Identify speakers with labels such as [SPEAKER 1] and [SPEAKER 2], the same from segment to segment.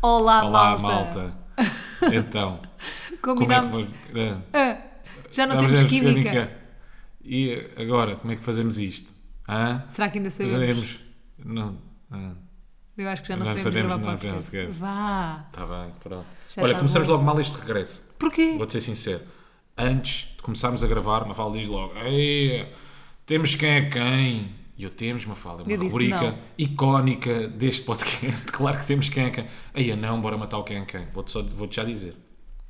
[SPEAKER 1] Olá,
[SPEAKER 2] Olá,
[SPEAKER 1] Ah, malta.
[SPEAKER 2] malta. Então, como é que
[SPEAKER 1] Combinámos.
[SPEAKER 2] vamos. ah,
[SPEAKER 1] Ah, já não
[SPEAKER 2] vamos
[SPEAKER 1] temos
[SPEAKER 2] ver é
[SPEAKER 1] química.
[SPEAKER 2] E agora, como é que fazemos isto? Hã?
[SPEAKER 1] Será que ainda sabemos?
[SPEAKER 2] Fazemos. Não. ah,
[SPEAKER 1] Eu acho que já não,
[SPEAKER 2] Não
[SPEAKER 1] sabemos,
[SPEAKER 2] sabemos,
[SPEAKER 1] gravar
[SPEAKER 2] não, é?
[SPEAKER 1] podcast.
[SPEAKER 2] podcast.
[SPEAKER 1] Vá.
[SPEAKER 2] tá bem, pronto.
[SPEAKER 1] Já
[SPEAKER 2] Olha,
[SPEAKER 1] tá
[SPEAKER 2] começamos
[SPEAKER 1] bom.
[SPEAKER 2] logo mal este regresso.
[SPEAKER 1] Porquê?
[SPEAKER 2] Vou-te ser sincero. Antes de começarmos a gravar, Mafalda diz logo: "Ei, temos quem é quem. E eu temos, Mafalda, é uma
[SPEAKER 1] Eu disse
[SPEAKER 2] rubrica
[SPEAKER 1] não.
[SPEAKER 2] icónica deste podcast. Claro que temos quem é quem. Aí não, bora matar o quem é quem. Vou-te só- vou-te já dizer.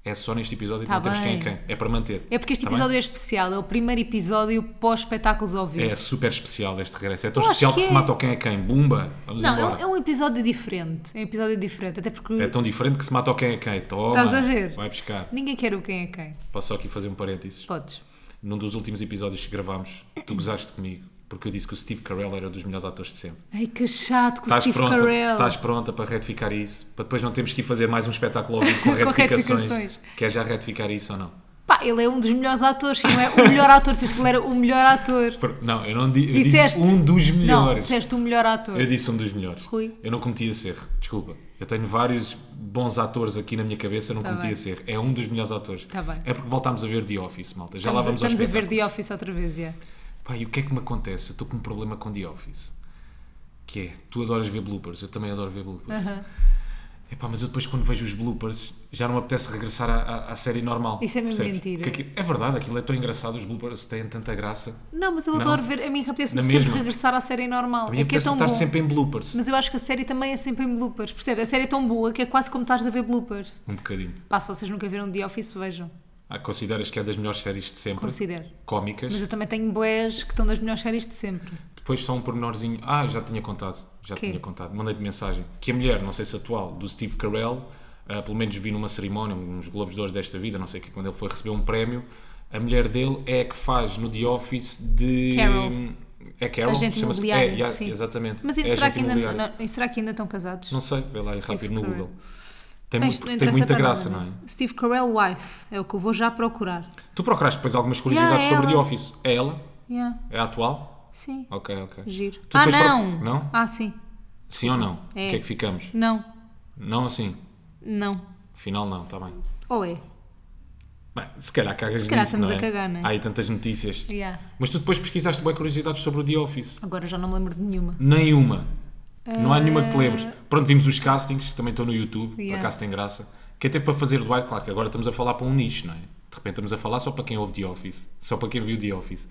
[SPEAKER 2] É só neste episódio que
[SPEAKER 1] Tá
[SPEAKER 2] não temos quem é
[SPEAKER 1] bem.
[SPEAKER 2] quem. É para manter.
[SPEAKER 1] É porque este
[SPEAKER 2] Tá
[SPEAKER 1] episódio
[SPEAKER 2] bem?
[SPEAKER 1] é especial. É o primeiro episódio pós-espetáculos ao vivo.
[SPEAKER 2] é... super especial este regresso. É tão
[SPEAKER 1] Eu acho
[SPEAKER 2] especial que,
[SPEAKER 1] que
[SPEAKER 2] se
[SPEAKER 1] é.
[SPEAKER 2] mata o quem é quem. Bumba! Vamos
[SPEAKER 1] não, é um-
[SPEAKER 2] embora.
[SPEAKER 1] é um episódio diferente. É um episódio diferente. Até porque
[SPEAKER 2] É tão diferente que se mata o quem é quem. Toma!
[SPEAKER 1] Estás a ver?
[SPEAKER 2] Vai buscar.
[SPEAKER 1] ninguém quer o quem é quem.
[SPEAKER 2] Posso só aqui fazer um parênteses?
[SPEAKER 1] Podes.
[SPEAKER 2] num dos últimos episódios que gravámos, tu gozaste comigo, porque eu disse que o Steve Carell era um dos melhores atores de sempre.
[SPEAKER 1] Ai, que chato com o
[SPEAKER 2] Estás
[SPEAKER 1] Steve
[SPEAKER 2] pronta,
[SPEAKER 1] Carell.
[SPEAKER 2] estás pronta para retificar isso, para depois não termos que ir fazer mais um espetáculo ao vivo com
[SPEAKER 1] Com
[SPEAKER 2] retificações.
[SPEAKER 1] retificações.
[SPEAKER 2] Quer já retificar isso ou não?
[SPEAKER 1] Pá, ele é um dos melhores atores. Se não é o melhor ator, se este ele era o melhor ator.
[SPEAKER 2] Por- Não, eu não di- eu disse
[SPEAKER 1] Disseste.
[SPEAKER 2] um dos
[SPEAKER 1] Não,
[SPEAKER 2] melhores.
[SPEAKER 1] disseste o melhor ator.
[SPEAKER 2] eu disse um dos melhores.
[SPEAKER 1] Rui.
[SPEAKER 2] Eu não cometi esse erro, desculpa. Eu tenho vários bons atores aqui na minha cabeça, eu não
[SPEAKER 1] Tá
[SPEAKER 2] cometi
[SPEAKER 1] bem.
[SPEAKER 2] esse erro. É um dos melhores atores.
[SPEAKER 1] Tá bem.
[SPEAKER 2] É porque voltámos a ver The Office, malta. Já
[SPEAKER 1] Estamos,
[SPEAKER 2] lá
[SPEAKER 1] a,
[SPEAKER 2] vamos
[SPEAKER 1] estamos a
[SPEAKER 2] aos
[SPEAKER 1] ver The Office outra vez, já.
[SPEAKER 2] Pá, e o que é que me acontece? Eu estou com um problema com The Office. Que é, tu adoras ver bloopers, eu também adoro ver bloopers.
[SPEAKER 1] Aham.
[SPEAKER 2] Epá, mas eu depois quando vejo os bloopers já não me apetece regressar à, à- à série normal.
[SPEAKER 1] Isso é mesmo mentira.
[SPEAKER 2] Que aquilo- é verdade, aquilo é tão engraçado, os bloopers têm tanta graça.
[SPEAKER 1] Não, mas eu
[SPEAKER 2] Não?
[SPEAKER 1] adoro ver. A mim apetece-me
[SPEAKER 2] Na
[SPEAKER 1] sempre
[SPEAKER 2] mesma?
[SPEAKER 1] regressar à série normal.
[SPEAKER 2] A mim
[SPEAKER 1] É que é
[SPEAKER 2] apetece
[SPEAKER 1] tão
[SPEAKER 2] estar
[SPEAKER 1] bom.
[SPEAKER 2] sempre em bloopers.
[SPEAKER 1] Mas eu acho que a série também é sempre em bloopers. Percebe? A série é tão boa que é quase como estás a ver bloopers.
[SPEAKER 2] Um bocadinho.
[SPEAKER 1] Pá, se vocês nunca viram The Office, vejam.
[SPEAKER 2] Ah, consideras que é das melhores séries de sempre?
[SPEAKER 1] Considero.
[SPEAKER 2] Cómicas.
[SPEAKER 1] Mas eu também tenho boés que estão das melhores séries de sempre.
[SPEAKER 2] Depois só um pormenorzinho. Ah, já tinha contado. Já
[SPEAKER 1] Quê?
[SPEAKER 2] tinha contado. Mandei-te mensagem. Que a mulher, não sei se atual, do Steve Carell, ah, pelo menos vi numa cerimónia, nos Globos de Ouro desta vida, não sei o que, quando ele foi receber um prémio, a mulher dele é a que faz no The Office de.
[SPEAKER 1] Carol.
[SPEAKER 2] É Carol?
[SPEAKER 1] Agente
[SPEAKER 2] Chama-se-
[SPEAKER 1] imobiliário,
[SPEAKER 2] É, yeah,
[SPEAKER 1] sim.
[SPEAKER 2] Exatamente.
[SPEAKER 1] Mas
[SPEAKER 2] é
[SPEAKER 1] e, será,
[SPEAKER 2] agente
[SPEAKER 1] que ainda,
[SPEAKER 2] imobiliário.
[SPEAKER 1] não, e será que ainda estão casados?
[SPEAKER 2] Não sei, vê lá aí
[SPEAKER 1] Steve
[SPEAKER 2] rápido no
[SPEAKER 1] Carell.
[SPEAKER 2] Google. Tem,
[SPEAKER 1] Bem,
[SPEAKER 2] muito-
[SPEAKER 1] isto
[SPEAKER 2] tem
[SPEAKER 1] interessa
[SPEAKER 2] muita
[SPEAKER 1] para
[SPEAKER 2] graça,
[SPEAKER 1] nada,
[SPEAKER 2] não é?
[SPEAKER 1] Steve Carell Wife é o que eu vou já procurar.
[SPEAKER 2] Tu procuraste depois algumas curiosidades
[SPEAKER 1] Yeah, é
[SPEAKER 2] sobre
[SPEAKER 1] ela.
[SPEAKER 2] The Office. É ela?
[SPEAKER 1] Yeah,
[SPEAKER 2] É a atual?
[SPEAKER 1] sim,
[SPEAKER 2] Ok, ok.
[SPEAKER 1] giro.
[SPEAKER 2] Tu
[SPEAKER 1] ah,
[SPEAKER 2] depois pro-
[SPEAKER 1] não!
[SPEAKER 2] Não?
[SPEAKER 1] Ah, sim.
[SPEAKER 2] Sim ou não? O
[SPEAKER 1] É.
[SPEAKER 2] que é que ficamos?
[SPEAKER 1] Não,
[SPEAKER 2] Não assim?
[SPEAKER 1] não.
[SPEAKER 2] Afinal, não, está bem.
[SPEAKER 1] Ou é?
[SPEAKER 2] Bem, se calhar cagas
[SPEAKER 1] Se calhar
[SPEAKER 2] nisso,
[SPEAKER 1] estamos
[SPEAKER 2] não é?
[SPEAKER 1] a cagar, não é?
[SPEAKER 2] Há aí tantas notícias.
[SPEAKER 1] Yeah.
[SPEAKER 2] Mas tu depois pesquisaste bem curiosidades sobre o The Office.
[SPEAKER 1] Agora já não me lembro de nenhuma.
[SPEAKER 2] Nenhuma. Não há nenhuma que te
[SPEAKER 1] Ah.
[SPEAKER 2] lembres. Pronto, vimos os castings, também estão no YouTube, por
[SPEAKER 1] Yeah.
[SPEAKER 2] acaso tem graça. Quem teve para fazer Dwight, claro que agora estamos a falar para um nicho, não é? De repente estamos a falar só para quem ouve The Office, só para quem viu The Office.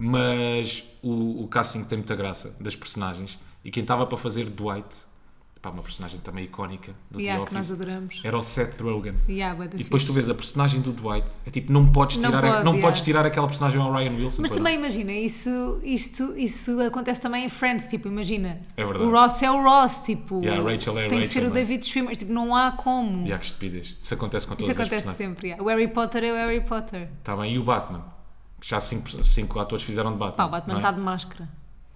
[SPEAKER 2] Mas o, o casting tem muita graça, das personagens. E quem estava para fazer Dwight, pá, uma personagem também icónica do
[SPEAKER 1] Yeah,
[SPEAKER 2] The
[SPEAKER 1] que nós
[SPEAKER 2] Office, É
[SPEAKER 1] adoramos.
[SPEAKER 2] era o Seth Rogen.
[SPEAKER 1] Yeah, bué da
[SPEAKER 2] E
[SPEAKER 1] fixe.
[SPEAKER 2] depois tu vês a personagem do Dwight, é tipo, não podes
[SPEAKER 1] Não
[SPEAKER 2] tirar, a-
[SPEAKER 1] pode,
[SPEAKER 2] não
[SPEAKER 1] yeah.
[SPEAKER 2] podes tirar aquela personagem ao Ryan Wilson.
[SPEAKER 1] Mas
[SPEAKER 2] pois
[SPEAKER 1] também imagina, isso, isto, isso acontece também em Friends, tipo, imagina.
[SPEAKER 2] É verdade.
[SPEAKER 1] o Ross é o Ross, tipo.
[SPEAKER 2] Yeah, a Rachel é a
[SPEAKER 1] tem que ser o
[SPEAKER 2] Rachel, não é?
[SPEAKER 1] David Schwimmer, tipo, não há como.
[SPEAKER 2] não. Já que estupidez. Isso acontece com
[SPEAKER 1] isso
[SPEAKER 2] todas as
[SPEAKER 1] acontece
[SPEAKER 2] personagens.
[SPEAKER 1] sempre. yeah. O Harry Potter é o Harry Potter.
[SPEAKER 2] Está bem, e o Batman? Que já cinco, cinco atores fizeram de Batman.
[SPEAKER 1] Pá, o Batman tá-
[SPEAKER 2] não
[SPEAKER 1] está
[SPEAKER 2] é?
[SPEAKER 1] de máscara.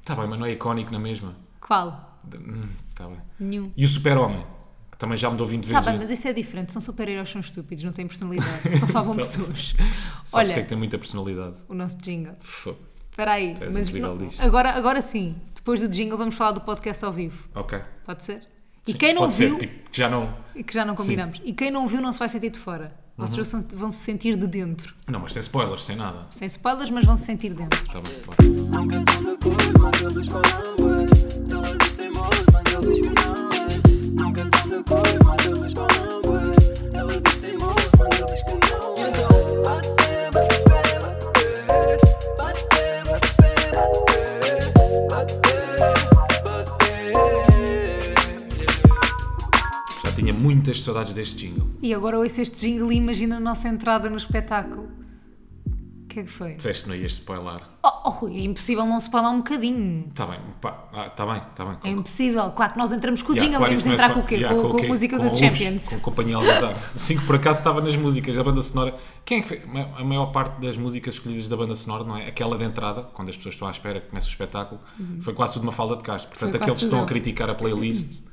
[SPEAKER 2] Tá bem, mas não é icónico na mesma.
[SPEAKER 1] Qual?
[SPEAKER 2] De- hum, Tá bem.
[SPEAKER 1] Nenhum.
[SPEAKER 2] E o Super-Homem? Que também já mudou 20
[SPEAKER 1] Tá
[SPEAKER 2] vezes.
[SPEAKER 1] bem, mas isso é diferente. São super-heróis, são estúpidos, não têm personalidade. Só salvam pessoas.
[SPEAKER 2] Então, Sabes
[SPEAKER 1] Olha,
[SPEAKER 2] que é que tem um muita personalidade.
[SPEAKER 1] o nosso jingle.
[SPEAKER 2] Fô.
[SPEAKER 1] Espera aí.
[SPEAKER 2] és
[SPEAKER 1] Mas
[SPEAKER 2] incrível
[SPEAKER 1] não-
[SPEAKER 2] disto.
[SPEAKER 1] agora, agora sim, depois do jingle, vamos falar do podcast ao vivo.
[SPEAKER 2] Ok.
[SPEAKER 1] Pode ser? E quem não
[SPEAKER 2] Pode
[SPEAKER 1] viu.
[SPEAKER 2] ser, tipo, que já não...
[SPEAKER 1] E que já não combinamos. E quem não viu não se vai sentir de fora.
[SPEAKER 2] Uhum.
[SPEAKER 1] Vocês vão- vão se sentir de dentro.
[SPEAKER 2] Não, mas sem spoilers, sem nada.
[SPEAKER 1] Sem spoilers, mas vão se sentir dentro.
[SPEAKER 2] Tá bem, claro.
[SPEAKER 3] Nunca estão de acordo, mas eles falam bué. Eles têm moço, mas eles que não é. Nunca estão de acordo, mas eles falam bué. Eles têm moço, mas eles que não é. Então, bate, bate, bate. Bate, bate, bate. Bate, bate.
[SPEAKER 2] Já tinha muitas saudades deste jingle.
[SPEAKER 1] E agora ouço este jingle e imagina a nossa entrada no espetáculo. O que é que foi?
[SPEAKER 2] Disseste que não ias spoiler.
[SPEAKER 1] Oh, oh, Rui, é impossível não se falar um bocadinho.
[SPEAKER 2] Tá bem, pá. Ah, tá bem, tá bem.
[SPEAKER 1] É impossível. Claro que nós entramos com o
[SPEAKER 2] Yeah,
[SPEAKER 1] jingle,
[SPEAKER 2] claro,
[SPEAKER 1] vamos
[SPEAKER 2] isso não é
[SPEAKER 1] entrar
[SPEAKER 2] só-
[SPEAKER 1] com o quê?
[SPEAKER 2] yeah,
[SPEAKER 1] com, com
[SPEAKER 2] o quê?
[SPEAKER 1] a música
[SPEAKER 2] Com
[SPEAKER 1] do
[SPEAKER 2] ovos,
[SPEAKER 1] Champions.
[SPEAKER 2] Com Companhia Algazar. Sim, que por acaso estava nas músicas, a banda sonora. Quem é que fez? Ma- A maior parte das músicas escolhidas da banda sonora, não é? Aquela de entrada, quando as pessoas estão à espera que comece o espetáculo, foi quase tudo uma falda de caixa. Portanto,
[SPEAKER 1] Uhum. quase
[SPEAKER 2] aqueles que
[SPEAKER 1] tudo
[SPEAKER 2] estão a
[SPEAKER 1] dela.
[SPEAKER 2] criticar a playlist.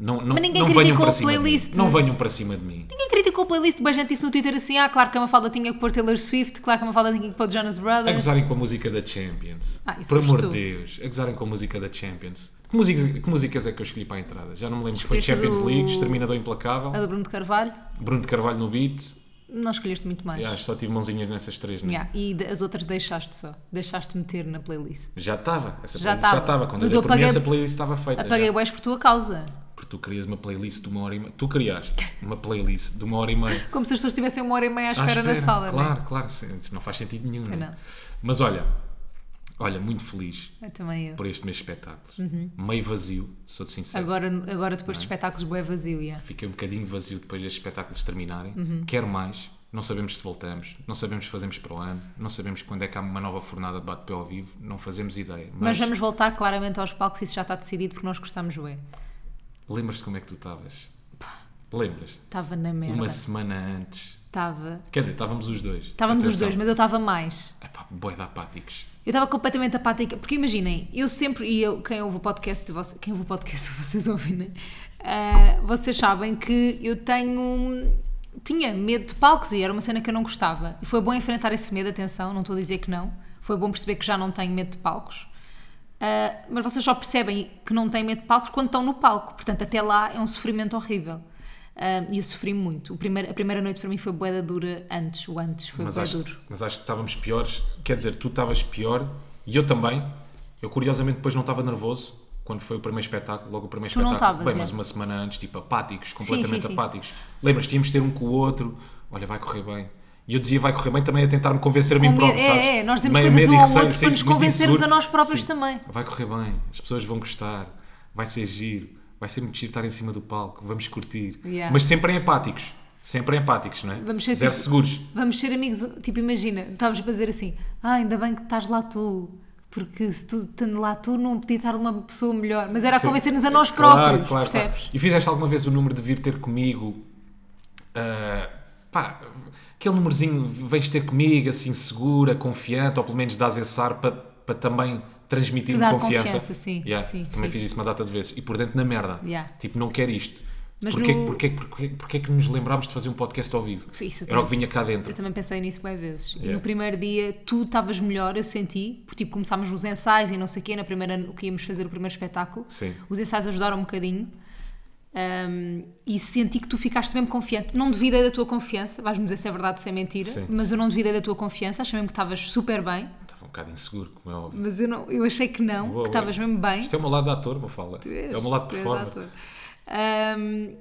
[SPEAKER 2] Não, não,
[SPEAKER 1] Mas ninguém
[SPEAKER 2] não venham
[SPEAKER 1] criticou
[SPEAKER 2] para
[SPEAKER 1] a
[SPEAKER 2] cima
[SPEAKER 1] playlist.
[SPEAKER 2] De mim. Não venham para cima de mim.
[SPEAKER 1] Ninguém criticou a playlist, bem gente disse no Twitter assim: ah, claro que a Mafalda tinha que pôr Taylor Swift, claro que a Mafalda tinha que pôr Jonas
[SPEAKER 2] A
[SPEAKER 1] Brothers.
[SPEAKER 2] gozarem com a música da Champions.
[SPEAKER 1] Ah, isso
[SPEAKER 2] por
[SPEAKER 1] foste
[SPEAKER 2] amor de
[SPEAKER 1] tu.
[SPEAKER 2] Deus. A gozarem com a música da Champions. Que músicas, que músicas é que eu escolhi para a entrada? Já não me lembro se foi
[SPEAKER 1] Escolheste
[SPEAKER 2] Champions
[SPEAKER 1] do-
[SPEAKER 2] League, Exterminador Implacável,
[SPEAKER 1] A do Bruno de Carvalho,
[SPEAKER 2] Bruno de Carvalho no beat.
[SPEAKER 1] não escolheste muito mais.
[SPEAKER 2] E acho que só tive mãozinhas nessas três, né?
[SPEAKER 1] Yeah, E de- as outras deixaste só. Deixaste meter na playlist.
[SPEAKER 2] Já estava. Essa
[SPEAKER 1] Já
[SPEAKER 2] playlist já
[SPEAKER 1] estava.
[SPEAKER 2] estava. Quando
[SPEAKER 1] Mas
[SPEAKER 2] eu
[SPEAKER 1] eu
[SPEAKER 2] dei por mim,
[SPEAKER 1] apaguei-
[SPEAKER 2] essa playlist estava feita. já.
[SPEAKER 1] Apaguei o por tua causa.
[SPEAKER 2] Porque tu querias uma playlist de uma hora e meia. Tu criaste uma playlist de uma hora e meia.
[SPEAKER 1] Como se as pessoas tivessem uma hora e meia à
[SPEAKER 2] À
[SPEAKER 1] espera, na sala,
[SPEAKER 2] Claro,
[SPEAKER 1] não
[SPEAKER 2] claro. sim. Isso não faz sentido nenhum,
[SPEAKER 1] é?
[SPEAKER 2] né?
[SPEAKER 1] Não.
[SPEAKER 2] Mas olha, olha, muito feliz
[SPEAKER 1] Eu também eu.
[SPEAKER 2] por este mês de espetáculos. Meio vazio, sou-te sincero.
[SPEAKER 1] Uhum. Agora, agora depois
[SPEAKER 2] é?
[SPEAKER 1] de espetáculos bué vazio, yeah.
[SPEAKER 2] Fiquei um bocadinho vazio depois destes espetáculos terminarem.
[SPEAKER 1] Uhum.
[SPEAKER 2] Quero mais. Não sabemos se voltamos, não sabemos se fazemos para o ano, não sabemos quando é que há uma nova fornada de bate-pé ao vivo, não fazemos ideia.
[SPEAKER 1] Mas
[SPEAKER 2] Mas,
[SPEAKER 1] vamos voltar claramente aos palcos, isso já está decidido porque nós gostámos bué.
[SPEAKER 2] lembras-te como é que tu estavas? Lembras-te?
[SPEAKER 1] Estava na merda.
[SPEAKER 2] Uma semana antes.
[SPEAKER 1] Estava.
[SPEAKER 2] Quer dizer, estávamos os dois.
[SPEAKER 1] Estávamos os dois, mas eu estava mais.
[SPEAKER 2] Epá, boi de apáticos.
[SPEAKER 1] Eu estava completamente apática, porque imaginem, eu sempre, e eu, quem ouve o podcast, de vocês, quem ouve o podcast vocês ouvem, né? Ah, vocês sabem que eu tenho, tinha medo de palcos e era uma cena que eu não gostava. E foi bom enfrentar esse medo, atenção, não estou a dizer que não. Foi bom perceber que já não tenho medo de palcos. Ah, mas vocês só percebem que não têm medo de palcos quando estão no palco. Portanto, até lá é um sofrimento horrível. Ah, E eu sofri muito. O primeiro, a primeira noite para mim foi boeda dura antes. O antes foi
[SPEAKER 2] Mas
[SPEAKER 1] boeda
[SPEAKER 2] acho,
[SPEAKER 1] duro.
[SPEAKER 2] mas acho que estávamos piores. Quer dizer, tu estavas pior e eu também. Eu curiosamente depois não estava nervoso quando foi o primeiro espetáculo, logo o primeiro
[SPEAKER 1] Tu não
[SPEAKER 2] espetáculo.
[SPEAKER 1] estavas,
[SPEAKER 2] Bem,
[SPEAKER 1] é.
[SPEAKER 2] mas uma semana antes, tipo, apáticos, completamente
[SPEAKER 1] sim, sim.
[SPEAKER 2] apáticos. Lembras, tínhamos de ter um com o outro, olha, vai correr bem. E eu dizia vai correr bem também a tentar me convencer a mim
[SPEAKER 1] Com medo-
[SPEAKER 2] próprio,
[SPEAKER 1] é,
[SPEAKER 2] sabes?
[SPEAKER 1] é, nós dizemos
[SPEAKER 2] Meio
[SPEAKER 1] coisas
[SPEAKER 2] medo
[SPEAKER 1] um
[SPEAKER 2] e
[SPEAKER 1] ao
[SPEAKER 2] receio,
[SPEAKER 1] outro para
[SPEAKER 2] sempre
[SPEAKER 1] nos
[SPEAKER 2] muito
[SPEAKER 1] convencermos
[SPEAKER 2] inseguro.
[SPEAKER 1] a nós próprios também.
[SPEAKER 2] Vai correr bem, as pessoas vão gostar, vai ser giro, vai ser muito giro estar em cima do palco, vamos curtir.
[SPEAKER 1] Yeah.
[SPEAKER 2] Mas sempre em apáticos, sempre em apáticos, não é?
[SPEAKER 1] Vamos ser
[SPEAKER 2] Zero
[SPEAKER 1] tipo-
[SPEAKER 2] seguros.
[SPEAKER 1] Vamos ser amigos, tipo, imagina, estavas para dizer assim, ah, ainda bem que estás lá tu, porque se tu estando lá tu não podia estar uma pessoa melhor, mas era a
[SPEAKER 2] Sim.
[SPEAKER 1] convencer-nos a nós
[SPEAKER 2] Claro,
[SPEAKER 1] próprios,
[SPEAKER 2] claro, claro.
[SPEAKER 1] percebes?
[SPEAKER 2] E fizeste alguma vez o número de vir ter comigo? ah, pá, aquele númerozinho, vens ter comigo, assim, segura, confiante, ou pelo menos dás esse ar para para também transmitir
[SPEAKER 1] Te dar
[SPEAKER 2] confiança.
[SPEAKER 1] confiança, sim,
[SPEAKER 2] Yeah,
[SPEAKER 1] sim,
[SPEAKER 2] também
[SPEAKER 1] fiz.
[SPEAKER 2] fiz isso uma data de vezes. E por dentro na merda.
[SPEAKER 1] Yeah.
[SPEAKER 2] Tipo, não quero isto.
[SPEAKER 1] Mas
[SPEAKER 2] porquê,
[SPEAKER 1] no-
[SPEAKER 2] porquê, porquê, porquê que nos lembrámos de fazer um podcast ao vivo?
[SPEAKER 1] Isso, eu
[SPEAKER 2] Era
[SPEAKER 1] também-
[SPEAKER 2] o que vinha cá dentro.
[SPEAKER 1] Eu também pensei nisso bem vezes. E
[SPEAKER 2] Yeah.
[SPEAKER 1] no primeiro dia tu estavas melhor, eu senti, porque tipo, começámos os ensaios e não sei o quê, na primeira, o que íamos fazer o primeiro espetáculo.
[SPEAKER 2] Sim.
[SPEAKER 1] Os ensaios ajudaram um bocadinho. Ahm, e senti que tu ficaste mesmo confiante. Não duvidei da tua confiança, vais-me dizer se é verdade ou se é mentira,
[SPEAKER 2] Sim.
[SPEAKER 1] mas eu não duvidei da tua confiança, achei mesmo que estavas super bem,
[SPEAKER 2] Estava um bocado inseguro, como é óbvio.
[SPEAKER 1] mas eu, não, eu achei que não,
[SPEAKER 2] Boa,
[SPEAKER 1] que estavas mesmo bem.
[SPEAKER 2] Isto é o meu lado de ator, uma fala.
[SPEAKER 1] és,
[SPEAKER 2] É o meu lado de
[SPEAKER 1] tu és
[SPEAKER 2] performer.
[SPEAKER 1] ator. Ahm,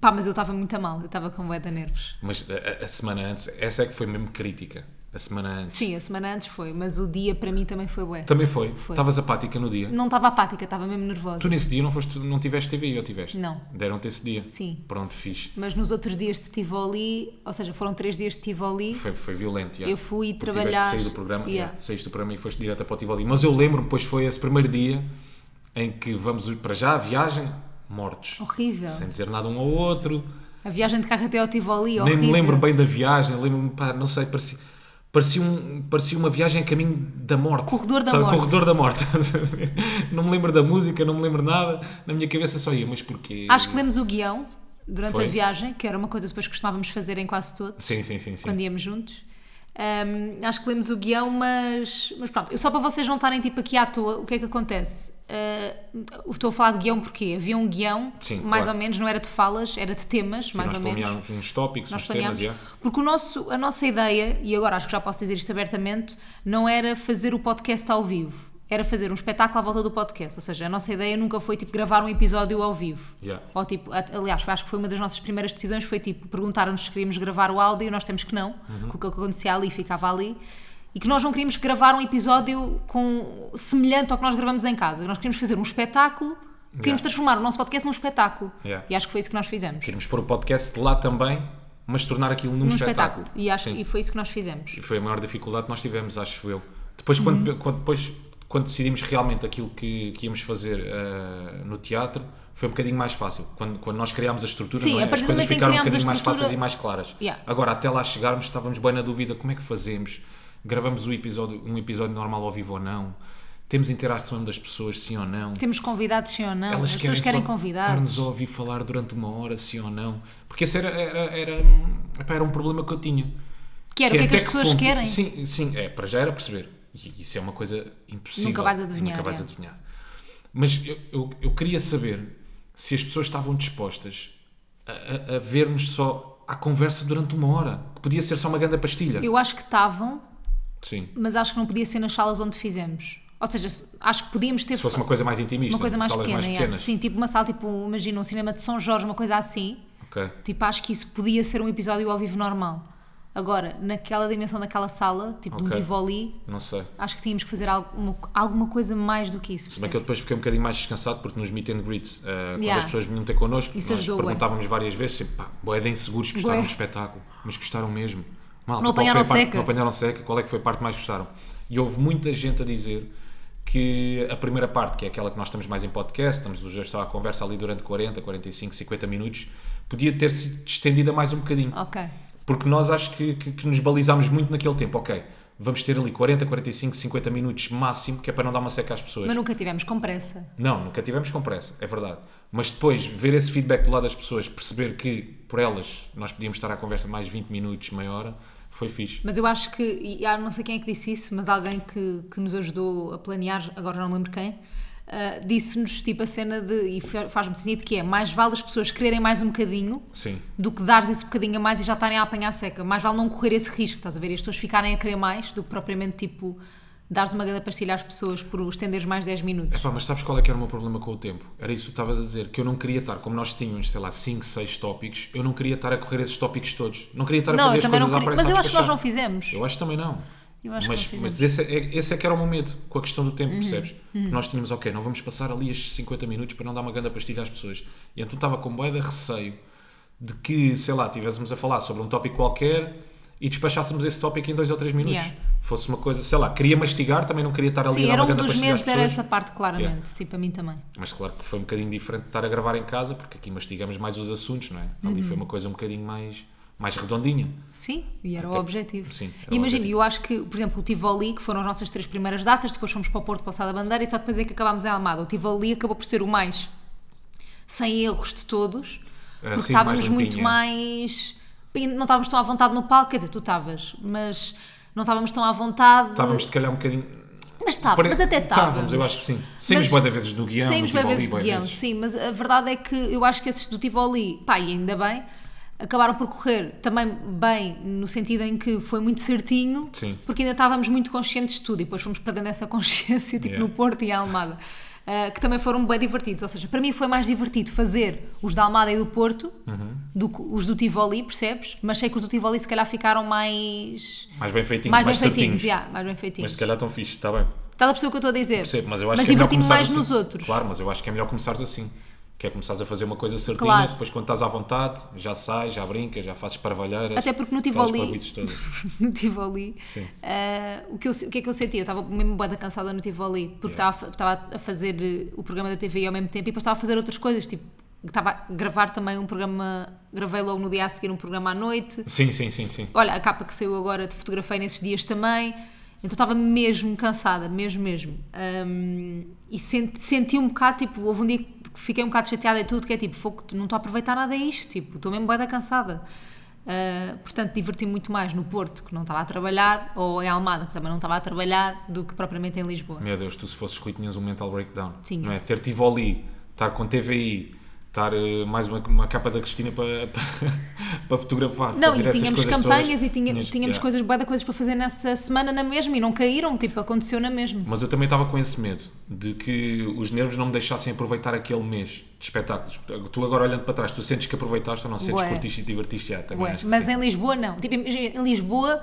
[SPEAKER 1] pá, mas eu estava muito a mal, eu estava com bué de nervos.
[SPEAKER 2] Mas a, a- a semana antes, essa é que foi mesmo crítica. A semana antes.
[SPEAKER 1] Sim, a semana antes foi, mas o dia para mim também foi bué.
[SPEAKER 2] Também foi. Estavas apática no dia.
[SPEAKER 1] Não estava apática, estava mesmo nervosa.
[SPEAKER 2] Tu nesse dia não, foste, não tiveste TV ou tiveste?
[SPEAKER 1] Não.
[SPEAKER 2] Deram-te esse dia?
[SPEAKER 1] Sim.
[SPEAKER 2] Pronto, fixe.
[SPEAKER 1] Mas nos outros dias de Tivoli, ou seja, foram três dias de Tivoli,
[SPEAKER 2] Foi, foi violento, já.
[SPEAKER 1] Eu fui
[SPEAKER 2] Porque
[SPEAKER 1] trabalhar-
[SPEAKER 2] Tiveste de sair do programa, já.
[SPEAKER 1] Yeah.
[SPEAKER 2] saíste do programa e foste direto para o Tivoli. Mas eu lembro-me, pois foi esse primeiro dia em que vamos para já a viagem, mortos.
[SPEAKER 1] horrível.
[SPEAKER 2] Sem dizer nada um ao outro.
[SPEAKER 1] A viagem de carro até ao Tivoli,
[SPEAKER 2] Nem
[SPEAKER 1] horrível.
[SPEAKER 2] me lembro bem da viagem. Lembro-me, pá, não sei, parecia... Parecia, um, parecia uma viagem a caminho da morte.
[SPEAKER 1] Corredor da
[SPEAKER 2] Tá,
[SPEAKER 1] morte.
[SPEAKER 2] Corredor da morte. não me lembro da música, não me lembro nada. Na minha cabeça só ia, mas porquê?
[SPEAKER 1] Acho que lemos o guião durante
[SPEAKER 2] Foi.
[SPEAKER 1] a viagem, que era uma coisa que depois costumávamos fazer em quase todos,
[SPEAKER 2] Sim, sim, sim. sim.
[SPEAKER 1] quando íamos juntos. Ahm, acho que lemos o guião, mas, mas pronto. Eu só para vocês não estarem tipo aqui à toa, o que é que acontece? Ah, eu estou a falar de guião porque havia um guião,
[SPEAKER 2] Sim,
[SPEAKER 1] mais
[SPEAKER 2] claro.
[SPEAKER 1] ou menos, não era de falas, era de temas,
[SPEAKER 2] Sim,
[SPEAKER 1] mais
[SPEAKER 2] nós
[SPEAKER 1] ou menos.
[SPEAKER 2] planeámos uns tópicos,
[SPEAKER 1] Nós
[SPEAKER 2] uns temas,
[SPEAKER 1] planeámos.
[SPEAKER 2] yeah.
[SPEAKER 1] Porque o nosso, a nossa ideia, e agora acho que já posso dizer isto abertamente, não era fazer o podcast ao vivo. Era fazer um espetáculo à volta do podcast. Ou seja, a nossa ideia nunca foi tipo gravar um episódio ao vivo.
[SPEAKER 2] Yeah.
[SPEAKER 1] Ou tipo, a- aliás, acho que foi uma das nossas primeiras decisões, foi tipo, perguntaram-nos se queríamos gravar o áudio e nós temos que não,
[SPEAKER 2] Uhum.
[SPEAKER 1] porque o que acontecia ali ficava ali. E que nós não queríamos gravar um episódio com, semelhante ao que nós gravamos em casa. Nós queríamos fazer um espetáculo, queríamos
[SPEAKER 2] Yeah.
[SPEAKER 1] transformar o nosso podcast num espetáculo.
[SPEAKER 2] Yeah.
[SPEAKER 1] E acho que foi isso que nós fizemos
[SPEAKER 2] Queríamos pôr o podcast lá também, mas tornar aquilo num,
[SPEAKER 1] num Um espetáculo. E, acho,
[SPEAKER 2] Um Sim.
[SPEAKER 1] e Uhum. foi isso que nós fizemos.
[SPEAKER 2] E foi a maior dificuldade que nós tivemos, acho eu. Depois, quando, quando- depois, quando decidimos realmente aquilo que, que íamos fazer ah, no teatro, foi um bocadinho mais fácil. Quando, quando nós criámos a estrutura,
[SPEAKER 1] Sim,
[SPEAKER 2] não é?
[SPEAKER 1] a partir
[SPEAKER 2] as
[SPEAKER 1] do momento
[SPEAKER 2] coisas
[SPEAKER 1] em que
[SPEAKER 2] ficaram um
[SPEAKER 1] criámos a
[SPEAKER 2] bocadinho mais
[SPEAKER 1] estrutura-
[SPEAKER 2] fáceis e mais claras.
[SPEAKER 1] Yeah.
[SPEAKER 2] Agora, até lá chegarmos, estávamos bem na dúvida como é que fazemos. Gravamos o episódio, um episódio normal ao vivo ou não? Temos interação das pessoas, sim ou não?
[SPEAKER 1] Temos convidados, sim ou não?
[SPEAKER 2] Elas
[SPEAKER 1] Ah, As pessoas querem
[SPEAKER 2] só
[SPEAKER 1] convidados.
[SPEAKER 2] Estar-nos a ouvir falar durante uma hora, sim ou não. Porque esse era, era, era, hum, epá, era um problema que eu tinha.
[SPEAKER 1] Quer, o que é que
[SPEAKER 2] até
[SPEAKER 1] as pessoas
[SPEAKER 2] ponto-
[SPEAKER 1] querem?
[SPEAKER 2] Sim, sim, é, para já era perceber. E isso é uma coisa impossível.
[SPEAKER 1] Nunca vais adivinhar,
[SPEAKER 2] Nunca vais
[SPEAKER 1] é.
[SPEAKER 2] adivinhar. Mas eu, eu, eu queria saber se as pessoas estavam dispostas a, a- a ver-nos só à conversa durante uma hora, que podia ser só uma grande pastilha.
[SPEAKER 1] Eu acho que estavam,
[SPEAKER 2] Sim.
[SPEAKER 1] mas acho que não podia ser nas salas onde fizemos. Ou seja, se- acho que podíamos ter
[SPEAKER 2] Se fosse uma coisa mais intimista,
[SPEAKER 1] uma coisa mais
[SPEAKER 2] salas
[SPEAKER 1] pequena.
[SPEAKER 2] mais
[SPEAKER 1] é.
[SPEAKER 2] pequenas.
[SPEAKER 1] Sim, tipo uma sala, tipo, imagina, um cinema de São Jorge, uma coisa assim.
[SPEAKER 2] Ok.
[SPEAKER 1] Tipo, acho que isso podia ser um episódio ao vivo normal. Agora, naquela dimensão daquela sala, tipo de um
[SPEAKER 2] Ok.
[SPEAKER 1] Tivoli,
[SPEAKER 2] Não sei.
[SPEAKER 1] acho que tínhamos que fazer alguma, alguma coisa mais do que isso.
[SPEAKER 2] Se bem que eu
[SPEAKER 1] percebes?
[SPEAKER 2] depois fiquei um bocadinho mais descansado porque nos meet and greets, eh, quando
[SPEAKER 1] Yeah.
[SPEAKER 2] as pessoas vinham ter connosco,
[SPEAKER 1] Isso
[SPEAKER 2] nós
[SPEAKER 1] ajudou, bué.
[SPEAKER 2] perguntávamos várias vezes, sempre, pá, bué de inseguros que gostaram
[SPEAKER 1] Bué.
[SPEAKER 2] do espetáculo, mas gostaram mesmo. Malta,
[SPEAKER 1] Não
[SPEAKER 2] qual foi a
[SPEAKER 1] apanharam
[SPEAKER 2] parte-
[SPEAKER 1] seca.
[SPEAKER 2] Não apanharam seca, qual é que foi a parte que mais gostaram? E houve muita gente a dizer que a primeira parte, que é aquela que nós estamos mais em podcast, estamos os dois só à conversa ali durante 40, 45, 50 minutos, podia ter sido estendida mais um bocadinho.
[SPEAKER 1] Ok.
[SPEAKER 2] Porque nós acho que, que- que nos balizámos muito naquele tempo, ok, vamos ter ali 40, 45, 50 minutos máximo, que é para não dar uma seca às pessoas.
[SPEAKER 1] Mas nunca tivemos com pressa.
[SPEAKER 2] Não, nunca tivemos com pressa, é verdade. Mas depois, ver esse feedback do lado das pessoas, perceber que por elas nós podíamos estar à conversa mais 20 minutos, meia hora, foi fixe.
[SPEAKER 1] Mas eu acho que, e há não sei quem é que disse isso, mas alguém que, que nos ajudou a planear, agora não me lembro quem, ah, disse-nos tipo a cena de, e fa- faz-me sentido, que é mais vale as pessoas quererem mais um bocadinho
[SPEAKER 2] Sim,
[SPEAKER 1] do que dares esse bocadinho a mais e já estarem a apanhar seca. Mais vale não correr esse risco, estás a ver? E as pessoas ficarem a querer mais do que propriamente tipo dares uma grande pastilha às pessoas por estenderes mais 10 minutos.
[SPEAKER 2] Epá, mas sabes qual é que era o meu problema com o tempo? Era isso que tu estavas a dizer, que eu não queria estar, como nós tínhamos, sei lá, 5, 6 tópicos, eu não queria estar a correr esses tópicos todos. Não queria estar a
[SPEAKER 1] Não,
[SPEAKER 2] fazer
[SPEAKER 1] eu
[SPEAKER 2] as
[SPEAKER 1] também
[SPEAKER 2] coisas
[SPEAKER 1] não
[SPEAKER 2] à
[SPEAKER 1] queria.
[SPEAKER 2] pressa
[SPEAKER 1] Mas
[SPEAKER 2] a
[SPEAKER 1] eu acho que nós
[SPEAKER 2] despachar.
[SPEAKER 1] não fizemos.
[SPEAKER 2] Eu acho também não.
[SPEAKER 1] Eu acho que
[SPEAKER 2] mas,
[SPEAKER 1] não Uhum, fizemos.
[SPEAKER 2] mas esse, é, esse é que era o meu medo, com a questão do tempo, percebes? Porque nós tínhamos, ok, não vamos passar ali estes 50 minutos para não dar uma grande pastilha às pessoas. E então estava com bué de receio de que, sei lá, estivéssemos a falar sobre um tópico qualquer e despachássemos esse tópico em dois ou três minutos.
[SPEAKER 1] Yeah.
[SPEAKER 2] Fosse uma coisa, sei lá, queria mastigar, também não queria estar ali
[SPEAKER 1] Sim,
[SPEAKER 2] a dar
[SPEAKER 1] era
[SPEAKER 2] uma
[SPEAKER 1] um
[SPEAKER 2] grande
[SPEAKER 1] dos
[SPEAKER 2] pastilha às
[SPEAKER 1] medos, era
[SPEAKER 2] pessoas.
[SPEAKER 1] essa parte, claramente.
[SPEAKER 2] Yeah.
[SPEAKER 1] Tipo, a mim também.
[SPEAKER 2] Mas claro que foi um bocadinho diferente de estar a gravar em casa, porque aqui mastigamos mais os assuntos, não é? Ali
[SPEAKER 1] Uhum.
[SPEAKER 2] foi uma coisa um bocadinho mais, mais redondinha.
[SPEAKER 1] Sim, e era
[SPEAKER 2] Até-
[SPEAKER 1] o objetivo.
[SPEAKER 2] sim, era o
[SPEAKER 1] Imagina,
[SPEAKER 2] objetivo.
[SPEAKER 1] eu acho que, por exemplo, o Tivoli, que foram as nossas três primeiras datas, depois fomos para o Porto, Passada Bandeira e só depois é que acabámos em Almada. O Tivoli acabou por ser o mais sem erros de todos,
[SPEAKER 2] Ah,
[SPEAKER 1] porque
[SPEAKER 2] sim,
[SPEAKER 1] estávamos
[SPEAKER 2] mais
[SPEAKER 1] muito
[SPEAKER 2] limpinho, é.
[SPEAKER 1] mais. e Não estávamos tão à vontade no palco, quer dizer, tu estavas, mas não estávamos tão à vontade.
[SPEAKER 2] Estávamos, se calhar, um bocadinho.
[SPEAKER 1] Mas estávamos, Tá, mas até estávamos.
[SPEAKER 2] Estávamos, Tá, eu acho que sim. Saímos
[SPEAKER 1] Mas-
[SPEAKER 2] bué de vezes do guião,
[SPEAKER 1] Saímos
[SPEAKER 2] do
[SPEAKER 1] bué
[SPEAKER 2] Tivoli,
[SPEAKER 1] vezes do
[SPEAKER 2] bué
[SPEAKER 1] guião,
[SPEAKER 2] vezes.
[SPEAKER 1] sim, mas a verdade é que eu acho que esses do Tivoli, pá, e ainda bem, acabaram por correr também bem, no sentido em que foi muito certinho,
[SPEAKER 2] Sim.
[SPEAKER 1] porque ainda estávamos muito conscientes de tudo e depois fomos perdendo essa consciência, tipo
[SPEAKER 2] Yeah.
[SPEAKER 1] no Porto e em Almada, ah, que também foram bem divertidos. Ou seja, para mim foi mais divertido fazer os da Almada e do Porto
[SPEAKER 2] Uhum.
[SPEAKER 1] do que os do Tivoli, percebes? Mas sei que os do Tivoli se calhar ficaram mais.
[SPEAKER 2] Mais bem feitinhos,
[SPEAKER 1] Mais
[SPEAKER 2] mais,
[SPEAKER 1] bem
[SPEAKER 2] certinhos.
[SPEAKER 1] feitinhos, yeah, mais bem
[SPEAKER 2] Mas
[SPEAKER 1] feitinhos.
[SPEAKER 2] se calhar estão fixe, está bem.
[SPEAKER 1] Estás a perceber o que eu estou a dizer?
[SPEAKER 2] Percebo, mas eu acho
[SPEAKER 1] mas
[SPEAKER 2] que é melhor
[SPEAKER 1] diverti-me
[SPEAKER 2] começar
[SPEAKER 1] mais
[SPEAKER 2] assim.
[SPEAKER 1] nos outros.
[SPEAKER 2] Claro, mas eu acho que é melhor começares assim. Que é começares a fazer uma coisa certinha,
[SPEAKER 1] Claro.
[SPEAKER 2] depois quando estás à vontade, já sais, já brincas, já fazes parvalheiras.
[SPEAKER 1] Até porque no
[SPEAKER 2] aquelas
[SPEAKER 1] Tivoli-
[SPEAKER 2] parvoíces todas.
[SPEAKER 1] no Tivoli,
[SPEAKER 2] Sim.
[SPEAKER 1] ah, o, que eu, o que é que eu senti? Eu estava mesmo boa cansada no Tivoli, porque
[SPEAKER 2] Yeah.
[SPEAKER 1] estava a fa- estava a fazer eh, o programa da TV ao mesmo tempo e depois estava a fazer outras coisas, tipo, estava a gravar também um programa, gravei logo no dia a seguir um programa à noite.
[SPEAKER 2] Sim, sim, sim, sim.
[SPEAKER 1] Olha, a capa que saiu agora te fotografei nesses dias também. Então estava mesmo cansada, mesmo, mesmo. Ahm, e senti, senti um bocado, tipo, houve um dia que fiquei um bocado chateada e tudo, que é tipo, fogo, não estou a aproveitar nada isto, tipo, estou mesmo bem cansada. Ah, portanto, diverti-me muito mais no Porto, que não estava a trabalhar, ou em Almada, que também não estava a trabalhar, do que propriamente em Lisboa.
[SPEAKER 2] Meu Deus, tu se fosses Rui tinhas um mental breakdown.
[SPEAKER 1] Tinha.
[SPEAKER 2] Não é? Ter Tivoli, estar com TVI, estar eh, mais uma, uma capa da Cristina para, para, para fotografar.
[SPEAKER 1] Não,
[SPEAKER 2] fazer
[SPEAKER 1] e
[SPEAKER 2] essas
[SPEAKER 1] tínhamos
[SPEAKER 2] coisas
[SPEAKER 1] campanhas
[SPEAKER 2] todas.
[SPEAKER 1] e tinha-
[SPEAKER 2] Tinhas-
[SPEAKER 1] tínhamos
[SPEAKER 2] yeah.
[SPEAKER 1] coisas, bué de coisas para fazer nessa semana na mesma e não caíram, tipo, aconteceu na mesma.
[SPEAKER 2] Mas eu também estava com esse medo de que os nervos não me deixassem aproveitar aquele mês de espetáculos. Tu agora olhando para trás, tu sentes que aproveitaste ou não sentes
[SPEAKER 1] Bué.
[SPEAKER 2] que curtiste e divertiste? Já, também
[SPEAKER 1] Ué,
[SPEAKER 2] acho que
[SPEAKER 1] mas
[SPEAKER 2] sim.
[SPEAKER 1] em Lisboa não. Tipo, imagina, em Lisboa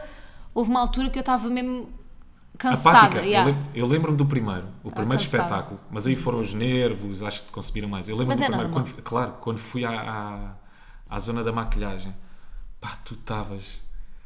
[SPEAKER 1] houve uma altura que eu estava mesmo
[SPEAKER 2] A
[SPEAKER 1] cansada.
[SPEAKER 2] Pática,
[SPEAKER 1] yeah. Ah,
[SPEAKER 2] eu, lem- eu lembro-me do primeiro, o primeiro
[SPEAKER 1] cansada.
[SPEAKER 2] espetáculo, mas aí foram os nervos, acho que conseguiram mais. Eu lembro-me
[SPEAKER 1] Mas
[SPEAKER 2] do
[SPEAKER 1] é
[SPEAKER 2] primeiro,
[SPEAKER 1] normal.
[SPEAKER 2] quando- claro, quando fui à, à, à zona da maquilhagem, pá, tu estavas.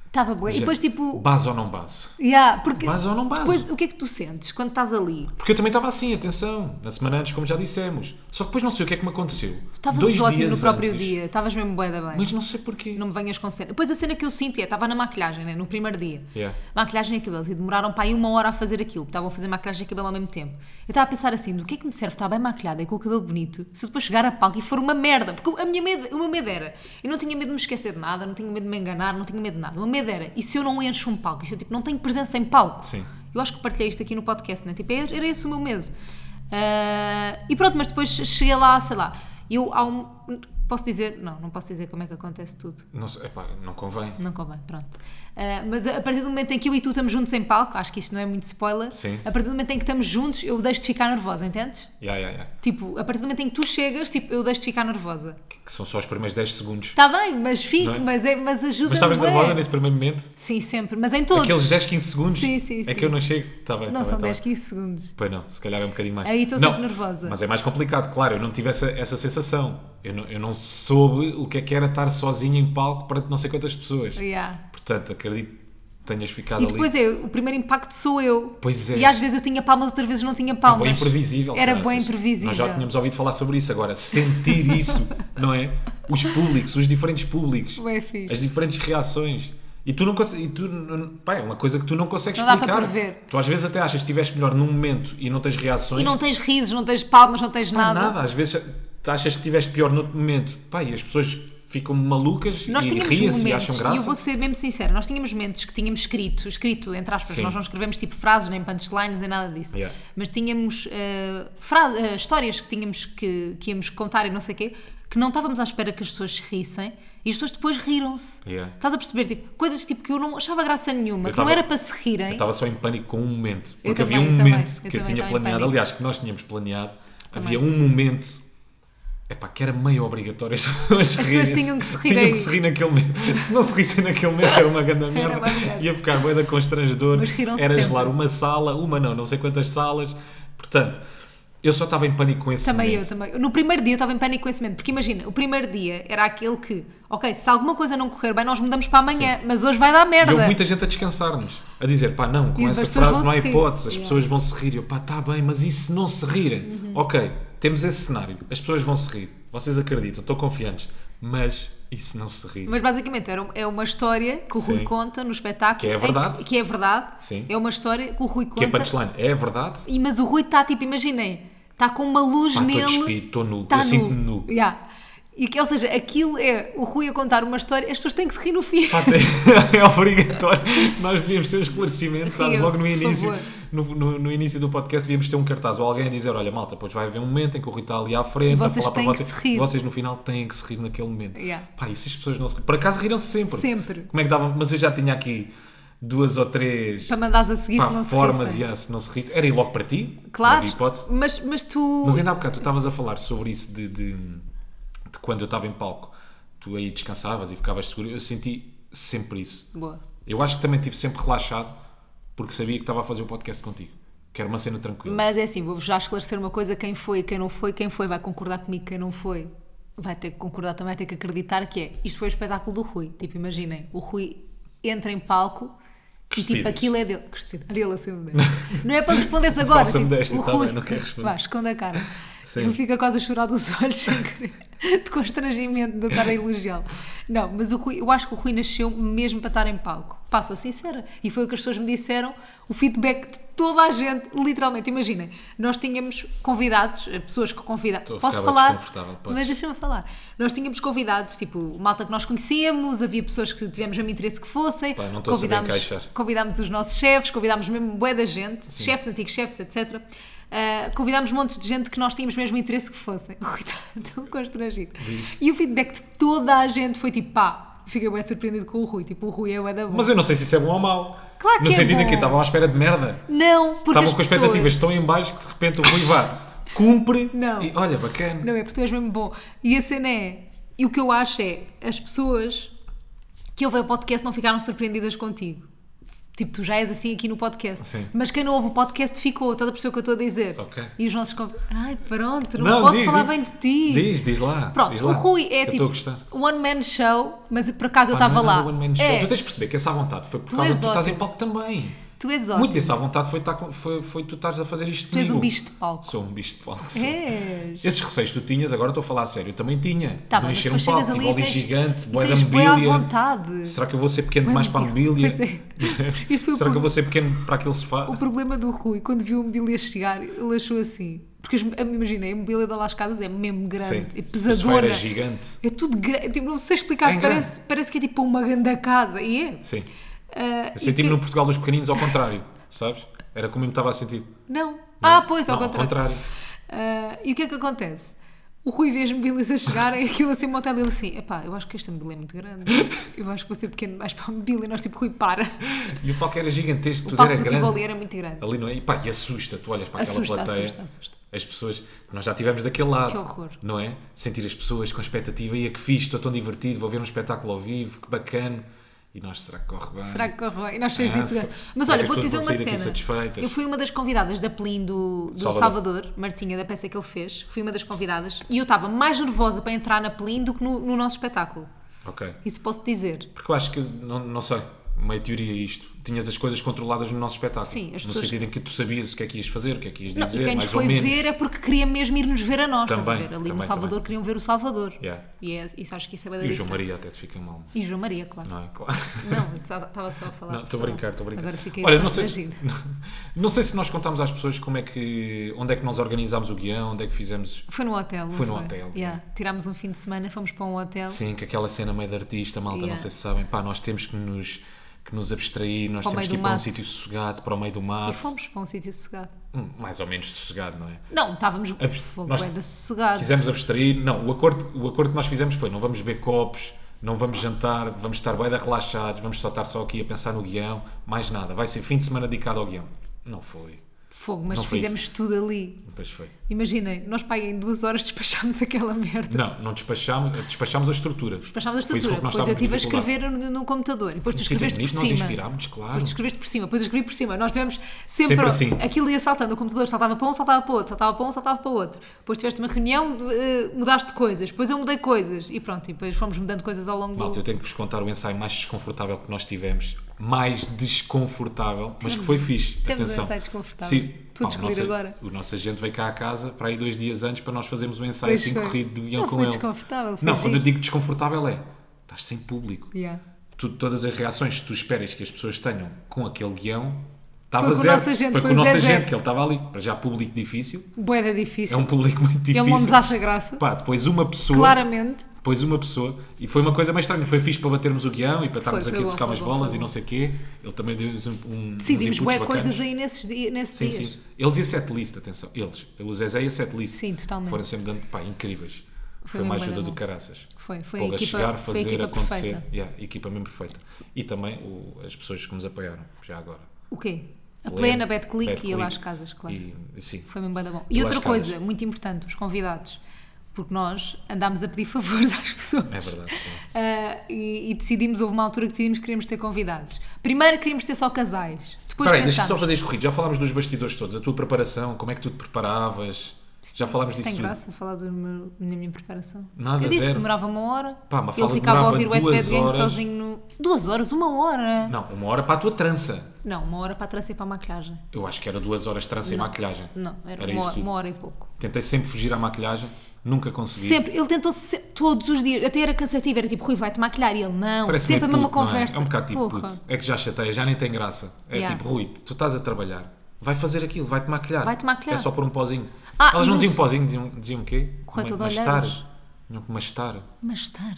[SPEAKER 1] Estava boa. E
[SPEAKER 2] já-
[SPEAKER 1] depois tipo.
[SPEAKER 2] Baso ou não baso?
[SPEAKER 1] Yeah, porque
[SPEAKER 2] Baso ou não baso?
[SPEAKER 1] depois o que é que tu sentes quando estás ali?
[SPEAKER 2] Porque eu também estava assim, atenção, na semana antes, como já dissemos. Só que depois não sei o que é que me aconteceu.
[SPEAKER 1] Estavas
[SPEAKER 2] Dois
[SPEAKER 1] ótimo no
[SPEAKER 2] dias
[SPEAKER 1] próprio
[SPEAKER 2] antes,
[SPEAKER 1] dia, estavas mesmo bué da bem.
[SPEAKER 2] Mas não sei porquê.
[SPEAKER 1] Não me venhas com cena. Depois a cena que eu senti é, estava na maquilhagem, né, no primeiro dia.
[SPEAKER 2] Yeah.
[SPEAKER 1] Maquilhagem e cabelos. E demoraram para aí uma hora a fazer aquilo. porque Estavam a fazer maquilhagem e cabelo ao mesmo tempo. Eu estava a pensar assim, do que é que me serve estar bem maquilhada e com o cabelo bonito se eu depois chegar a palco e for uma merda? Porque a minha medo, o meu medo era, eu não tinha medo de me esquecer de nada, não tinha medo de me enganar, não tinha medo de nada. O meu medo era, e se eu não encho um palco? E se eu tipo, não tenho presença em palco?
[SPEAKER 2] Sim.
[SPEAKER 1] Eu acho que partilhei isto aqui no podcast, né? Tipo, era era esse o meu medo. Ah, e pronto, mas depois cheguei lá, sei lá, eu há um. Posso dizer? Não, não posso dizer como é que acontece tudo.
[SPEAKER 2] Não, sei, epá, não convém.
[SPEAKER 1] Não convém, pronto. Ah, mas a partir do momento em que eu e tu estamos juntos em palco, acho que isto não é muito spoiler.
[SPEAKER 2] Sim.
[SPEAKER 1] A partir do momento em que estamos juntos, eu deixo de ficar nervosa, entendes?
[SPEAKER 2] Yeah, yeah, yeah.
[SPEAKER 1] Tipo, a partir do momento em que tu chegas, tipo, eu deixo de ficar nervosa.
[SPEAKER 2] Que, que são só os primeiros 10 segundos.
[SPEAKER 1] Está bem, mas fico,
[SPEAKER 2] Não é?
[SPEAKER 1] mas, é, mas ajuda-me.
[SPEAKER 2] Mas estavas
[SPEAKER 1] bué.
[SPEAKER 2] nervosa nesse primeiro momento?
[SPEAKER 1] Sim, sempre, mas em todos.
[SPEAKER 2] Aqueles 10, 15 segundos?
[SPEAKER 1] Sim, sim,
[SPEAKER 2] É
[SPEAKER 1] sim.
[SPEAKER 2] que eu não chego. Está bem.
[SPEAKER 1] Não
[SPEAKER 2] tá bem,
[SPEAKER 1] são
[SPEAKER 2] tá
[SPEAKER 1] 10,
[SPEAKER 2] bem.
[SPEAKER 1] 15 segundos.
[SPEAKER 2] Pois não, se calhar é um bocadinho mais.
[SPEAKER 1] Aí estou
[SPEAKER 2] Não,
[SPEAKER 1] sempre nervosa.
[SPEAKER 2] Mas é mais complicado, claro. Eu não tive essa, essa sensação. Eu não, eu não soube o que é que era estar sozinho em palco perante não sei quantas pessoas.
[SPEAKER 1] Yeah.
[SPEAKER 2] Portanto, acredito que tenhas ficado
[SPEAKER 1] E
[SPEAKER 2] Tá ali.
[SPEAKER 1] depois é, o primeiro impacto sou eu.
[SPEAKER 2] Pois é.
[SPEAKER 1] E às vezes eu tinha palmas, outras vezes não tinha
[SPEAKER 2] Era
[SPEAKER 1] palmas.
[SPEAKER 2] bem imprevisível.
[SPEAKER 1] Era
[SPEAKER 2] caraças.
[SPEAKER 1] bem imprevisível.
[SPEAKER 2] Nós já tínhamos ouvido falar sobre isso. Agora, sentir isso, não é? Os públicos, os diferentes públicos,
[SPEAKER 1] Bué fixe.
[SPEAKER 2] as diferentes reações. E tu não consegues. Tu, não- pá, é uma coisa que tu não consegues
[SPEAKER 1] Não dá para
[SPEAKER 2] explicar.
[SPEAKER 1] prever.
[SPEAKER 2] Tu às vezes até achas que estiveste melhor num momento e não tens reações.
[SPEAKER 1] E não tens risos, não tens palmas, não tens
[SPEAKER 2] Pá,
[SPEAKER 1] nada.
[SPEAKER 2] Às vezes tu achas que estiveste pior no outro momento. Pá, e as pessoas ficam malucas
[SPEAKER 1] Nós
[SPEAKER 2] e
[SPEAKER 1] tínhamos
[SPEAKER 2] riem-se e acham
[SPEAKER 1] momentos, e eu
[SPEAKER 2] graça.
[SPEAKER 1] vou ser mesmo sincera, nós tínhamos momentos que tínhamos escrito, escrito entre aspas,
[SPEAKER 2] Sim.
[SPEAKER 1] nós não escrevemos tipo frases, nem punchlines, nem nada disso,
[SPEAKER 2] Yeah.
[SPEAKER 1] mas tínhamos eh, fra- eh, histórias que tínhamos que, que íamos contar e não sei o quê, que não estávamos à espera que as pessoas se rissem e as pessoas depois riram-se.
[SPEAKER 2] Yeah.
[SPEAKER 1] Estás a perceber? Tipo, coisas tipo que eu não achava graça nenhuma,
[SPEAKER 2] Eu
[SPEAKER 1] que não
[SPEAKER 2] tava-
[SPEAKER 1] era para se
[SPEAKER 2] Eu
[SPEAKER 1] rirem.
[SPEAKER 2] estava só em pânico com um momento.
[SPEAKER 1] Eu
[SPEAKER 2] Porque
[SPEAKER 1] também,
[SPEAKER 2] havia um
[SPEAKER 1] eu também,
[SPEAKER 2] momento
[SPEAKER 1] eu
[SPEAKER 2] que eu
[SPEAKER 1] também
[SPEAKER 2] tinha
[SPEAKER 1] estava em
[SPEAKER 2] planeado,
[SPEAKER 1] pânico.
[SPEAKER 2] aliás, que nós tínhamos planeado.
[SPEAKER 1] Também.
[SPEAKER 2] Havia um momento epá, que era meio obrigatório as pessoas
[SPEAKER 1] pessoas
[SPEAKER 2] rirem-se.
[SPEAKER 1] tinham que se rir
[SPEAKER 2] Tinham
[SPEAKER 1] aí.
[SPEAKER 2] que se rir naquele momento. Se não se rissem naquele momento era uma grande merda.
[SPEAKER 1] uma merda.
[SPEAKER 2] Ia ficar boeda constrangedor.
[SPEAKER 1] Mas riram-se
[SPEAKER 2] Era
[SPEAKER 1] sempre.
[SPEAKER 2] gelar uma sala, uma não, não sei quantas salas. Portanto, eu só estava em pânico com esse
[SPEAKER 1] Também
[SPEAKER 2] momento.
[SPEAKER 1] eu, também. eu. No primeiro dia eu estava em pânico com esse momento, porque imagina, o primeiro dia era aquele que, ok, se alguma coisa não correr bem, nós mudamos para amanhã, mas hoje vai dar
[SPEAKER 2] E
[SPEAKER 1] merda.
[SPEAKER 2] houve muita gente a descansar-nos, a dizer, pá, não,
[SPEAKER 1] E
[SPEAKER 2] com
[SPEAKER 1] as
[SPEAKER 2] essa
[SPEAKER 1] pessoas
[SPEAKER 2] frase não
[SPEAKER 1] vão
[SPEAKER 2] há
[SPEAKER 1] se rir.
[SPEAKER 2] hipótese, as
[SPEAKER 1] Yeah. Uhum.
[SPEAKER 2] pessoas vão se rir. Eu, pá, tá bem, mas e se não se rirem? Ok, temos esse cenário, as pessoas vão se rir, vocês acreditam, estou confiantes, mas e se não se rir?
[SPEAKER 1] Mas basicamente era, um- é uma história que o Rui
[SPEAKER 2] Sim.
[SPEAKER 1] conta no espetáculo.
[SPEAKER 2] Que é
[SPEAKER 1] em
[SPEAKER 2] verdade.
[SPEAKER 1] Que, que é verdade.
[SPEAKER 2] Sim.
[SPEAKER 1] É uma história que o Rui
[SPEAKER 2] que é
[SPEAKER 1] conta.
[SPEAKER 2] punchline, é verdade?
[SPEAKER 1] e, mas o Rui está tipo, imaginem, está com uma luz
[SPEAKER 2] Pá, estou
[SPEAKER 1] nele.
[SPEAKER 2] despido, estou nu,
[SPEAKER 1] tá
[SPEAKER 2] eu sinto-me nu.
[SPEAKER 1] Yeah. E, que- ou seja, aquilo é o Rui a contar uma história, as pessoas têm que se rir no fim.
[SPEAKER 2] Pá, tem- é obrigatório, nós devíamos ter um esclarecimento, sabes,
[SPEAKER 1] Riam-se,
[SPEAKER 2] logo no
[SPEAKER 1] por
[SPEAKER 2] início,
[SPEAKER 1] favor.
[SPEAKER 2] no, no- no início do podcast devíamos ter um cartaz ou alguém a dizer, olha malta, depois vai haver um momento em que o Rui está ali à frente
[SPEAKER 1] E
[SPEAKER 2] a
[SPEAKER 1] vocês
[SPEAKER 2] falar para
[SPEAKER 1] têm que
[SPEAKER 2] vocês,
[SPEAKER 1] se rir.
[SPEAKER 2] vocês no final têm que se rir naquele momento.
[SPEAKER 1] Yeah.
[SPEAKER 2] Pá, e se as pessoas não se Por acaso riram-se sempre.
[SPEAKER 1] Sempre.
[SPEAKER 2] Como é que dava? Mas eu já tinha aqui duas ou três
[SPEAKER 1] Para mandares a seguir
[SPEAKER 2] pá,
[SPEAKER 1] se não se
[SPEAKER 2] formas
[SPEAKER 1] rissem.
[SPEAKER 2] e ah, se não se risse. Era ir logo para ti, não
[SPEAKER 1] Claro,
[SPEAKER 2] havia hipótese.
[SPEAKER 1] mas, mas tu.
[SPEAKER 2] Mas ainda há bocado tu estavas a falar sobre isso de, de- de quando eu estava em palco, tu aí descansavas e ficavas seguro. Eu senti sempre isso.
[SPEAKER 1] Boa.
[SPEAKER 2] Eu acho que também estive sempre relaxado porque sabia que estava a fazer o podcast contigo. Que era uma cena tranquila.
[SPEAKER 1] Mas é assim, vou-vos já esclarecer uma coisa: quem foi, quem não foi, quem foi vai concordar comigo, quem não foi vai ter que concordar também, vai ter que acreditar que é. Isto foi o espetáculo do Rui. Tipo, imaginem, o Rui entra em palco e tipo
[SPEAKER 2] Cuspidas.
[SPEAKER 1] aquilo é dele. Cuspido. Olha ele assim, Não é para responder-se agora.
[SPEAKER 2] Falsa
[SPEAKER 1] tipo,
[SPEAKER 2] modéstia,
[SPEAKER 1] o
[SPEAKER 2] tá
[SPEAKER 1] Rui.
[SPEAKER 2] bem, não quero responder.
[SPEAKER 1] Vá, esconde a cara.
[SPEAKER 2] Sim.
[SPEAKER 1] Ele fica quase a chorar dos olhos sem querer, de constrangimento de eu estar a elogiá-lo. Não, mas o Rui, eu acho que o Rui nasceu mesmo para estar em palco. Pá, sou sincera. E foi o que as pessoas me disseram, o feedback de toda a gente, literalmente. Imaginem, nós tínhamos convidados, eh, pessoas que
[SPEAKER 2] Estou
[SPEAKER 1] convidaram.
[SPEAKER 2] a
[SPEAKER 1] Posso
[SPEAKER 2] ficar
[SPEAKER 1] falar?
[SPEAKER 2] desconfortável, podes.
[SPEAKER 1] Mas deixa-me falar. Nós tínhamos convidados, tipo, malta que nós conhecíamos, havia pessoas que tivemos mesmo interesse que fossem.
[SPEAKER 2] Pá, não estou a saber
[SPEAKER 1] Convidámos-
[SPEAKER 2] encaixar.
[SPEAKER 1] convidámos os nossos chefes, convidámos mesmo bué da gente, chefes, antigos chefes, etc. Ah, convidámos montes de gente que nós tínhamos mesmo interesse que fossem. Coitado, tão constrangido. E o feedback de toda a gente foi tipo, pá, fiquei bem surpreendido com o Rui. Tipo, o Rui é bué da bom.
[SPEAKER 2] Mas eu não sei se isso é bom ou mau.
[SPEAKER 1] Claro que
[SPEAKER 2] no
[SPEAKER 1] é
[SPEAKER 2] sentido em que
[SPEAKER 1] bom.
[SPEAKER 2] estavam à espera de merda.
[SPEAKER 1] Não, porque
[SPEAKER 2] Estavam
[SPEAKER 1] as
[SPEAKER 2] com expectativas
[SPEAKER 1] pessoas...
[SPEAKER 2] tão em baixo que de repente o Rui vá, cumpre
[SPEAKER 1] Não.
[SPEAKER 2] e olha, bacana.
[SPEAKER 1] Não é, porque tu és mesmo bom. E a cena é, e o que eu acho é, as pessoas que ouvem o podcast não ficaram surpreendidas contigo. Tipo, tu já és assim aqui no podcast.
[SPEAKER 2] Sim.
[SPEAKER 1] Mas quem não ouve o podcast ficou, estás a perceber o que eu estou a dizer?
[SPEAKER 2] Ok.
[SPEAKER 1] E os nossos convidados. Ai, pronto, não, posso
[SPEAKER 2] diz,
[SPEAKER 1] falar
[SPEAKER 2] diz.
[SPEAKER 1] bem de ti.
[SPEAKER 2] Diz, diz lá.
[SPEAKER 1] Pronto,
[SPEAKER 2] diz
[SPEAKER 1] o
[SPEAKER 2] lá.
[SPEAKER 1] Rui é
[SPEAKER 2] Eu
[SPEAKER 1] tipo
[SPEAKER 2] Estou a gostar.
[SPEAKER 1] one man show, mas por acaso eu
[SPEAKER 2] Pá,
[SPEAKER 1] estava
[SPEAKER 2] não é nada
[SPEAKER 1] lá.
[SPEAKER 2] one man show.
[SPEAKER 1] É,
[SPEAKER 2] Tu tens de perceber que essa à vontade foi por
[SPEAKER 1] Tu
[SPEAKER 2] causa
[SPEAKER 1] és
[SPEAKER 2] de tu estás em
[SPEAKER 1] ótimo.
[SPEAKER 2] palco também.
[SPEAKER 1] tu és
[SPEAKER 2] Muito
[SPEAKER 1] ótimo.
[SPEAKER 2] dessa à vontade foi, estar com- foi, foi tu estares a fazer isto
[SPEAKER 1] Tu és um
[SPEAKER 2] comigo.
[SPEAKER 1] bicho de palco. É?
[SPEAKER 2] Sou um bicho de palco. sou.
[SPEAKER 1] És.
[SPEAKER 2] Esses receios que tu tinhas, agora estou a falar a sério, eu também tinha.
[SPEAKER 1] Tá
[SPEAKER 2] não
[SPEAKER 1] bem, mas
[SPEAKER 2] encher um
[SPEAKER 1] depois
[SPEAKER 2] palco,
[SPEAKER 1] chegas
[SPEAKER 2] tive
[SPEAKER 1] ali e
[SPEAKER 2] ali
[SPEAKER 1] tens-
[SPEAKER 2] gigante,
[SPEAKER 1] e
[SPEAKER 2] boa da
[SPEAKER 1] tens bué à
[SPEAKER 2] mobília.
[SPEAKER 1] vontade.
[SPEAKER 2] Será que eu vou ser pequeno demais para a mobília?
[SPEAKER 1] Pois é. Isto foi o
[SPEAKER 2] Será que eu
[SPEAKER 1] problema.
[SPEAKER 2] vou ser pequeno para aquele sofá?
[SPEAKER 1] O problema do Rui, quando viu a mobília chegar, ele achou assim. Porque as- imagina, a mobília de lá às casas é mesmo grande, é
[SPEAKER 2] O sofá
[SPEAKER 1] pesadona.
[SPEAKER 2] era gigante.
[SPEAKER 1] É tudo grande, tipo, não sei explicar,
[SPEAKER 2] É
[SPEAKER 1] parece, parece que é tipo uma grande casa, e é.
[SPEAKER 2] Sim.
[SPEAKER 1] Ah,
[SPEAKER 2] Eu
[SPEAKER 1] e
[SPEAKER 2] senti-me
[SPEAKER 1] que-
[SPEAKER 2] no Portugal dos pequeninos ao contrário, sabes? Era como eu me estava a sentir.
[SPEAKER 1] Não. Ah, pois, ao
[SPEAKER 2] Não,
[SPEAKER 1] contrário.
[SPEAKER 2] Ao contrário.
[SPEAKER 1] Ah, e o que é que acontece? O Rui vê as mobílias a chegarem, aquilo assim, uma hotel, e ele assim, epá, eu acho que esta mobília é muito grande, eu acho que vou ser pequeno mais para a mobília, e nós tipo, Rui, para.
[SPEAKER 2] E o palco era gigantesco,
[SPEAKER 1] O
[SPEAKER 2] tudo
[SPEAKER 1] palco
[SPEAKER 2] era
[SPEAKER 1] do
[SPEAKER 2] grande.
[SPEAKER 1] Tivoli era muito grande.
[SPEAKER 2] Ali não é? E pá, e assusta, tu olhas para aquela
[SPEAKER 1] Assusta,
[SPEAKER 2] plateia.
[SPEAKER 1] assusta, assusta.
[SPEAKER 2] As pessoas, nós já tivemos daquele lado.
[SPEAKER 1] Que horror.
[SPEAKER 2] Não é? Sentir as pessoas com expectativa, e que fixe, estou tão divertido, vou ver um espetáculo ao vivo, que bacana. E nós, será que corre bem?
[SPEAKER 1] Será que corre bem? E nós cheios
[SPEAKER 2] Ah,
[SPEAKER 1] disso.
[SPEAKER 2] se-
[SPEAKER 1] Mas
[SPEAKER 2] será
[SPEAKER 1] olha,
[SPEAKER 2] que
[SPEAKER 1] vou-te dizer
[SPEAKER 2] as pessoas
[SPEAKER 1] uma
[SPEAKER 2] vão sair
[SPEAKER 1] cena.
[SPEAKER 2] daqui satisfeitas?
[SPEAKER 1] Eu fui uma das convidadas da Plin do, do Salvador.
[SPEAKER 2] Salvador.
[SPEAKER 1] Martinha, da peça que ele fez. Fui uma das convidadas e eu estava mais nervosa para entrar na Plin do que no, no nosso espetáculo.
[SPEAKER 2] Ok.
[SPEAKER 1] Isso posso dizer.
[SPEAKER 2] Porque eu acho que, não, não sei, meio teoria é isto. Tinhas as coisas controladas no nosso espetáculo.
[SPEAKER 1] Sim, as
[SPEAKER 2] No
[SPEAKER 1] pessoas-
[SPEAKER 2] sentido em que tu sabias o que é que ias fazer, o que é que ias
[SPEAKER 1] Não,
[SPEAKER 2] dizer,
[SPEAKER 1] e quem nos
[SPEAKER 2] mais ou
[SPEAKER 1] foi
[SPEAKER 2] menos.
[SPEAKER 1] ver é porque queria mesmo ir-nos ver a nós. estás a
[SPEAKER 2] Também,
[SPEAKER 1] ver? Ali no
[SPEAKER 2] também,
[SPEAKER 1] Salvador
[SPEAKER 2] também.
[SPEAKER 1] queriam ver o Salvador.
[SPEAKER 2] Yeah.
[SPEAKER 1] E é- isso acho que isso é bem
[SPEAKER 2] E o João Maria até te fica mal,
[SPEAKER 1] E o João Maria, claro.
[SPEAKER 2] não é? Claro.
[SPEAKER 1] Não, estava só a falar.
[SPEAKER 2] Não, estou a brincar, estou a brincar.
[SPEAKER 1] Agora fiquei
[SPEAKER 2] Olha, não sei, se,
[SPEAKER 1] constrangida.
[SPEAKER 2] não sei se nós contámos às pessoas como é que. onde é que nós organizámos o guião, onde é que fizemos.
[SPEAKER 1] Foi no hotel. não
[SPEAKER 2] Foi no hotel,
[SPEAKER 1] Yeah. Tirámos um fim de semana, fomos para um hotel.
[SPEAKER 2] Sim, que aquela cena meio de artista, malta,
[SPEAKER 1] Yeah.
[SPEAKER 2] não sei se sabem, pá, nós temos que nos, que nos abstrair, nós
[SPEAKER 1] Para o
[SPEAKER 2] temos
[SPEAKER 1] meio
[SPEAKER 2] que ir
[SPEAKER 1] do
[SPEAKER 2] para um
[SPEAKER 1] mato.
[SPEAKER 2] sítio sossegado, para o meio do
[SPEAKER 1] E
[SPEAKER 2] mato.
[SPEAKER 1] fomos para um sítio sossegado.
[SPEAKER 2] Hum, mais ou menos sossegado, não é?
[SPEAKER 1] Não, estávamos
[SPEAKER 2] Abs-
[SPEAKER 1] fogo
[SPEAKER 2] nós
[SPEAKER 1] é da sossegado.
[SPEAKER 2] Quisemos abstrair, não, o acordo, o acordo que nós fizemos foi: não vamos beber copos, não vamos jantar, vamos estar bem relaxados, vamos só estar só aqui a pensar no guião, mais nada, vai ser fim de semana dedicado ao guião. Não foi,
[SPEAKER 1] Fogo, mas
[SPEAKER 2] Não foi
[SPEAKER 1] fizemos tudo ali.
[SPEAKER 2] depois foi.
[SPEAKER 1] Imaginem, nós pá, em duas horas despachámos aquela merda.
[SPEAKER 2] Não, não despachámos, despachámos a estrutura.
[SPEAKER 1] Despachámos a
[SPEAKER 2] Foi isso
[SPEAKER 1] estrutura,
[SPEAKER 2] que nós
[SPEAKER 1] depois eu estive a
[SPEAKER 2] estávamos dificuldade.
[SPEAKER 1] escrever no, no computador, e depois tu
[SPEAKER 2] Um sítio
[SPEAKER 1] escreveste por
[SPEAKER 2] bonito,
[SPEAKER 1] cima.
[SPEAKER 2] Nós inspirámos, claro.
[SPEAKER 1] Depois tu escreveste por cima, depois eu escrevi por cima. Nós tivemos sempre,
[SPEAKER 2] Sempre assim.
[SPEAKER 1] aquilo ia saltando, o computador saltava para um, saltava para outro, saltava para um, saltava para outro. Depois tiveste uma reunião, eh, mudaste coisas, depois eu mudei coisas e pronto, e depois fomos mudando coisas ao longo
[SPEAKER 2] Malta, eu
[SPEAKER 1] do.
[SPEAKER 2] tenho que vos contar o ensaio mais desconfortável que nós tivemos. Mais desconfortável, mas que foi fixe.
[SPEAKER 1] Tivemos um
[SPEAKER 2] Atenção.
[SPEAKER 1] ensaio desconfortável.
[SPEAKER 2] Sim.
[SPEAKER 1] Tu
[SPEAKER 2] Pá, o
[SPEAKER 1] descobrir
[SPEAKER 2] nosso-
[SPEAKER 1] agora.
[SPEAKER 2] O nosso agente veio cá à casa para aí dois dias antes para nós fazermos um ensaio
[SPEAKER 1] Pois
[SPEAKER 2] assim
[SPEAKER 1] foi.
[SPEAKER 2] corrido do guião
[SPEAKER 1] Não
[SPEAKER 2] com
[SPEAKER 1] foi
[SPEAKER 2] ele.
[SPEAKER 1] desconfortável, foi
[SPEAKER 2] Não,
[SPEAKER 1] giro.
[SPEAKER 2] quando eu digo desconfortável é estás sem público.
[SPEAKER 1] Yeah.
[SPEAKER 2] Tu- todas as reações que tu esperas que as pessoas tenham com aquele guião estava
[SPEAKER 1] Foi com o
[SPEAKER 2] zero.
[SPEAKER 1] nosso agente,
[SPEAKER 2] foi
[SPEAKER 1] foi
[SPEAKER 2] com
[SPEAKER 1] o
[SPEAKER 2] o nosso
[SPEAKER 1] Zezé.
[SPEAKER 2] agente, que ele estava ali. Para já, público difícil.
[SPEAKER 1] Boeda
[SPEAKER 2] É
[SPEAKER 1] difícil.
[SPEAKER 2] um público muito difícil.
[SPEAKER 1] Ele não nos acha graça,
[SPEAKER 2] Pá, depois uma pessoa.
[SPEAKER 1] claramente.
[SPEAKER 2] Depois uma pessoa, e foi uma coisa mais estranha, foi fixe para batermos o guião e para estarmos
[SPEAKER 1] foi
[SPEAKER 2] aqui
[SPEAKER 1] bom,
[SPEAKER 2] a tocar
[SPEAKER 1] foi
[SPEAKER 2] umas
[SPEAKER 1] bom,
[SPEAKER 2] bolas
[SPEAKER 1] foi
[SPEAKER 2] e
[SPEAKER 1] bom.
[SPEAKER 2] não sei o quê. Ele também deu-nos um, um,
[SPEAKER 1] Decidimos
[SPEAKER 2] uns
[SPEAKER 1] bué
[SPEAKER 2] inputs
[SPEAKER 1] coisas
[SPEAKER 2] bacanas.
[SPEAKER 1] aí nesses, di- nesses
[SPEAKER 2] Sim,
[SPEAKER 1] dias.
[SPEAKER 2] sim. Eles e a setlist, atenção. Eles, o Zezé e a setlist.
[SPEAKER 1] Sim, totalmente.
[SPEAKER 2] Foram sempre dando, pá, incríveis. Foi,
[SPEAKER 1] Foi
[SPEAKER 2] uma
[SPEAKER 1] mesmo
[SPEAKER 2] ajuda
[SPEAKER 1] bué da
[SPEAKER 2] do
[SPEAKER 1] bom.
[SPEAKER 2] caraças.
[SPEAKER 1] Foi, foi a
[SPEAKER 2] Pô-la
[SPEAKER 1] equipa- foi
[SPEAKER 2] chegar,
[SPEAKER 1] a
[SPEAKER 2] fazer,
[SPEAKER 1] equipa
[SPEAKER 2] acontecer.
[SPEAKER 1] perfeita.
[SPEAKER 2] Yeah, equipa mesmo perfeita. E também o- as pessoas que nos apoiaram, já agora.
[SPEAKER 1] O quê? A
[SPEAKER 2] Lena,
[SPEAKER 1] plena, Bad Click
[SPEAKER 2] Bad
[SPEAKER 1] e ele
[SPEAKER 2] Click.
[SPEAKER 1] às casas, claro.
[SPEAKER 2] E, sim.
[SPEAKER 1] Foi mesmo bué da bom.
[SPEAKER 2] E
[SPEAKER 1] E
[SPEAKER 2] lá
[SPEAKER 1] outra
[SPEAKER 2] as casas.
[SPEAKER 1] coisa, muito importante, os convidados. Porque nós andámos a pedir favores às pessoas.
[SPEAKER 2] É verdade.
[SPEAKER 1] Ah, e, e decidimos, houve uma altura que decidimos que queríamos ter convidados. Primeiro queríamos ter só casais. Depois
[SPEAKER 2] Espera aí, deixa
[SPEAKER 1] pensámos.
[SPEAKER 2] só fazer isto corrido. Já falámos dos bastidores todos, a tua preparação, como é que tu te preparavas. Já falámos disso
[SPEAKER 1] Tem
[SPEAKER 2] tudo.
[SPEAKER 1] graça falar do meu- da minha preparação.
[SPEAKER 2] Nada,
[SPEAKER 1] Eu disse que
[SPEAKER 2] zero.
[SPEAKER 1] demorava uma hora.
[SPEAKER 2] Pá, mas
[SPEAKER 1] ele
[SPEAKER 2] fala-
[SPEAKER 1] ficava a
[SPEAKER 2] demorava
[SPEAKER 1] ouvir o Wet
[SPEAKER 2] duas
[SPEAKER 1] Bad Gang
[SPEAKER 2] horas.
[SPEAKER 1] sozinho no. Duas horas? Uma hora?
[SPEAKER 2] Não, uma hora para a tua trança.
[SPEAKER 1] Não, uma hora para a trança e para a maquilhagem.
[SPEAKER 2] Eu acho que era duas horas de trança e maquilhagem.
[SPEAKER 1] Não, era, uma,
[SPEAKER 2] Era isso
[SPEAKER 1] hora,
[SPEAKER 2] tudo.
[SPEAKER 1] uma hora e pouco.
[SPEAKER 2] Tentei sempre fugir à maquilhagem, nunca consegui.
[SPEAKER 1] Sempre, ele tentou se- todos os dias, até era cansativo, era tipo, Rui, vai-te maquilhar, e ele não,
[SPEAKER 2] Parece
[SPEAKER 1] sempre a
[SPEAKER 2] meio
[SPEAKER 1] mesma
[SPEAKER 2] puto, não é?
[SPEAKER 1] conversa.
[SPEAKER 2] É? um bocado tipo
[SPEAKER 1] Porra.
[SPEAKER 2] puto. É que já chateia, já nem tem graça. É
[SPEAKER 1] Yeah.
[SPEAKER 2] tipo, Rui, tu estás a trabalhar, vai fazer aquilo, vai-te maquilhar.
[SPEAKER 1] Vai-te maquilhar.
[SPEAKER 2] É só por um pozinho.
[SPEAKER 1] Ah,
[SPEAKER 2] Elas
[SPEAKER 1] e
[SPEAKER 2] não
[SPEAKER 1] no-
[SPEAKER 2] diziam pozinho, diziam, diziam o quê?
[SPEAKER 1] Corretor
[SPEAKER 2] Uma-
[SPEAKER 1] de
[SPEAKER 2] mastar.
[SPEAKER 1] olheiras.
[SPEAKER 2] Tinham que mastar,
[SPEAKER 1] Mas estar,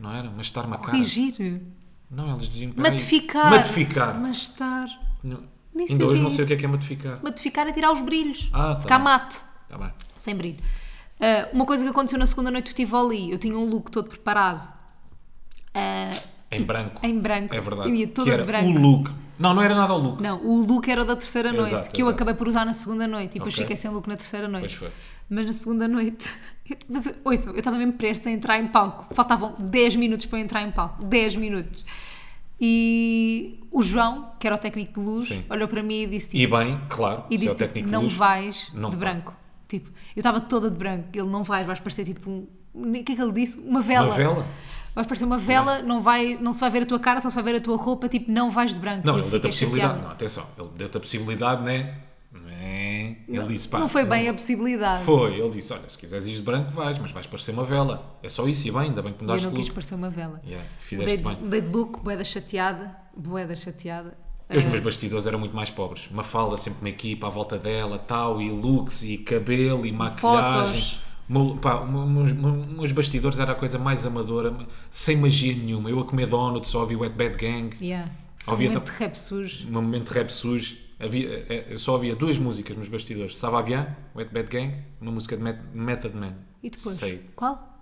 [SPEAKER 2] não era? Mastar uma cara.
[SPEAKER 1] corrigir,
[SPEAKER 2] Não, elas diziam. peraí.
[SPEAKER 1] matificar.
[SPEAKER 2] Matificar.
[SPEAKER 1] Mas estar,
[SPEAKER 2] Não-
[SPEAKER 1] Nem
[SPEAKER 2] Ainda hoje
[SPEAKER 1] sabia
[SPEAKER 2] não sei
[SPEAKER 1] isso.
[SPEAKER 2] o que é que é modificar.
[SPEAKER 1] matificar é tirar os brilhos,
[SPEAKER 2] Ah, tá
[SPEAKER 1] ficar
[SPEAKER 2] bem.
[SPEAKER 1] mate,
[SPEAKER 2] Tá bem.
[SPEAKER 1] sem brilho. Ah, uma coisa que aconteceu na segunda noite do Tivoli, eu tinha um look todo preparado, ah,
[SPEAKER 2] Em branco.
[SPEAKER 1] em branco,
[SPEAKER 2] É verdade.
[SPEAKER 1] eu ia toda
[SPEAKER 2] que
[SPEAKER 1] de
[SPEAKER 2] era
[SPEAKER 1] branco.
[SPEAKER 2] o look. Não, não era nada o look.
[SPEAKER 1] Não, o look era da terceira noite,
[SPEAKER 2] Exato,
[SPEAKER 1] que eu
[SPEAKER 2] exato.
[SPEAKER 1] acabei por usar na segunda noite tipo, e depois
[SPEAKER 2] Ok.
[SPEAKER 1] fiquei sem um look na terceira noite.
[SPEAKER 2] Pois foi.
[SPEAKER 1] Mas na segunda noite. Mas ouçam, eu estava mesmo prestes a entrar em palco. Faltavam 10 minutos para eu entrar em palco. 10 minutos. E o João, que era o técnico de luz,
[SPEAKER 2] Sim.
[SPEAKER 1] olhou para mim e disse:
[SPEAKER 2] E
[SPEAKER 1] tipo,
[SPEAKER 2] bem, claro,
[SPEAKER 1] e
[SPEAKER 2] se é
[SPEAKER 1] disse
[SPEAKER 2] o técnico
[SPEAKER 1] tipo,
[SPEAKER 2] de
[SPEAKER 1] não
[SPEAKER 2] luz,
[SPEAKER 1] vais
[SPEAKER 2] não
[SPEAKER 1] de
[SPEAKER 2] vai.
[SPEAKER 1] branco. Tipo, eu estava toda de branco. Ele não vais, vais parecer tipo um. O que é que ele disse? Uma vela.
[SPEAKER 2] Uma vela?
[SPEAKER 1] Vais parecer uma vela, não, vai, não se vai ver a tua cara, só se vai ver a tua roupa, tipo, não vais de branco.
[SPEAKER 2] Não,
[SPEAKER 1] E eu
[SPEAKER 2] ele deu-te a
[SPEAKER 1] fiquei
[SPEAKER 2] possibilidade.
[SPEAKER 1] chateada.
[SPEAKER 2] Não, atenção, ele deu-te a possibilidade, né? né? Ele disse, pá. é."
[SPEAKER 1] Não foi bem a possibilidade.
[SPEAKER 2] Foi, ele disse: olha, se quiseres ir de branco, vais, mas vais parecer uma vela. É só isso, e bem, ainda bem que
[SPEAKER 1] E eu
[SPEAKER 2] mudaste
[SPEAKER 1] não
[SPEAKER 2] de
[SPEAKER 1] quis
[SPEAKER 2] look.
[SPEAKER 1] parecer uma vela.
[SPEAKER 2] Yeah,
[SPEAKER 1] Mudei
[SPEAKER 2] fizeste
[SPEAKER 1] de,
[SPEAKER 2] bem.
[SPEAKER 1] mudei de look, boeda chateada, boeda chateada.
[SPEAKER 2] Os meus bastidores eram muito mais pobres. Uma fala, sempre uma equipa à volta dela, tal, e looks, e cabelo, e maquilhagem.
[SPEAKER 1] Fotos.
[SPEAKER 2] Meu- pá, o meu- os meus bastidores era a coisa mais amadora, sem magia nenhuma. Eu a comer donuts, só ouvi Wet Bad Gang.
[SPEAKER 1] Yeah.
[SPEAKER 2] Havia
[SPEAKER 1] Somente
[SPEAKER 2] tam-
[SPEAKER 1] rap sujo.
[SPEAKER 2] um momento de rap sujo, Havia, eh, eh, só havia duas músicas nos bastidores: Sava Bien, Wet Bad Gang, uma música de Met- Method Man.
[SPEAKER 1] E depois?
[SPEAKER 2] Sei.
[SPEAKER 1] Qual?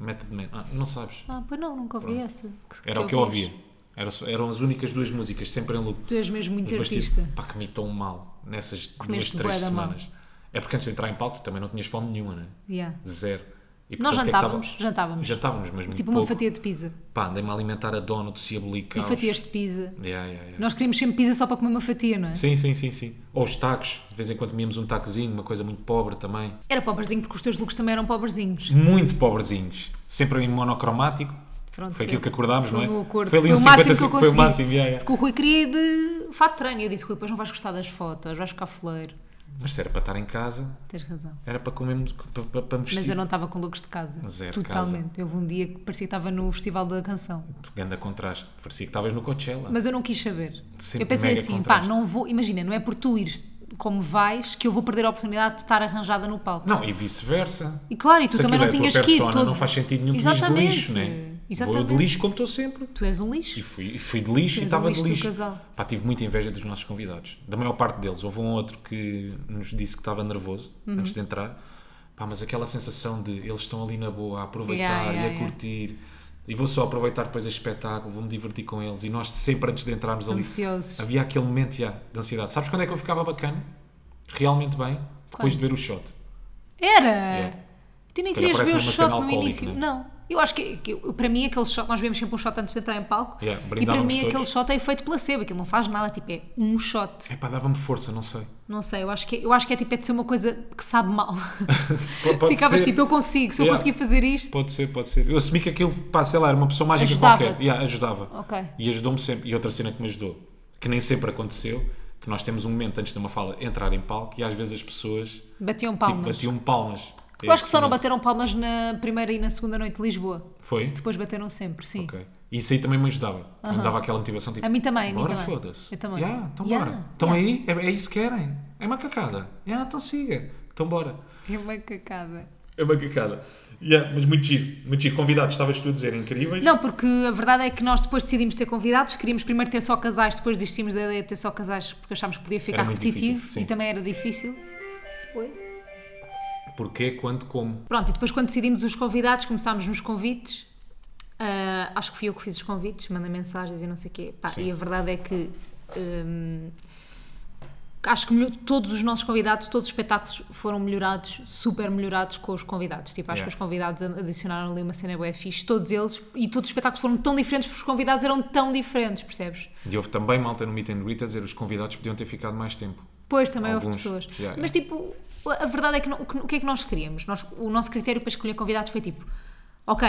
[SPEAKER 2] Method Man. Ah, não sabes.
[SPEAKER 1] Ah, pois não, nunca ouvi essa. Ah, Que-
[SPEAKER 2] Era o que eu
[SPEAKER 1] ouvis.
[SPEAKER 2] ouvia. Era só- eram as únicas duas músicas, sempre em loop.
[SPEAKER 1] Tu és mesmo muito
[SPEAKER 2] Os bastidores-
[SPEAKER 1] artista.
[SPEAKER 2] tipo, Pá, comi tão mal nessas
[SPEAKER 1] Comeste
[SPEAKER 2] duas, três
[SPEAKER 1] bué da mal.
[SPEAKER 2] semanas. É porque antes de entrar em palco tu também não tinhas fome nenhuma, né?
[SPEAKER 1] Yeah.
[SPEAKER 2] Zero. E,
[SPEAKER 1] Nós
[SPEAKER 2] portanto, o que é que
[SPEAKER 1] jantávamos,
[SPEAKER 2] tava-
[SPEAKER 1] jantávamos.
[SPEAKER 2] Jantávamos, mas muito
[SPEAKER 1] tipo uma
[SPEAKER 2] pouco.
[SPEAKER 1] fatia de pizza.
[SPEAKER 2] Pá, andei-me a alimentar a donuts e a bolicaus.
[SPEAKER 1] E fatias de pizza.
[SPEAKER 2] Yeah, yeah, yeah.
[SPEAKER 1] Nós queríamos sempre pizza só para comer uma fatia, não é?
[SPEAKER 2] Sim, sim, sim, sim. Ou os tacos. De vez em quando comíamos um tacozinho, uma coisa muito pobre também.
[SPEAKER 1] Era pobrezinho porque os teus looks também eram pobrezinhos.
[SPEAKER 2] Muito pobrezinhos. Sempre em monocromático.
[SPEAKER 1] Pronto,
[SPEAKER 2] foi aquilo que acordámos,
[SPEAKER 1] foi
[SPEAKER 2] não é?
[SPEAKER 1] o meu acordo.
[SPEAKER 2] Foi ali
[SPEAKER 1] Foi
[SPEAKER 2] um
[SPEAKER 1] o máximo
[SPEAKER 2] 50,
[SPEAKER 1] que eu
[SPEAKER 2] Foi o
[SPEAKER 1] consegui.
[SPEAKER 2] máximo, yeah, yeah.
[SPEAKER 1] Porque o Rui queria de fato de treino. E eu disse, Rui, depois não vais gostar das fotos, vais ficar fleiro.
[SPEAKER 2] Mas se era para estar em casa,
[SPEAKER 1] Tens razão.
[SPEAKER 2] era para comermos, para, para, para me vestir.
[SPEAKER 1] Mas eu não estava com looks de casa.
[SPEAKER 2] Zero
[SPEAKER 1] Totalmente. Houve um dia que parecia que estava no Festival da Canção.
[SPEAKER 2] Grande contraste. Parecia que estavas no Coachella.
[SPEAKER 1] Mas eu não quis saber.
[SPEAKER 2] Sim,
[SPEAKER 1] eu pensei
[SPEAKER 2] mega
[SPEAKER 1] assim,
[SPEAKER 2] contraste.
[SPEAKER 1] pá, não vou. Imagina, não é por tu ires como vais que eu vou perder a oportunidade de estar arranjada no palco.
[SPEAKER 2] Não, e vice-versa.
[SPEAKER 1] E claro, e tu
[SPEAKER 2] Se
[SPEAKER 1] também
[SPEAKER 2] aquilo
[SPEAKER 1] não
[SPEAKER 2] é a tua
[SPEAKER 1] tinhas que ir.
[SPEAKER 2] persona,
[SPEAKER 1] todo-
[SPEAKER 2] Não faz sentido nenhum que de
[SPEAKER 1] Exatamente.
[SPEAKER 2] lixo, né? Vou
[SPEAKER 1] Exatamente.
[SPEAKER 2] de lixo como estou sempre.
[SPEAKER 1] Tu és um lixo.
[SPEAKER 2] E fui, e fui de lixo
[SPEAKER 1] Tu
[SPEAKER 2] e
[SPEAKER 1] és
[SPEAKER 2] estava
[SPEAKER 1] o lixo
[SPEAKER 2] de
[SPEAKER 1] do
[SPEAKER 2] lixo.
[SPEAKER 1] casal.
[SPEAKER 2] Pá, tive muita inveja dos nossos convidados. Da maior parte deles. Houve um outro que nos disse que estava nervoso
[SPEAKER 1] Uhum.
[SPEAKER 2] antes de entrar. Pá, mas aquela sensação de eles estão ali na boa a aproveitar
[SPEAKER 1] Yeah, yeah,
[SPEAKER 2] e a
[SPEAKER 1] yeah.
[SPEAKER 2] curtir. E vou só aproveitar depois este espetáculo, vou-me divertir com eles. E nós sempre antes de entrarmos ali.
[SPEAKER 1] Ansiosos.
[SPEAKER 2] Havia aquele momento yeah, de ansiedade. Sabes quando é que eu ficava bacana? Realmente bem? Depois de ver o shot.
[SPEAKER 1] Era!
[SPEAKER 2] Yeah.
[SPEAKER 1] Tu nem
[SPEAKER 2] É. Se calhar
[SPEAKER 1] querias ver o
[SPEAKER 2] parece uma cena
[SPEAKER 1] shot no
[SPEAKER 2] alcoólica,
[SPEAKER 1] início.
[SPEAKER 2] né?
[SPEAKER 1] Não. Eu acho que, que eu- para mim aquele shot, nós vemos sempre um shot antes de entrar em palco.
[SPEAKER 2] Yeah,
[SPEAKER 1] e para
[SPEAKER 2] brindávamos
[SPEAKER 1] mim aquele
[SPEAKER 2] todos.
[SPEAKER 1] shot é efeito placebo, aquilo não faz nada, tipo, é um shot.
[SPEAKER 2] É pá, dava-me força, não sei.
[SPEAKER 1] Não sei, eu acho que, eu acho que é tipo é de ser uma coisa que sabe mal.
[SPEAKER 2] Pode- pode
[SPEAKER 1] Ficavas
[SPEAKER 2] ser.
[SPEAKER 1] tipo, eu consigo, se eu
[SPEAKER 2] Yeah.
[SPEAKER 1] conseguir fazer isto.
[SPEAKER 2] Pode ser, pode ser. Eu assumi que aquilo, pá, sei lá, era uma pessoa mágica
[SPEAKER 1] Ajudava-te.
[SPEAKER 2] qualquer. Yeah, ajudava.
[SPEAKER 1] Ok.
[SPEAKER 2] E ajudou-me sempre. E outra cena que me ajudou, que nem sempre aconteceu, que nós temos um momento antes de uma fala entrar em palco e às vezes as pessoas
[SPEAKER 1] Batiam
[SPEAKER 2] tipo,
[SPEAKER 1] palmas.
[SPEAKER 2] batiam palmas.
[SPEAKER 1] Eu acho que só não
[SPEAKER 2] Esse
[SPEAKER 1] bateram palmas na primeira e na segunda noite de Lisboa.
[SPEAKER 2] momento. Foi?
[SPEAKER 1] Depois bateram sempre, sim.
[SPEAKER 2] Ok. E isso aí também me ajudava. Me dava aquela motivação tipo.
[SPEAKER 1] A mim também, a mim
[SPEAKER 2] Bora,
[SPEAKER 1] também.
[SPEAKER 2] foda-se.
[SPEAKER 1] Eu também.
[SPEAKER 2] Yeah, então
[SPEAKER 1] Yeah,
[SPEAKER 2] bora. Então aí, é, é isso que querem. É macacada. Yeah, então siga. Então bora.
[SPEAKER 1] É uma cacada.
[SPEAKER 2] É macacada. Yeah, mas muito giro. Muito giro. Convidados, estavas tu a dizer, incríveis.
[SPEAKER 1] Não, porque a verdade é que nós depois decidimos ter convidados, queríamos primeiro ter só casais, depois desistimos da ideia de ter só casais porque achámos que podia ficar
[SPEAKER 2] Era muito
[SPEAKER 1] repetitivo
[SPEAKER 2] difícil, sim.
[SPEAKER 1] e também era difícil. Oi?
[SPEAKER 2] Porquê, quando, como.
[SPEAKER 1] Pronto, e depois quando decidimos os convidados, começámos nos convites. Ah, acho que fui eu que fiz os convites, mandei mensagens e não sei o quê. Pá,
[SPEAKER 2] Sim.
[SPEAKER 1] e a verdade é que hum, acho que melho- todos os nossos convidados, todos os espetáculos foram melhorados, super melhorados com os convidados. Tipo, acho
[SPEAKER 2] Yeah.
[SPEAKER 1] que os convidados adicionaram ali uma cena bué fixe, todos eles, e todos os espetáculos foram tão diferentes porque os convidados eram tão diferentes, percebes?
[SPEAKER 2] E houve também malta no Meet and Greet a dizer os convidados podiam ter ficado mais tempo.
[SPEAKER 1] Pois, também houve
[SPEAKER 2] Alguns.
[SPEAKER 1] pessoas.
[SPEAKER 2] Yeah, yeah.
[SPEAKER 1] Mas tipo, a verdade é que não- o que- o que é que nós queríamos? Nós, o nosso critério para escolher convidados foi tipo, ok,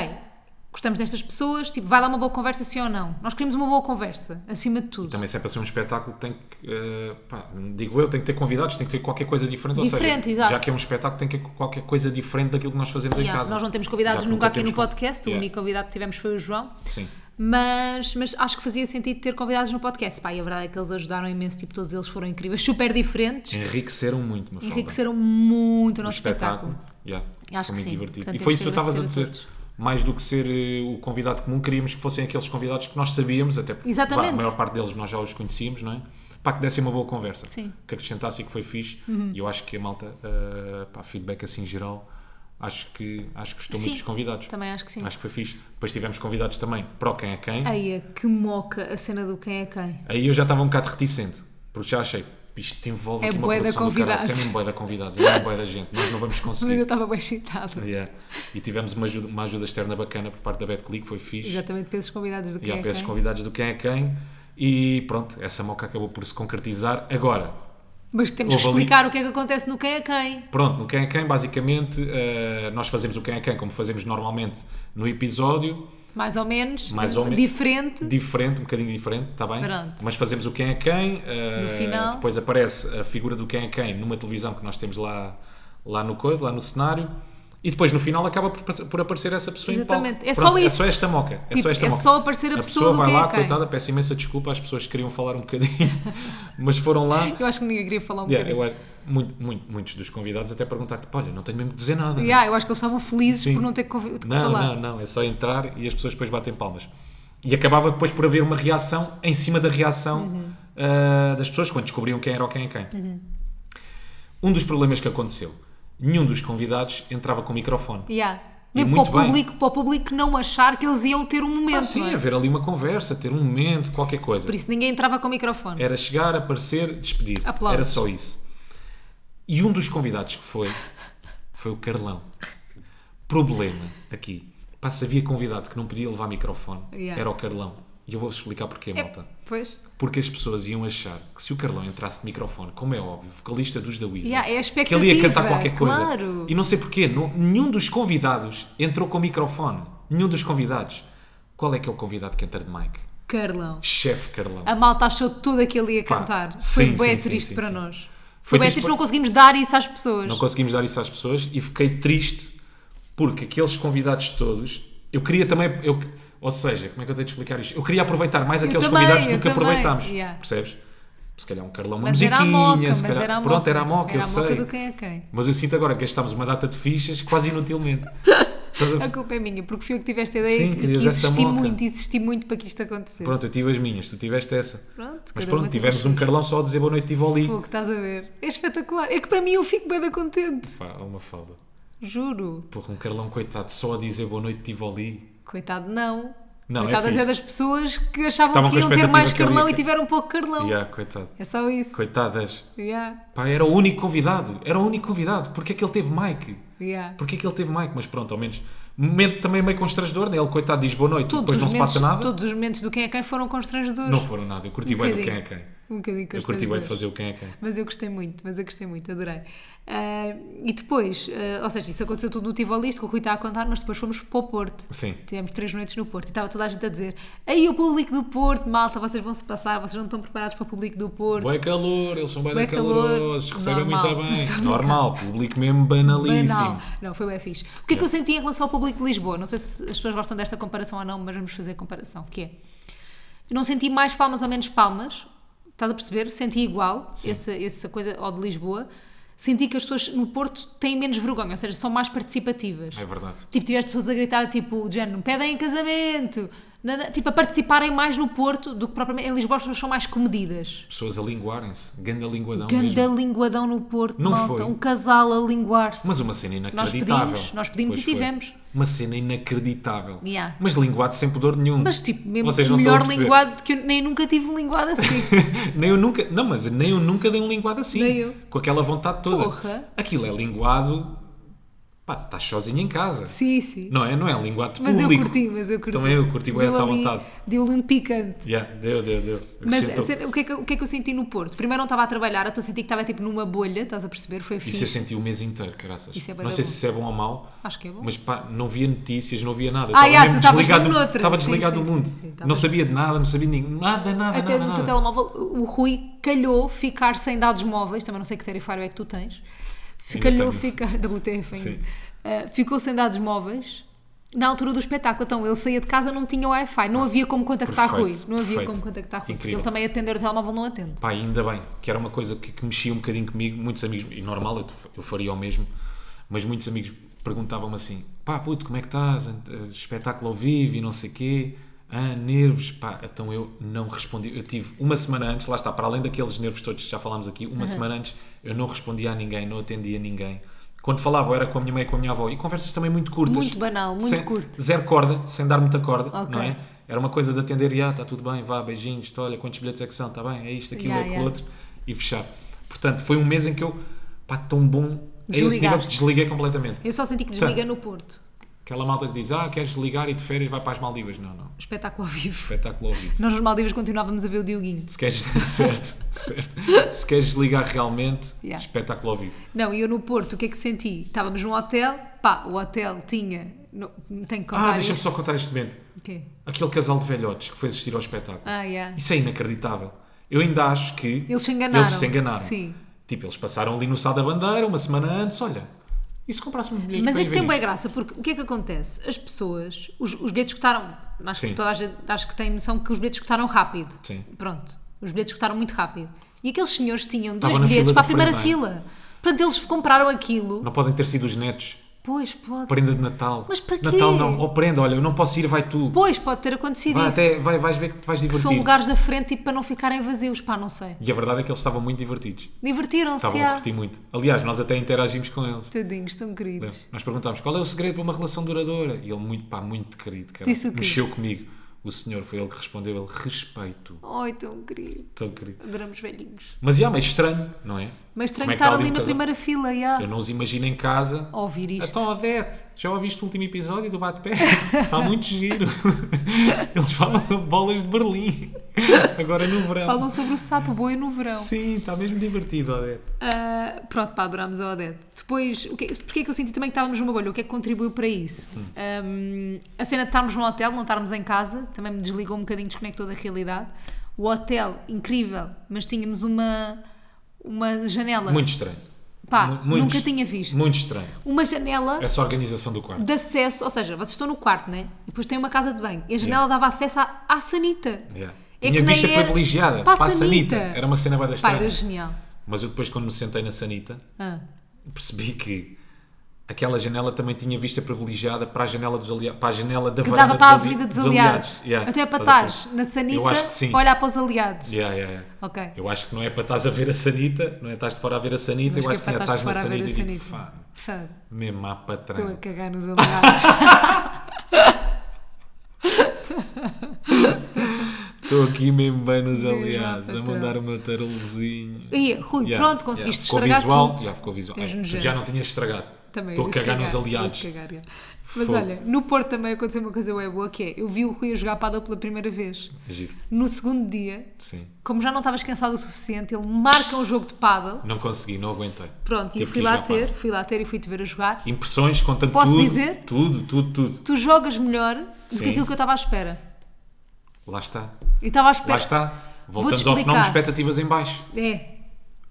[SPEAKER 1] gostamos destas pessoas, tipo, vai dar uma boa conversa sim ou não. Nós queríamos uma boa conversa, acima de tudo.
[SPEAKER 2] Também se é para ser um espetáculo tem que, eh, pá, digo eu, tem que ter convidados, tem que ter qualquer coisa diferente. ou
[SPEAKER 1] Diferente,
[SPEAKER 2] seja,
[SPEAKER 1] exato.
[SPEAKER 2] já que é um espetáculo tem que ter qualquer coisa diferente daquilo que nós fazemos em
[SPEAKER 1] Yeah,
[SPEAKER 2] casa.
[SPEAKER 1] Nós não temos convidados
[SPEAKER 2] Já que
[SPEAKER 1] nunca, aqui
[SPEAKER 2] temos
[SPEAKER 1] no
[SPEAKER 2] con-
[SPEAKER 1] podcast, o
[SPEAKER 2] Yeah,
[SPEAKER 1] único convidado que tivemos foi o João.
[SPEAKER 2] Sim.
[SPEAKER 1] Mas, mas acho que fazia sentido ter convidados no podcast. Pá, e a verdade é que eles ajudaram imenso, tipo, todos eles foram incríveis, super diferentes,
[SPEAKER 2] Enriqueceram muito, Mafalda.
[SPEAKER 1] enriqueceram muito o
[SPEAKER 2] O
[SPEAKER 1] nosso espetáculo.
[SPEAKER 2] Yeah,
[SPEAKER 1] Acho
[SPEAKER 2] foi
[SPEAKER 1] que
[SPEAKER 2] muito
[SPEAKER 1] sim.
[SPEAKER 2] divertido.
[SPEAKER 1] Portanto,
[SPEAKER 2] e foi
[SPEAKER 1] temos
[SPEAKER 2] isso que tu
[SPEAKER 1] que
[SPEAKER 2] estavas a
[SPEAKER 1] agradecer
[SPEAKER 2] dizer.
[SPEAKER 1] a
[SPEAKER 2] Mais do que ser eh, o convidado comum, queríamos que fossem aqueles convidados que nós sabíamos, até porque
[SPEAKER 1] Exatamente.
[SPEAKER 2] vá, a maior parte deles nós já os conhecíamos, não é? Para que dessem uma boa conversa.
[SPEAKER 1] Sim. Uhum.
[SPEAKER 2] Que acrescentassem que foi fixe. E eu acho que a malta, eh, pá, feedback assim geral, acho que, acho que gostou
[SPEAKER 1] Sim,
[SPEAKER 2] muito dos convidados.
[SPEAKER 1] Também acho que sim.
[SPEAKER 2] Acho que foi fixe. Depois tivemos convidados também para o Quem é Quem.
[SPEAKER 1] Eia, que moca a cena do quem é quem.
[SPEAKER 2] Aí eu já estava um bocado reticente, porque já achei, isto envolve
[SPEAKER 1] É
[SPEAKER 2] aqui uma
[SPEAKER 1] bué da
[SPEAKER 2] produção do caralho.
[SPEAKER 1] convidados.
[SPEAKER 2] É mesmo bué da convidados, é mesmo bué da gente. Nós não vamos
[SPEAKER 1] Mas
[SPEAKER 2] conseguir.
[SPEAKER 1] eu estava bem excitada.
[SPEAKER 2] Yeah. E tivemos uma ajuda, uma ajuda externa bacana por parte da BetClick, foi fixe.
[SPEAKER 1] Exatamente, pesos convidados do que
[SPEAKER 2] E há
[SPEAKER 1] é
[SPEAKER 2] para esses
[SPEAKER 1] quem.
[SPEAKER 2] convidados do quem é quem. E pronto, essa moca acabou por se concretizar. Agora,
[SPEAKER 1] Mas que temos que
[SPEAKER 2] Houve ali-
[SPEAKER 1] explicar o que é que acontece no quem é quem.
[SPEAKER 2] pronto, no quem é quem, basicamente, eh, nós fazemos o quem é quem como fazemos normalmente no episódio,
[SPEAKER 1] Mais ou menos.
[SPEAKER 2] Mais ou menos.
[SPEAKER 1] Diferente.
[SPEAKER 2] diferente, um bocadinho diferente, está bem?
[SPEAKER 1] Pronto.
[SPEAKER 2] Mas fazemos o quem é quem. eh,
[SPEAKER 1] No final.
[SPEAKER 2] Depois aparece a figura do quem é quem numa televisão que nós temos lá, lá no coisa, lá no cenário. E depois no final acaba por, por aparecer essa pessoa em
[SPEAKER 1] Exatamente.
[SPEAKER 2] palco.
[SPEAKER 1] É só
[SPEAKER 2] Pronto,
[SPEAKER 1] isso.
[SPEAKER 2] É só esta moca. É
[SPEAKER 1] Tipo,
[SPEAKER 2] só esta
[SPEAKER 1] é
[SPEAKER 2] moca.
[SPEAKER 1] só aparecer a pessoa do
[SPEAKER 2] vai
[SPEAKER 1] quem é
[SPEAKER 2] lá,
[SPEAKER 1] quem.
[SPEAKER 2] coitada, peço imensa desculpa às pessoas que queriam falar um bocadinho, mas foram lá.
[SPEAKER 1] Eu acho que ninguém queria falar um
[SPEAKER 2] Yeah, eu
[SPEAKER 1] bocadinho.
[SPEAKER 2] acho, muito, muito- muitos dos convidados até perguntaram tipo, olha, não tenho mesmo que dizer nada.
[SPEAKER 1] Yeah, eu acho que eles estavam felizes
[SPEAKER 2] Sim.
[SPEAKER 1] por não ter que, convi- de que
[SPEAKER 2] Não,
[SPEAKER 1] falar.
[SPEAKER 2] não, não, é só entrar e as pessoas depois batem palmas. E acabava depois por haver uma reação em cima da reação
[SPEAKER 1] Uhum.
[SPEAKER 2] ah, das pessoas quando descobriam quem era ou quem é quem. Um dos problemas que aconteceu, nenhum dos convidados entrava com o microfone.
[SPEAKER 1] Yeah.
[SPEAKER 2] E
[SPEAKER 1] Mesmo
[SPEAKER 2] muito
[SPEAKER 1] para o,
[SPEAKER 2] bem.
[SPEAKER 1] público, para o público não achar que eles iam ter um momento.
[SPEAKER 2] Ah, sim,
[SPEAKER 1] não é?
[SPEAKER 2] haver ali uma conversa, ter um momento, qualquer coisa.
[SPEAKER 1] Por isso ninguém entrava com o microfone.
[SPEAKER 2] Era chegar, aparecer, despedir.
[SPEAKER 1] Aplausos.
[SPEAKER 2] Era só isso. E um dos convidados que foi, foi o Carlão. Problema aqui. Pá, se havia convidado que não podia levar microfone,
[SPEAKER 1] Yeah.
[SPEAKER 2] era o Carlão. E eu vou-vos explicar porquê,
[SPEAKER 1] É,
[SPEAKER 2] malta.
[SPEAKER 1] pois.
[SPEAKER 2] Porque as pessoas iam achar que se o Carlão entrasse de microfone, como é óbvio, vocalista dos da Weezer,
[SPEAKER 1] Yeah, é a
[SPEAKER 2] que ele ia cantar
[SPEAKER 1] expectativa,
[SPEAKER 2] qualquer coisa.
[SPEAKER 1] claro.
[SPEAKER 2] E não sei porquê, não- nenhum dos convidados entrou com microfone. Nenhum dos convidados. Qual é que é o convidado que entra de mic?
[SPEAKER 1] Carlão.
[SPEAKER 2] Chefe Carlão.
[SPEAKER 1] A malta achou tudo aquilo ia
[SPEAKER 2] Pá,
[SPEAKER 1] cantar.
[SPEAKER 2] sim,
[SPEAKER 1] Foi bem
[SPEAKER 2] sim, sim,
[SPEAKER 1] triste
[SPEAKER 2] sim,
[SPEAKER 1] para
[SPEAKER 2] sim.
[SPEAKER 1] nós.
[SPEAKER 2] Foi
[SPEAKER 1] Foi bem
[SPEAKER 2] triste
[SPEAKER 1] triste,
[SPEAKER 2] por-
[SPEAKER 1] não conseguimos dar isso às pessoas.
[SPEAKER 2] Não conseguimos dar isso às pessoas e fiquei triste porque aqueles convidados todos. Eu queria também. Eu, ou seja, como é que eu tenho de explicar isto? Eu queria aproveitar mais aqueles
[SPEAKER 1] também,
[SPEAKER 2] convidados do
[SPEAKER 1] eu
[SPEAKER 2] que
[SPEAKER 1] também,
[SPEAKER 2] aproveitámos.
[SPEAKER 1] yeah.
[SPEAKER 2] Percebes? Se calhar um Carlão, uma
[SPEAKER 1] mas
[SPEAKER 2] musiquinha.
[SPEAKER 1] era a moca,
[SPEAKER 2] se
[SPEAKER 1] mas
[SPEAKER 2] calhar,
[SPEAKER 1] era a moca.
[SPEAKER 2] pronto, era a moca,
[SPEAKER 1] Era
[SPEAKER 2] eu
[SPEAKER 1] a moca
[SPEAKER 2] sei.
[SPEAKER 1] do quem é quem.
[SPEAKER 2] Mas eu sinto agora que gastámos uma data de fichas quase inutilmente. Estás a
[SPEAKER 1] A
[SPEAKER 2] ver?
[SPEAKER 1] culpa é minha, porque fui eu que tive esta ideia
[SPEAKER 2] Sim,
[SPEAKER 1] e que
[SPEAKER 2] querias essa
[SPEAKER 1] insisti
[SPEAKER 2] moca.
[SPEAKER 1] muito, insisti muito para que isto acontecesse.
[SPEAKER 2] pronto, eu tive as minhas, tu tiveste essa.
[SPEAKER 1] Pronto,
[SPEAKER 2] Mas
[SPEAKER 1] cada uma
[SPEAKER 2] pronto,
[SPEAKER 1] tem
[SPEAKER 2] tivemos
[SPEAKER 1] um
[SPEAKER 2] um Carlão só a dizer boa noite, tive ali.
[SPEAKER 1] fogo, estás a ver? É espetacular. É que para mim eu fico bem da contente,
[SPEAKER 2] Pá, é uma falda.
[SPEAKER 1] juro.
[SPEAKER 2] Porra, um Carlão coitado só a dizer boa noite, tive ali.
[SPEAKER 1] Coitado, não.
[SPEAKER 2] Não, é
[SPEAKER 1] Coitadas
[SPEAKER 2] fixe.
[SPEAKER 1] é, das pessoas que achavam
[SPEAKER 2] Estavam
[SPEAKER 1] que
[SPEAKER 2] com a
[SPEAKER 1] iam ter mais
[SPEAKER 2] expectativa que ele
[SPEAKER 1] Carlão
[SPEAKER 2] ia-
[SPEAKER 1] e tiveram pouco Carlão.
[SPEAKER 2] Yeah, coitado.
[SPEAKER 1] É só isso.
[SPEAKER 2] Coitadas.
[SPEAKER 1] Yeah,
[SPEAKER 2] Pá, era o único convidado. Era o único convidado. Porquê é que ele teve Mike?
[SPEAKER 1] yeah.
[SPEAKER 2] Porquê é que ele teve Mike? Mas pronto, ao menos. Momento também meio constrangedor, né? Ele, coitado, diz boa noite, depois não se
[SPEAKER 1] momentos,
[SPEAKER 2] passa nada.
[SPEAKER 1] todos os momentos do quem é quem foram constrangedores.
[SPEAKER 2] Não foram nada. Eu curti
[SPEAKER 1] Um
[SPEAKER 2] bem do quem é
[SPEAKER 1] bocadinho.
[SPEAKER 2] quem.
[SPEAKER 1] Um bocadinho
[SPEAKER 2] Eu curti bem
[SPEAKER 1] constrangedores.
[SPEAKER 2] de fazer o quem é quem.
[SPEAKER 1] Mas eu gostei muito, mas eu gostei muito, adorei. Ah, e depois, ah, ou seja, isso aconteceu tudo no Tivoli, isto que o Rui está a contar, mas depois fomos para o Porto.
[SPEAKER 2] Sim.
[SPEAKER 1] Tivemos três noites no Porto e estava toda a gente a dizer: aí o público do Porto, malta, vocês vão se passar, vocês não estão preparados para o público do Porto.
[SPEAKER 2] Bué calor, eles são bem,
[SPEAKER 1] Bué calor,
[SPEAKER 2] calorosos, recebem
[SPEAKER 1] normal.
[SPEAKER 2] muito
[SPEAKER 1] Estou a
[SPEAKER 2] bem.
[SPEAKER 1] brincar.
[SPEAKER 2] Normal, público mesmo banalíssimo.
[SPEAKER 1] Banal. Não, foi bem fixe. O que é que eu senti em relação ao público de Lisboa? Não sei se as pessoas gostam desta comparação ou não, mas vamos fazer a comparação. Que é, eu não senti mais palmas ou menos palmas, estás a perceber? Senti igual essa, essa coisa ao de Lisboa. Senti que as pessoas no Porto têm menos vergonha, ou seja, são mais participativas.
[SPEAKER 2] É verdade.
[SPEAKER 1] Tipo, tiveste pessoas a gritar, tipo, do género, pedem em casamento. na- na- tipo, a participarem mais no Porto do que propriamente. Em Lisboa as pessoas são mais comedidas.
[SPEAKER 2] Pessoas a linguarem-se. Ganda linguadão
[SPEAKER 1] Ganda
[SPEAKER 2] mesmo.
[SPEAKER 1] linguadão no Porto,
[SPEAKER 2] Não
[SPEAKER 1] malta.
[SPEAKER 2] foi.
[SPEAKER 1] Um casal a linguar-se.
[SPEAKER 2] Mas uma cena
[SPEAKER 1] Nós
[SPEAKER 2] inacreditável.
[SPEAKER 1] pedimos, nós pedimos
[SPEAKER 2] Pois
[SPEAKER 1] e
[SPEAKER 2] foi.
[SPEAKER 1] tivemos.
[SPEAKER 2] Uma cena inacreditável.
[SPEAKER 1] Yeah.
[SPEAKER 2] Mas linguado sem pudor nenhum.
[SPEAKER 1] Mas tipo, mesmo
[SPEAKER 2] Vocês
[SPEAKER 1] o
[SPEAKER 2] não estão a
[SPEAKER 1] melhor
[SPEAKER 2] perceber.
[SPEAKER 1] linguado que eu nem nunca tive um linguado assim.
[SPEAKER 2] Nem eu nunca, não, mas nem eu nunca dei um linguado assim.
[SPEAKER 1] Nem eu.
[SPEAKER 2] Com aquela vontade toda.
[SPEAKER 1] Porra.
[SPEAKER 2] Aquilo é linguado. Pá, estás sozinho em casa.
[SPEAKER 1] sim, sim.
[SPEAKER 2] Não é? Não é linguado de
[SPEAKER 1] mas
[SPEAKER 2] público.
[SPEAKER 1] eu curti, mas eu curti.
[SPEAKER 2] Também eu curti bem
[SPEAKER 1] Deu
[SPEAKER 2] essa
[SPEAKER 1] ali-
[SPEAKER 2] vontade.
[SPEAKER 1] Deu-lhe um picante.
[SPEAKER 2] Yeah, deu, deu, deu.
[SPEAKER 1] Mas
[SPEAKER 2] Acrescentou.
[SPEAKER 1] a cena- o, que é que, eu- o que é que eu senti no Porto? Primeiro não estava a trabalhar, eu estou a sentir que estava tipo numa bolha, estás a perceber? Foi
[SPEAKER 2] Isso
[SPEAKER 1] fixe.
[SPEAKER 2] eu senti o mês inteiro, graças.
[SPEAKER 1] Isso é bué
[SPEAKER 2] não
[SPEAKER 1] da
[SPEAKER 2] sei
[SPEAKER 1] bom.
[SPEAKER 2] se isso é bom ou mau,
[SPEAKER 1] Acho que é bom.
[SPEAKER 2] mas pá, não via notícias, não via nada.
[SPEAKER 1] Ah, yeah,
[SPEAKER 2] mesmo
[SPEAKER 1] tu estavas
[SPEAKER 2] desligado
[SPEAKER 1] mesmo
[SPEAKER 2] do-
[SPEAKER 1] noutra.
[SPEAKER 2] Estava
[SPEAKER 1] Sim,
[SPEAKER 2] desligado
[SPEAKER 1] sim,
[SPEAKER 2] do mundo.
[SPEAKER 1] sim, sim, estavas-
[SPEAKER 2] não sabia de nada, não sabia de ninguém. Nada, nada,
[SPEAKER 1] Até
[SPEAKER 2] nada.
[SPEAKER 1] no
[SPEAKER 2] nada.
[SPEAKER 1] teu telemóvel, o Rui calhou ficar sem dados móveis, também não sei que tarifário é que tu tens. Fi-
[SPEAKER 2] Ainda
[SPEAKER 1] Calhou
[SPEAKER 2] tenho.
[SPEAKER 1] ficar. WTF ainda.
[SPEAKER 2] Sim.
[SPEAKER 1] Ah, ficou sem dados móveis na altura do espetáculo. Então, ele saía de casa, não tinha Wi-Fi, não havia como contactar
[SPEAKER 2] Ah, perfeito,
[SPEAKER 1] Rui. Não havia
[SPEAKER 2] perfeito.
[SPEAKER 1] como contactar Rui.
[SPEAKER 2] Incrível.
[SPEAKER 1] Ele também atender o telemóvel não atende.
[SPEAKER 2] Pá, ainda bem, que era uma coisa que, que mexia um bocadinho comigo, muitos amigos, e normal, eu, eu faria o mesmo, mas muitos amigos perguntavam-me assim, pá, puto, como é que estás? Eh, Espetáculo ao vivo e não sei quê, ah, nervos, pá, então eu não respondi, eu tive uma semana antes, lá está, para além daqueles nervos todos que já falámos aqui, uma semana antes eu não respondia a ninguém, não atendia a ninguém. Quando falava, eu era com a minha mãe e com a minha avó, e conversas também muito curtas.
[SPEAKER 1] Muito banal, muito
[SPEAKER 2] sem-
[SPEAKER 1] curto.
[SPEAKER 2] Zero corda, sem dar muita corda,
[SPEAKER 1] Ok.
[SPEAKER 2] não é? Era uma coisa de atender e ah, está tudo bem, vá, beijinhos, olha, quantos bilhetes é que são, está bem, é isto, aquilo,
[SPEAKER 1] Yeah,
[SPEAKER 2] é aquilo
[SPEAKER 1] yeah.
[SPEAKER 2] outro, e fechar. Portanto, foi um mês em que eu, pá, tão bom, a esse nível que
[SPEAKER 1] Desligaste.
[SPEAKER 2] desliguei completamente.
[SPEAKER 1] Eu só senti que desliga no Porto.
[SPEAKER 2] Aquela malta que diz, ah, queres desligar e de férias vai para as Maldivas. Não, não,
[SPEAKER 1] Espetáculo ao vivo.
[SPEAKER 2] espetáculo ao vivo.
[SPEAKER 1] Nós nos Maldivas continuávamos a ver o Dioguinho.
[SPEAKER 2] Se queres, certo, certo. Se queres desligar realmente,
[SPEAKER 1] Yeah.
[SPEAKER 2] espetáculo ao vivo.
[SPEAKER 1] Não, e eu no Porto, o que é que senti? Estávamos num hotel, pá, o hotel tinha. Não, não tenho que contar.
[SPEAKER 2] Ah, deixa-me
[SPEAKER 1] isto.
[SPEAKER 2] só contar este momento.
[SPEAKER 1] O quê?
[SPEAKER 2] Aquele casal de velhotes que foi assistir ao espetáculo.
[SPEAKER 1] Ah, yeah.
[SPEAKER 2] Isso é inacreditável. Eu ainda acho que.
[SPEAKER 1] Eles se enganaram.
[SPEAKER 2] Eles se enganaram.
[SPEAKER 1] Sim.
[SPEAKER 2] Tipo, eles passaram ali no Sal da Bandeira uma semana antes, olha. E se comprasse um bilhete
[SPEAKER 1] Mas
[SPEAKER 2] para
[SPEAKER 1] é
[SPEAKER 2] ir
[SPEAKER 1] que
[SPEAKER 2] ver
[SPEAKER 1] tem bem
[SPEAKER 2] isto?
[SPEAKER 1] graça, porque o que é que acontece? As pessoas, os, os bilhetes escutaram, acho
[SPEAKER 2] Sim.
[SPEAKER 1] que toda a gente acho que tem noção que os bilhetes escutaram rápido.
[SPEAKER 2] Sim.
[SPEAKER 1] Pronto, os bilhetes escutaram muito rápido. E aqueles senhores tinham dois
[SPEAKER 2] Estavam na
[SPEAKER 1] bilhetes
[SPEAKER 2] fila
[SPEAKER 1] para a
[SPEAKER 2] da
[SPEAKER 1] primeira
[SPEAKER 2] frente,
[SPEAKER 1] fila. Portanto, eles compraram aquilo.
[SPEAKER 2] Não podem ter sido os netos.
[SPEAKER 1] Pois, pode.
[SPEAKER 2] Prenda de Natal.
[SPEAKER 1] Mas para quê?
[SPEAKER 2] Natal não. Ou prenda, olha, eu não posso ir, vai tu.
[SPEAKER 1] Pois, pode ter acontecido
[SPEAKER 2] vai,
[SPEAKER 1] isso.
[SPEAKER 2] até, vai, vais ver que te vais
[SPEAKER 1] que um
[SPEAKER 2] divertir.
[SPEAKER 1] são lugares da frente tipo, para não ficarem vazios, pá, não sei.
[SPEAKER 2] E a verdade é que eles estavam muito divertidos.
[SPEAKER 1] Divertiram-se,
[SPEAKER 2] Estavam a
[SPEAKER 1] já.
[SPEAKER 2] curtir muito. Aliás, nós até interagimos com eles.
[SPEAKER 1] Tadinhos, tão queridos.
[SPEAKER 2] Nós perguntámos qual é o segredo para uma relação duradoura. E ele, muito, pá, muito querido, cara.
[SPEAKER 1] Disse o quê?
[SPEAKER 2] Mexeu comigo. O senhor foi ele que respondeu, ele respeito.
[SPEAKER 1] Ai, tão querido.
[SPEAKER 2] Tão querido.
[SPEAKER 1] Adoramos velhinhos.
[SPEAKER 2] Mas já, mas estranho, não é?
[SPEAKER 1] Mas estranho
[SPEAKER 2] Como é que
[SPEAKER 1] estar
[SPEAKER 2] está
[SPEAKER 1] ali
[SPEAKER 2] um
[SPEAKER 1] na
[SPEAKER 2] casal?
[SPEAKER 1] primeira fila, já.
[SPEAKER 2] Eu não os imagino em casa.
[SPEAKER 1] A ouvir isto.
[SPEAKER 2] Então, Odete, já ouviste o último episódio do Bate-Pé? Está muito giro. Eles falam sobre bolas de Berlim. Agora no verão.
[SPEAKER 1] Falam sobre o sapo boi no verão.
[SPEAKER 2] Então, Sim, está mesmo divertido, Odete.
[SPEAKER 1] Ah, pronto, pá, adorámos a Odete. Depois, o que, porque é que eu senti também que estávamos numa bolha? O que é que contribuiu para isso?
[SPEAKER 2] Hum.
[SPEAKER 1] Ahm, a cena de estarmos num hotel, não estarmos em casa, também me desligou um bocadinho, desconectou da realidade. O hotel, incrível, mas tínhamos uma, uma janela.
[SPEAKER 2] Muito estranho.
[SPEAKER 1] Pá,
[SPEAKER 2] Mu- É muito
[SPEAKER 1] nunca
[SPEAKER 2] est-
[SPEAKER 1] tinha visto.
[SPEAKER 2] Muito estranho.
[SPEAKER 1] Uma janela
[SPEAKER 2] Essa organização do quarto.
[SPEAKER 1] de acesso, ou seja, vocês estão no quarto, né? E depois tem uma casa de banho. E a janela dava acesso à, à sanita.
[SPEAKER 2] Yeah.
[SPEAKER 1] É
[SPEAKER 2] Tinha
[SPEAKER 1] que nem
[SPEAKER 2] vista
[SPEAKER 1] era-
[SPEAKER 2] privilegiada.
[SPEAKER 1] Para a
[SPEAKER 2] Para a Sanita.
[SPEAKER 1] sanita.
[SPEAKER 2] Era uma cena bada
[SPEAKER 1] Pá,
[SPEAKER 2] estranha.
[SPEAKER 1] era genial.
[SPEAKER 2] Mas eu depois, quando me sentei na Sanita,
[SPEAKER 1] Ah.
[SPEAKER 2] percebi que aquela janela também tinha vista privilegiada para a janela dos aliados, para a janela da
[SPEAKER 1] que
[SPEAKER 2] varanda
[SPEAKER 1] dava para a
[SPEAKER 2] ali-
[SPEAKER 1] Avenida dos Aliados.
[SPEAKER 2] Yeah.
[SPEAKER 1] Até é para
[SPEAKER 2] Estás a
[SPEAKER 1] estás
[SPEAKER 2] perceber?
[SPEAKER 1] na Sanita,
[SPEAKER 2] Eu acho que sim.
[SPEAKER 1] olhar para os aliados.
[SPEAKER 2] Yeah, yeah, yeah.
[SPEAKER 1] Ok.
[SPEAKER 2] Eu acho que não é para estás a ver a Sanita, não é estás de fora a ver a
[SPEAKER 1] Mas
[SPEAKER 2] Sanita, eu
[SPEAKER 1] que é
[SPEAKER 2] acho que, é
[SPEAKER 1] para
[SPEAKER 2] estás
[SPEAKER 1] estás
[SPEAKER 2] na
[SPEAKER 1] fora a ver
[SPEAKER 2] Sanita
[SPEAKER 1] a
[SPEAKER 2] e digo,
[SPEAKER 1] sanita.
[SPEAKER 2] "Fá,
[SPEAKER 1] Fado.
[SPEAKER 2] mesmo há patrão.
[SPEAKER 1] Estou a cagar nos aliados.
[SPEAKER 2] Estou aqui mesmo bem nos
[SPEAKER 1] Mesmo há
[SPEAKER 2] aliados, a
[SPEAKER 1] patrão.
[SPEAKER 2] mandar o meu tarulozinho.
[SPEAKER 1] Ih, Rui, pronto, conseguiste
[SPEAKER 2] ficou
[SPEAKER 1] estragar
[SPEAKER 2] visual,
[SPEAKER 1] tudo.
[SPEAKER 2] yeah, ficou visual.
[SPEAKER 1] És
[SPEAKER 2] É,
[SPEAKER 1] nojento.
[SPEAKER 2] já não tinhas estragado.
[SPEAKER 1] Também
[SPEAKER 2] Estou a
[SPEAKER 1] disse
[SPEAKER 2] cagar nos
[SPEAKER 1] disse
[SPEAKER 2] aliados.
[SPEAKER 1] cagar, já. Mas
[SPEAKER 2] Fogo.
[SPEAKER 1] olha, no Porto também aconteceu uma coisa web boa que é: eu vi o Rui a jogar paddle pela primeira vez.
[SPEAKER 2] É Giro,
[SPEAKER 1] No segundo dia,
[SPEAKER 2] sim.
[SPEAKER 1] como já não estavas cansado o suficiente, ele marca um jogo de paddle.
[SPEAKER 2] Não consegui, não aguentei.
[SPEAKER 1] Pronto, e eu
[SPEAKER 2] Tive
[SPEAKER 1] fui
[SPEAKER 2] que ir
[SPEAKER 1] lá
[SPEAKER 2] jogar pádel.
[SPEAKER 1] ter, fui lá ter e fui-te ver a jogar.
[SPEAKER 2] Impressões, contando
[SPEAKER 1] Posso
[SPEAKER 2] tudo.
[SPEAKER 1] dizer?
[SPEAKER 2] Tudo, tudo, tudo.
[SPEAKER 1] Tu jogas melhor do que
[SPEAKER 2] Sim.
[SPEAKER 1] aquilo que eu estava à espera.
[SPEAKER 2] Lá está.
[SPEAKER 1] Eu estava à
[SPEAKER 2] Lá
[SPEAKER 1] espera.
[SPEAKER 2] está.
[SPEAKER 1] Vou-te
[SPEAKER 2] Voltamos ao fenómeno de
[SPEAKER 1] explicar.
[SPEAKER 2] expectativas em baixo.
[SPEAKER 1] É,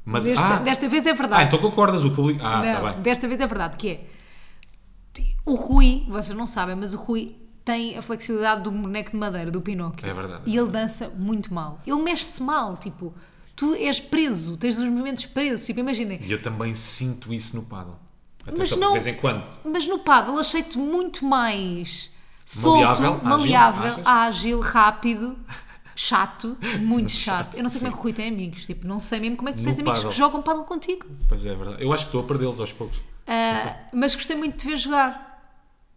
[SPEAKER 2] Mas,
[SPEAKER 1] desta,
[SPEAKER 2] ah,
[SPEAKER 1] desta vez é verdade.
[SPEAKER 2] ah, então concordas o público. Ah,
[SPEAKER 1] Não,
[SPEAKER 2] está bem.
[SPEAKER 1] desta vez é verdade, que é o Rui, vocês não sabem, mas o Rui tem a flexibilidade do boneco de madeira, do Pinóquio.
[SPEAKER 2] É verdade, é
[SPEAKER 1] E ele dança muito mal. Ele mexe-se mal, tipo, tu és preso, tens os movimentos presos, tipo, imaginem.
[SPEAKER 2] E eu também sinto isso no paddle. Atenção,
[SPEAKER 1] Mas
[SPEAKER 2] porque
[SPEAKER 1] não-
[SPEAKER 2] de vez em quando.
[SPEAKER 1] Mas no paddle achei-te muito mais
[SPEAKER 2] Maleável,
[SPEAKER 1] solto,
[SPEAKER 2] ágil,
[SPEAKER 1] maleável,
[SPEAKER 2] achas?
[SPEAKER 1] ágil, rápido, chato, muito chato. Eu não sei como é que o Rui tem amigos, tipo, não sei mesmo como é que tu
[SPEAKER 2] No
[SPEAKER 1] tens amigos
[SPEAKER 2] paddle.
[SPEAKER 1] que jogam paddle contigo.
[SPEAKER 2] Pois é, é verdade. Eu acho que estou a perdê-los aos poucos.
[SPEAKER 1] Ah, mas gostei muito de te ver jogar.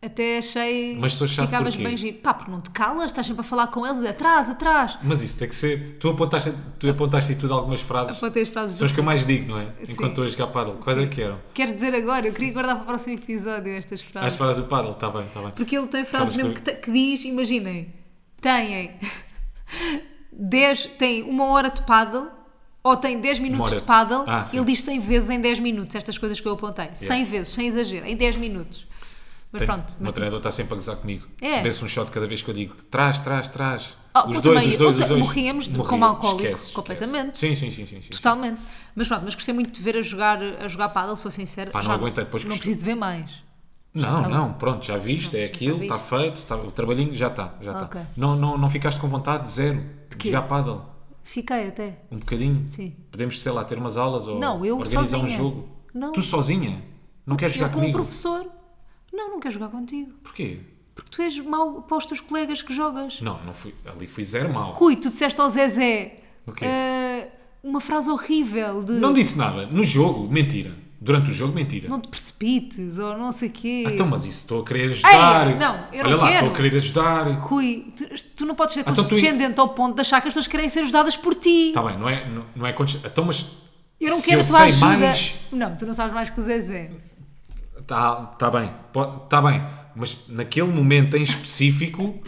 [SPEAKER 1] Até achei
[SPEAKER 2] Mas sou chato
[SPEAKER 1] ficavas
[SPEAKER 2] porquê?
[SPEAKER 1] bem giro. Pá, porque não te calas, estás sempre a falar com eles é, atrás, atrás.
[SPEAKER 2] Mas isso tem que ser. Tu apontaste, tu apontaste e tudo algumas frases.
[SPEAKER 1] Apontei as frases
[SPEAKER 2] São as
[SPEAKER 1] do
[SPEAKER 2] que eu mais digo, não é?
[SPEAKER 1] Sim.
[SPEAKER 2] Enquanto estou a jogar paddle. Quais é que eram?
[SPEAKER 1] Queres dizer agora? Eu queria guardar para o próximo episódio estas frases.
[SPEAKER 2] As frases do paddle, está bem, está bem.
[SPEAKER 1] Porque ele tem frases
[SPEAKER 2] Estavas
[SPEAKER 1] mesmo que,
[SPEAKER 2] com-
[SPEAKER 1] te- que diz, imaginem, têm 10, tem uma hora de paddle ou tem 10 minutos
[SPEAKER 2] hora.
[SPEAKER 1] de paddle,
[SPEAKER 2] Ah,
[SPEAKER 1] e
[SPEAKER 2] sim.
[SPEAKER 1] ele diz 100 vezes em 10 minutos, estas coisas que eu apontei. 100 vezes, sem exagero, em 10 minutos. Mas
[SPEAKER 2] Tem-
[SPEAKER 1] pronto,
[SPEAKER 2] O meu
[SPEAKER 1] mas tipo,
[SPEAKER 2] treinador está sempre a gozar comigo.
[SPEAKER 1] É.
[SPEAKER 2] Se desse um shot cada vez que eu digo trás, trás, trás.
[SPEAKER 1] Ah, pô,
[SPEAKER 2] os, dois,
[SPEAKER 1] também,
[SPEAKER 2] os dois,
[SPEAKER 1] outra-
[SPEAKER 2] os dois.
[SPEAKER 1] morríamos de-
[SPEAKER 2] Morria.
[SPEAKER 1] como alcoólico,
[SPEAKER 2] Esquece,
[SPEAKER 1] completamente.
[SPEAKER 2] esquece. Sim, sim, sim. sim, sim.
[SPEAKER 1] Totalmente. Mas pronto, mas gostei muito de ver a jogar, a jogar paddle, sou sincera.
[SPEAKER 2] Pá, não
[SPEAKER 1] Já
[SPEAKER 2] aguentei, depois
[SPEAKER 1] Não
[SPEAKER 2] gostei.
[SPEAKER 1] preciso de ver mais.
[SPEAKER 2] Não, não, pronto, já viste, é aquilo,
[SPEAKER 1] Tá já
[SPEAKER 2] está feito, está- o trabalhinho já está. Já está.
[SPEAKER 1] Ok.
[SPEAKER 2] Não, não, não ficaste com vontade, zero, de,
[SPEAKER 1] quê?
[SPEAKER 2] jogar paddle.
[SPEAKER 1] Fiquei até.
[SPEAKER 2] Um bocadinho?
[SPEAKER 1] Sim.
[SPEAKER 2] Podemos, sei lá, ter umas aulas ou
[SPEAKER 1] Não, eu
[SPEAKER 2] organizar
[SPEAKER 1] sozinha.
[SPEAKER 2] um jogo.
[SPEAKER 1] Não.
[SPEAKER 2] Tu sozinha? Não queres jogar
[SPEAKER 1] eu com o
[SPEAKER 2] comigo?
[SPEAKER 1] professor. Não, não quero jogar contigo.
[SPEAKER 2] Porquê?
[SPEAKER 1] Porque tu és mau para os teus colegas que jogas.
[SPEAKER 2] Não, não fui, ali fui zero mal.
[SPEAKER 1] Rui, tu disseste ao Zezé
[SPEAKER 2] O quê?
[SPEAKER 1] eh, uma frase horrível de
[SPEAKER 2] Não disse nada. No jogo, mentira. Durante o jogo, mentira. Ah,
[SPEAKER 1] não te precipites ou não sei quê.
[SPEAKER 2] Então, mas isso estou a querer ajudar.
[SPEAKER 1] não, eu
[SPEAKER 2] Olha
[SPEAKER 1] não
[SPEAKER 2] lá,
[SPEAKER 1] quero.
[SPEAKER 2] estou a querer ajudar.
[SPEAKER 1] Rui, tu, tu não podes ser
[SPEAKER 2] Então tu-
[SPEAKER 1] condescendente ao ponto de achar que as pessoas querem ser ajudadas por ti.
[SPEAKER 2] Está bem, não é, não, não é consci- Então, mas.
[SPEAKER 1] Eu não
[SPEAKER 2] se
[SPEAKER 1] quero
[SPEAKER 2] eu
[SPEAKER 1] a tua
[SPEAKER 2] sei
[SPEAKER 1] ajuda.
[SPEAKER 2] mais.
[SPEAKER 1] Não, tu não sabes mais que o Zezé.
[SPEAKER 2] Está tá bem, está bem. Mas naquele momento em específico,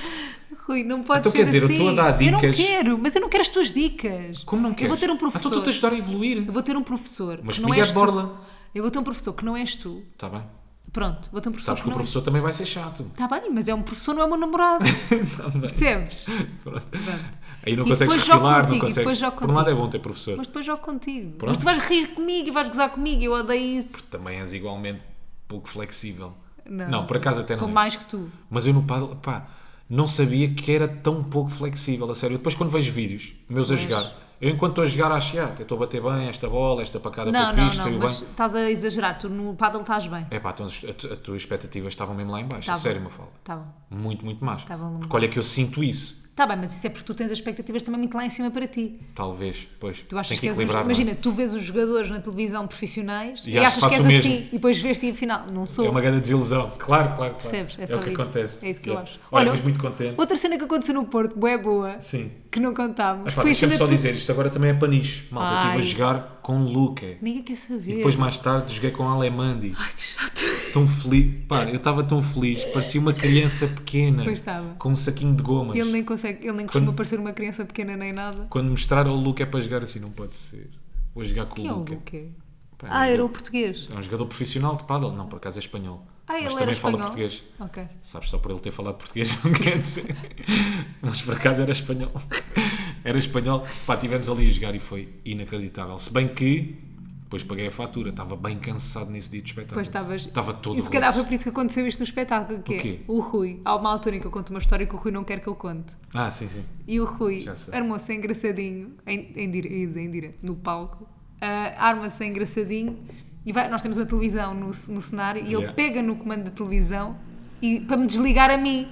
[SPEAKER 1] Rui, não podes
[SPEAKER 2] Então,
[SPEAKER 1] ser
[SPEAKER 2] quer dizer, eu
[SPEAKER 1] assim.
[SPEAKER 2] estou a dar
[SPEAKER 1] Eu não
[SPEAKER 2] dicas.
[SPEAKER 1] quero, mas eu não quero as tuas dicas.
[SPEAKER 2] como não queres?
[SPEAKER 1] Eu vou ter um professor.
[SPEAKER 2] Então, estou-te a ajudar a evoluir.
[SPEAKER 1] Eu vou ter um professor
[SPEAKER 2] Mas
[SPEAKER 1] que não
[SPEAKER 2] comigo
[SPEAKER 1] és
[SPEAKER 2] é
[SPEAKER 1] tu.
[SPEAKER 2] borla.
[SPEAKER 1] Eu vou ter um professor que não és tu.
[SPEAKER 2] Está Tá bem.
[SPEAKER 1] Pronto, vou ter um professor
[SPEAKER 2] Sabes que o
[SPEAKER 1] não
[SPEAKER 2] professor também vai ser chato.
[SPEAKER 1] Está bem, mas é um professor, não é meu namorado.
[SPEAKER 2] Tá bem.
[SPEAKER 1] Percebes?
[SPEAKER 2] Pronto. Aí não
[SPEAKER 1] E
[SPEAKER 2] consegues
[SPEAKER 1] depois jogo
[SPEAKER 2] refilar, não
[SPEAKER 1] contigo, e depois
[SPEAKER 2] consegues.
[SPEAKER 1] jogo
[SPEAKER 2] Por um lado é
[SPEAKER 1] contigo.
[SPEAKER 2] bom ter professor.
[SPEAKER 1] Mas depois jogo contigo. Mas
[SPEAKER 2] Pronto.
[SPEAKER 1] tu vais rir comigo e vais gozar comigo. Eu odeio isso.
[SPEAKER 2] Também és igualmente pouco flexível.
[SPEAKER 1] Não,
[SPEAKER 2] Não, por acaso até
[SPEAKER 1] Sou
[SPEAKER 2] não. és.
[SPEAKER 1] mais que tu.
[SPEAKER 2] Mas eu no paddle, pá, não sabia que era tão pouco flexível, a sério. Depois quando vejo vídeos meus a jogar, Eu enquanto estou a jogar, acho, ah, estou a bater bem esta bola, esta pacada
[SPEAKER 1] Não,
[SPEAKER 2] foi
[SPEAKER 1] não,
[SPEAKER 2] fixe,
[SPEAKER 1] não,
[SPEAKER 2] saiu
[SPEAKER 1] mas
[SPEAKER 2] bem.
[SPEAKER 1] estás a exagerar, tu no paddle estás bem.
[SPEAKER 2] É pá, então as, a, tu- as tuas expectativas estavam mesmo lá em baixo,
[SPEAKER 1] Tá
[SPEAKER 2] a
[SPEAKER 1] bom.
[SPEAKER 2] sério, uma fala.
[SPEAKER 1] Tá bom.
[SPEAKER 2] Muito, muito mais.
[SPEAKER 1] Estavam-
[SPEAKER 2] Porque olha que eu sinto isso.
[SPEAKER 1] Tá bem, mas isso é porque tu tens as expectativas também muito lá em cima para ti.
[SPEAKER 2] Talvez, pois.
[SPEAKER 1] Tu achas
[SPEAKER 2] tem
[SPEAKER 1] que,
[SPEAKER 2] que
[SPEAKER 1] és um-
[SPEAKER 2] equilibrar. não é?
[SPEAKER 1] Imagina, tu vês os jogadores na televisão profissionais e,
[SPEAKER 2] E
[SPEAKER 1] achas
[SPEAKER 2] achas
[SPEAKER 1] que
[SPEAKER 2] que
[SPEAKER 1] és
[SPEAKER 2] faço o
[SPEAKER 1] assim
[SPEAKER 2] mesmo.
[SPEAKER 1] e depois vês-te e afinal, não sou.
[SPEAKER 2] É uma grande desilusão. Claro, claro, claro.
[SPEAKER 1] Percebes? É
[SPEAKER 2] É,
[SPEAKER 1] só
[SPEAKER 2] o que
[SPEAKER 1] isso.
[SPEAKER 2] acontece.
[SPEAKER 1] É isso que eu
[SPEAKER 2] Yeah.
[SPEAKER 1] acho.
[SPEAKER 2] Olha,
[SPEAKER 1] Olha,
[SPEAKER 2] mas muito contente.
[SPEAKER 1] Outra cena que aconteceu no Porto, boa boa,
[SPEAKER 2] Sim.
[SPEAKER 1] que não contámos.
[SPEAKER 2] Mas pá,
[SPEAKER 1] foi a cena
[SPEAKER 2] deixa-me só
[SPEAKER 1] de tu-
[SPEAKER 2] dizer, isto agora também é paniche. Malta, eu
[SPEAKER 1] Ai.
[SPEAKER 2] estive a jogar com o Luque.
[SPEAKER 1] Ninguém quer
[SPEAKER 2] E
[SPEAKER 1] saber.
[SPEAKER 2] depois mais tarde joguei com o Alemandi.
[SPEAKER 1] Ai, que chato.
[SPEAKER 2] Tão feliz. Pá, eu estava tão feliz. Parecia uma criança pequena.
[SPEAKER 1] Pois estava.
[SPEAKER 2] Com um saquinho de gomas.
[SPEAKER 1] Ele nem consegue, ele nem costuma
[SPEAKER 2] Quando-
[SPEAKER 1] parecer uma criança pequena nem nada.
[SPEAKER 2] Quando mostrar ao Luque é para jogar assim, não pode ser. Vou jogar com
[SPEAKER 1] Quem é
[SPEAKER 2] o
[SPEAKER 1] o
[SPEAKER 2] Luque.
[SPEAKER 1] Luque?
[SPEAKER 2] Pá, é um
[SPEAKER 1] Ah, era
[SPEAKER 2] jogador-
[SPEAKER 1] o português.
[SPEAKER 2] É um jogador profissional de paddle. Não, por acaso é espanhol.
[SPEAKER 1] Ah, ele
[SPEAKER 2] mas
[SPEAKER 1] era
[SPEAKER 2] também fala
[SPEAKER 1] espanhol?
[SPEAKER 2] português.
[SPEAKER 1] Ok.
[SPEAKER 2] Sabes, só por ele ter falado português não quer dizer. Mas por acaso era espanhol. Era espanhol. Pá, estivemos ali a jogar e foi inacreditável. Se bem que depois paguei a fatura, estava bem cansado nesse dia de espetáculo.
[SPEAKER 1] Depois estavas.
[SPEAKER 2] Estava todo
[SPEAKER 1] E se calhar foi
[SPEAKER 2] roto.
[SPEAKER 1] por isso que aconteceu isto no espetáculo, que
[SPEAKER 2] O
[SPEAKER 1] é
[SPEAKER 2] quê?
[SPEAKER 1] o Rui. Há uma altura em que eu conto uma história que o Rui não quer que eu conte.
[SPEAKER 2] Ah, sim, sim.
[SPEAKER 1] E o Rui
[SPEAKER 2] Já sei.
[SPEAKER 1] armou-se engraçadinho, em, em, dire- em dire- no palco, ah, arma-se engraçadinho e vai, nós temos uma televisão no, c- no cenário e ele
[SPEAKER 2] Yeah.
[SPEAKER 1] pega no comando da televisão e, para me desligar a mim.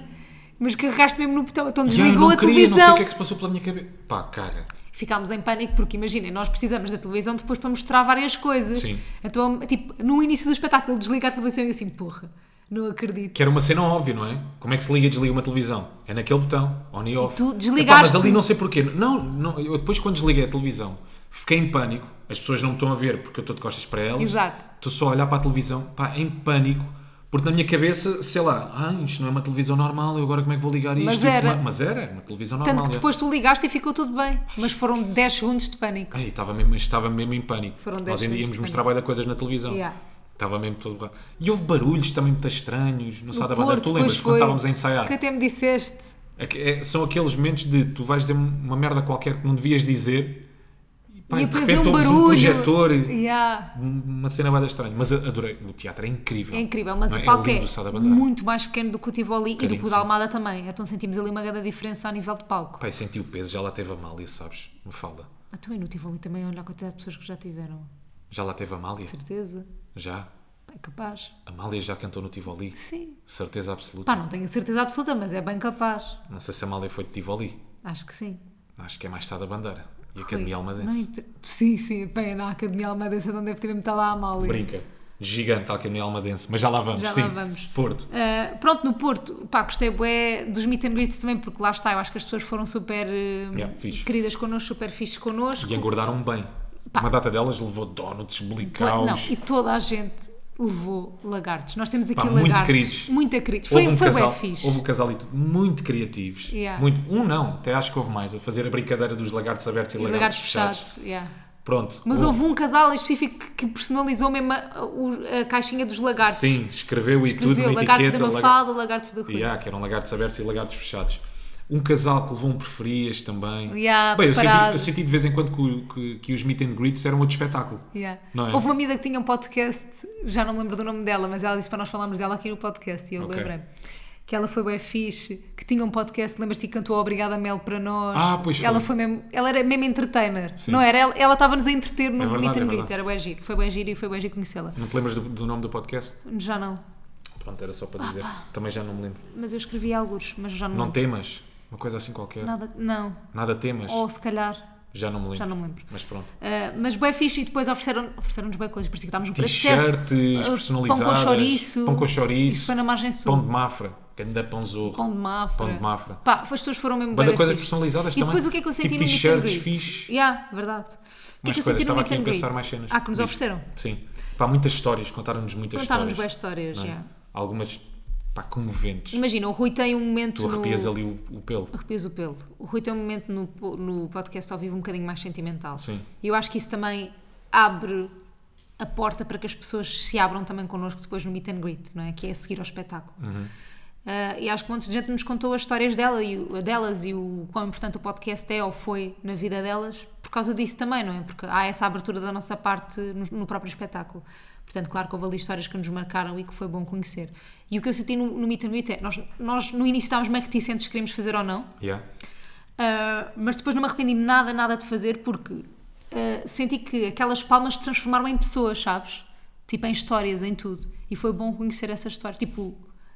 [SPEAKER 1] Mas carregaste mesmo no botão, então
[SPEAKER 2] Já, eu
[SPEAKER 1] desligou
[SPEAKER 2] não
[SPEAKER 1] a
[SPEAKER 2] queria, não sei
[SPEAKER 1] televisão.
[SPEAKER 2] o que é que se passou pela minha cabeça. Pá, cara.
[SPEAKER 1] Ficámos em pânico porque, imaginem, nós precisamos da televisão depois para mostrar várias coisas.
[SPEAKER 2] Sim.
[SPEAKER 1] Então, tipo, no início do espetáculo, ele desliga a televisão e eu assim, porra, não acredito.
[SPEAKER 2] Que era uma cena óbvia, não é? Como é que se liga e desliga uma televisão? É naquele botão, on e off.
[SPEAKER 1] tu
[SPEAKER 2] Epá, mas
[SPEAKER 1] desligaste.
[SPEAKER 2] ali não sei porquê. Não, não, eu depois quando desliguei a televisão, fiquei em pânico. As pessoas não me estão a ver porque eu estou de costas para elas.
[SPEAKER 1] Exato.
[SPEAKER 2] Estou só a olhar para a televisão, pá, em pânico. Porque na minha cabeça, sei lá, ah, isto não é uma televisão normal, eu agora como é que vou ligar isto?
[SPEAKER 1] Mas
[SPEAKER 2] E como é-
[SPEAKER 1] era.
[SPEAKER 2] Mas era, uma televisão normal.
[SPEAKER 1] Tanto que
[SPEAKER 2] é.
[SPEAKER 1] depois tu ligaste e ficou tudo bem. Mas foram 10 segundos de pânico.
[SPEAKER 2] Ai, estava mesmo, estava mesmo em pânico.
[SPEAKER 1] Foram dez
[SPEAKER 2] Nós ainda
[SPEAKER 1] vezes
[SPEAKER 2] íamos
[SPEAKER 1] de
[SPEAKER 2] mostrar
[SPEAKER 1] pânico.
[SPEAKER 2] bué de coisas na televisão.
[SPEAKER 1] Yeah.
[SPEAKER 2] Estava mesmo todo borrado. E houve barulhos também muito estranhos no Sada Bandar.
[SPEAKER 1] Porto,
[SPEAKER 2] Tu lembras
[SPEAKER 1] pois
[SPEAKER 2] quando
[SPEAKER 1] foi.
[SPEAKER 2] estávamos a ensaiar?
[SPEAKER 1] Que até me disseste.
[SPEAKER 2] É que- é- são aqueles momentos de tu vais dizer uma merda qualquer que não devias dizer e, pá,
[SPEAKER 1] e
[SPEAKER 2] e de
[SPEAKER 1] depois havia
[SPEAKER 2] repente
[SPEAKER 1] um
[SPEAKER 2] ouves
[SPEAKER 1] barulho.
[SPEAKER 2] um projetor e
[SPEAKER 1] Yeah.
[SPEAKER 2] uma cena bada estranha. Mas a- adorei. O teatro é incrível.
[SPEAKER 1] É incrível, mas
[SPEAKER 2] Não
[SPEAKER 1] o palco
[SPEAKER 2] lindo,
[SPEAKER 1] é,
[SPEAKER 2] o Sada Bandar.
[SPEAKER 1] muito mais pequeno do que o Tivoli e do que o
[SPEAKER 2] Carinho,
[SPEAKER 1] da
[SPEAKER 2] sim.
[SPEAKER 1] Almada também. Então sentimos ali uma grande diferença a nível de palco.
[SPEAKER 2] Pá, eu senti o peso, já lá teve a Mália, sabes? Me fala.
[SPEAKER 1] Ah, também no Tivoli também, olha a quantidade de pessoas que já tiveram.
[SPEAKER 2] Já lá teve a Mália?
[SPEAKER 1] De certeza.
[SPEAKER 2] Já.
[SPEAKER 1] É capaz.
[SPEAKER 2] A Mália já cantou no Tivoli.
[SPEAKER 1] Sim.
[SPEAKER 2] Certeza absoluta.
[SPEAKER 1] Pá, não tenho a certeza absoluta, mas é bem capaz.
[SPEAKER 2] Não sei se a Mália foi de Tivoli.
[SPEAKER 1] Acho que sim.
[SPEAKER 2] Acho que é mais Sada Bandeira e
[SPEAKER 1] Rui,
[SPEAKER 2] Academia
[SPEAKER 1] não
[SPEAKER 2] Almadense.
[SPEAKER 1] ent- Sim, sim, bem, na Academia Almadense, é onde deve ter mesmo estado lá a Amália.
[SPEAKER 2] Brinca. Gigante a Academia Almadense. Mas já lá vamos,
[SPEAKER 1] Já lá
[SPEAKER 2] sim.
[SPEAKER 1] vamos.
[SPEAKER 2] Porto.
[SPEAKER 1] Uh, pronto, no Porto, pá, gostei bué dos meet and greets também, porque lá está, eu acho que as pessoas foram super uh,
[SPEAKER 2] Yeah, fixe.
[SPEAKER 1] queridas connosco, super fixes connosco.
[SPEAKER 2] E engordaram bem.
[SPEAKER 1] Pá.
[SPEAKER 2] Uma data delas levou donuts,
[SPEAKER 1] Pô, Não,
[SPEAKER 2] bolicaus.
[SPEAKER 1] e toda a gente levou lagartos. Nós temos aqui
[SPEAKER 2] Pá, muito
[SPEAKER 1] lagartos.
[SPEAKER 2] queridos.
[SPEAKER 1] Muito queridos. Foi,
[SPEAKER 2] Houve um,
[SPEAKER 1] foi bué
[SPEAKER 2] casal,
[SPEAKER 1] fixe.
[SPEAKER 2] houve um casal e tudo muito criativos.
[SPEAKER 1] Yeah.
[SPEAKER 2] Muito, um não, até acho que houve mais, a fazer a brincadeira dos lagartos abertos e,
[SPEAKER 1] E
[SPEAKER 2] lagartos,
[SPEAKER 1] lagartos
[SPEAKER 2] fechados.
[SPEAKER 1] fechados. yeah.
[SPEAKER 2] Pronto.
[SPEAKER 1] Mas houve um casal em específico que- que personalizou mesmo a, a- o- a caixinha dos lagartos.
[SPEAKER 2] Sim, escreveu e tudo
[SPEAKER 1] Escreveu
[SPEAKER 2] na
[SPEAKER 1] lagartos
[SPEAKER 2] etiqueta.
[SPEAKER 1] da
[SPEAKER 2] lagar-
[SPEAKER 1] Mafalda, lagartos do Rui.
[SPEAKER 2] Yeah, que eram lagartos abertos e lagartos fechados. Um casal que levou um preferias também.
[SPEAKER 1] Yeah,
[SPEAKER 2] Bem, eu senti,
[SPEAKER 1] preparado.
[SPEAKER 2] eu senti de vez em quando que, o- que- que os meet and greets eram outro espetáculo.
[SPEAKER 1] Yeah.
[SPEAKER 2] Não é?
[SPEAKER 1] Houve uma amiga que tinha um podcast, já não me lembro do nome dela, mas ela disse para nós falarmos dela aqui no podcast e eu
[SPEAKER 2] Ok.
[SPEAKER 1] lembrei-me. Que ela foi bem fixe, que tinha um podcast, lembras-te que cantou a Obrigada Mel para nós.
[SPEAKER 2] Ah, pois foi.
[SPEAKER 1] Ela, foi mesmo, ela era mesmo entertainer,
[SPEAKER 2] Sim.
[SPEAKER 1] não era? Ela ela estava-nos a entreter no
[SPEAKER 2] É verdade,
[SPEAKER 1] meet
[SPEAKER 2] é
[SPEAKER 1] and greet,
[SPEAKER 2] verdade.
[SPEAKER 1] era bem giro. Foi bem giro e foi bem giro conhecê-la.
[SPEAKER 2] Não te lembras do, do nome do podcast?
[SPEAKER 1] Já não,
[SPEAKER 2] Pronto, era só
[SPEAKER 1] Ah,
[SPEAKER 2] para dizer. Também já não me lembro.
[SPEAKER 1] mas eu escrevi alguns, mas já não,
[SPEAKER 2] Não temas? Uma coisa assim qualquer. Nada,
[SPEAKER 1] nada, não.
[SPEAKER 2] temas?
[SPEAKER 1] Ou se calhar,
[SPEAKER 2] Já não me
[SPEAKER 1] Oh,
[SPEAKER 2] lembro.
[SPEAKER 1] já não me lembro.
[SPEAKER 2] Mas pronto.
[SPEAKER 1] Ah, mas bem fixe e depois ofereceram- ofereceram-nos bem coisas, parecia que estávamos no preço certo.
[SPEAKER 2] T-shirts
[SPEAKER 1] Ah,
[SPEAKER 2] personalizadas.
[SPEAKER 1] Pão com chouriço.
[SPEAKER 2] Pão com chouriço.
[SPEAKER 1] Isso foi na margem sul.
[SPEAKER 2] Pão de mafra. Ganda pãozorro.
[SPEAKER 1] Pão de Mafra. é
[SPEAKER 2] Pão de Mafra.
[SPEAKER 1] Pá, as pessoas foram mesmo
[SPEAKER 2] Banda
[SPEAKER 1] bué da
[SPEAKER 2] coisas
[SPEAKER 1] fixe.
[SPEAKER 2] personalizadas
[SPEAKER 1] E
[SPEAKER 2] também.
[SPEAKER 1] depois o que é que eu senti
[SPEAKER 2] tipo
[SPEAKER 1] no meet and
[SPEAKER 2] t-shirts
[SPEAKER 1] greet?
[SPEAKER 2] fixe.
[SPEAKER 1] Yeah, verdade. O que é
[SPEAKER 2] Mais
[SPEAKER 1] que eu
[SPEAKER 2] coisas.
[SPEAKER 1] senti no
[SPEAKER 2] Estava
[SPEAKER 1] meet
[SPEAKER 2] aqui
[SPEAKER 1] and
[SPEAKER 2] a
[SPEAKER 1] greet?
[SPEAKER 2] pensar mais cenas.
[SPEAKER 1] Ah, que nos
[SPEAKER 2] Diz.
[SPEAKER 1] ofereceram.
[SPEAKER 2] Sim. Pá, muitas histórias. Contaram-nos muitas
[SPEAKER 1] Contaram-nos boas histórias,
[SPEAKER 2] histórias. não é?
[SPEAKER 1] yeah.
[SPEAKER 2] Algumas, pá, comoventes.
[SPEAKER 1] Imagina, o Rui tem um momento
[SPEAKER 2] Tu arrepias
[SPEAKER 1] no...
[SPEAKER 2] ali o, o pelo.
[SPEAKER 1] Arrepias o pelo. O Rui tem um momento no, po- no podcast ao vivo um bocadinho mais sentimental.
[SPEAKER 2] Sim.
[SPEAKER 1] E eu acho que isso também abre a porta para que as pessoas se abram também connosco depois no meet and greet, não é? Que é a seguir ao espetáculo. Ah, e acho que um monte de gente nos contou as histórias dela e, o- delas e o quão importante o podcast é ou foi na vida delas por causa disso também, não é? Porque há essa abertura da nossa parte no, no próprio espetáculo. Portanto, claro que houve ali histórias que nos marcaram e que foi bom conhecer. E o que eu senti no, no Meet and Greet é, nós, nós no início estávamos meio reticentes se queríamos fazer ou não,
[SPEAKER 2] Yeah.
[SPEAKER 1] Ah, mas depois não me arrependi nada, nada de fazer porque ah, senti que aquelas palmas se transformaram em pessoas, sabes? Tipo, em histórias, em tudo. E foi bom conhecer essas histórias. Tipo,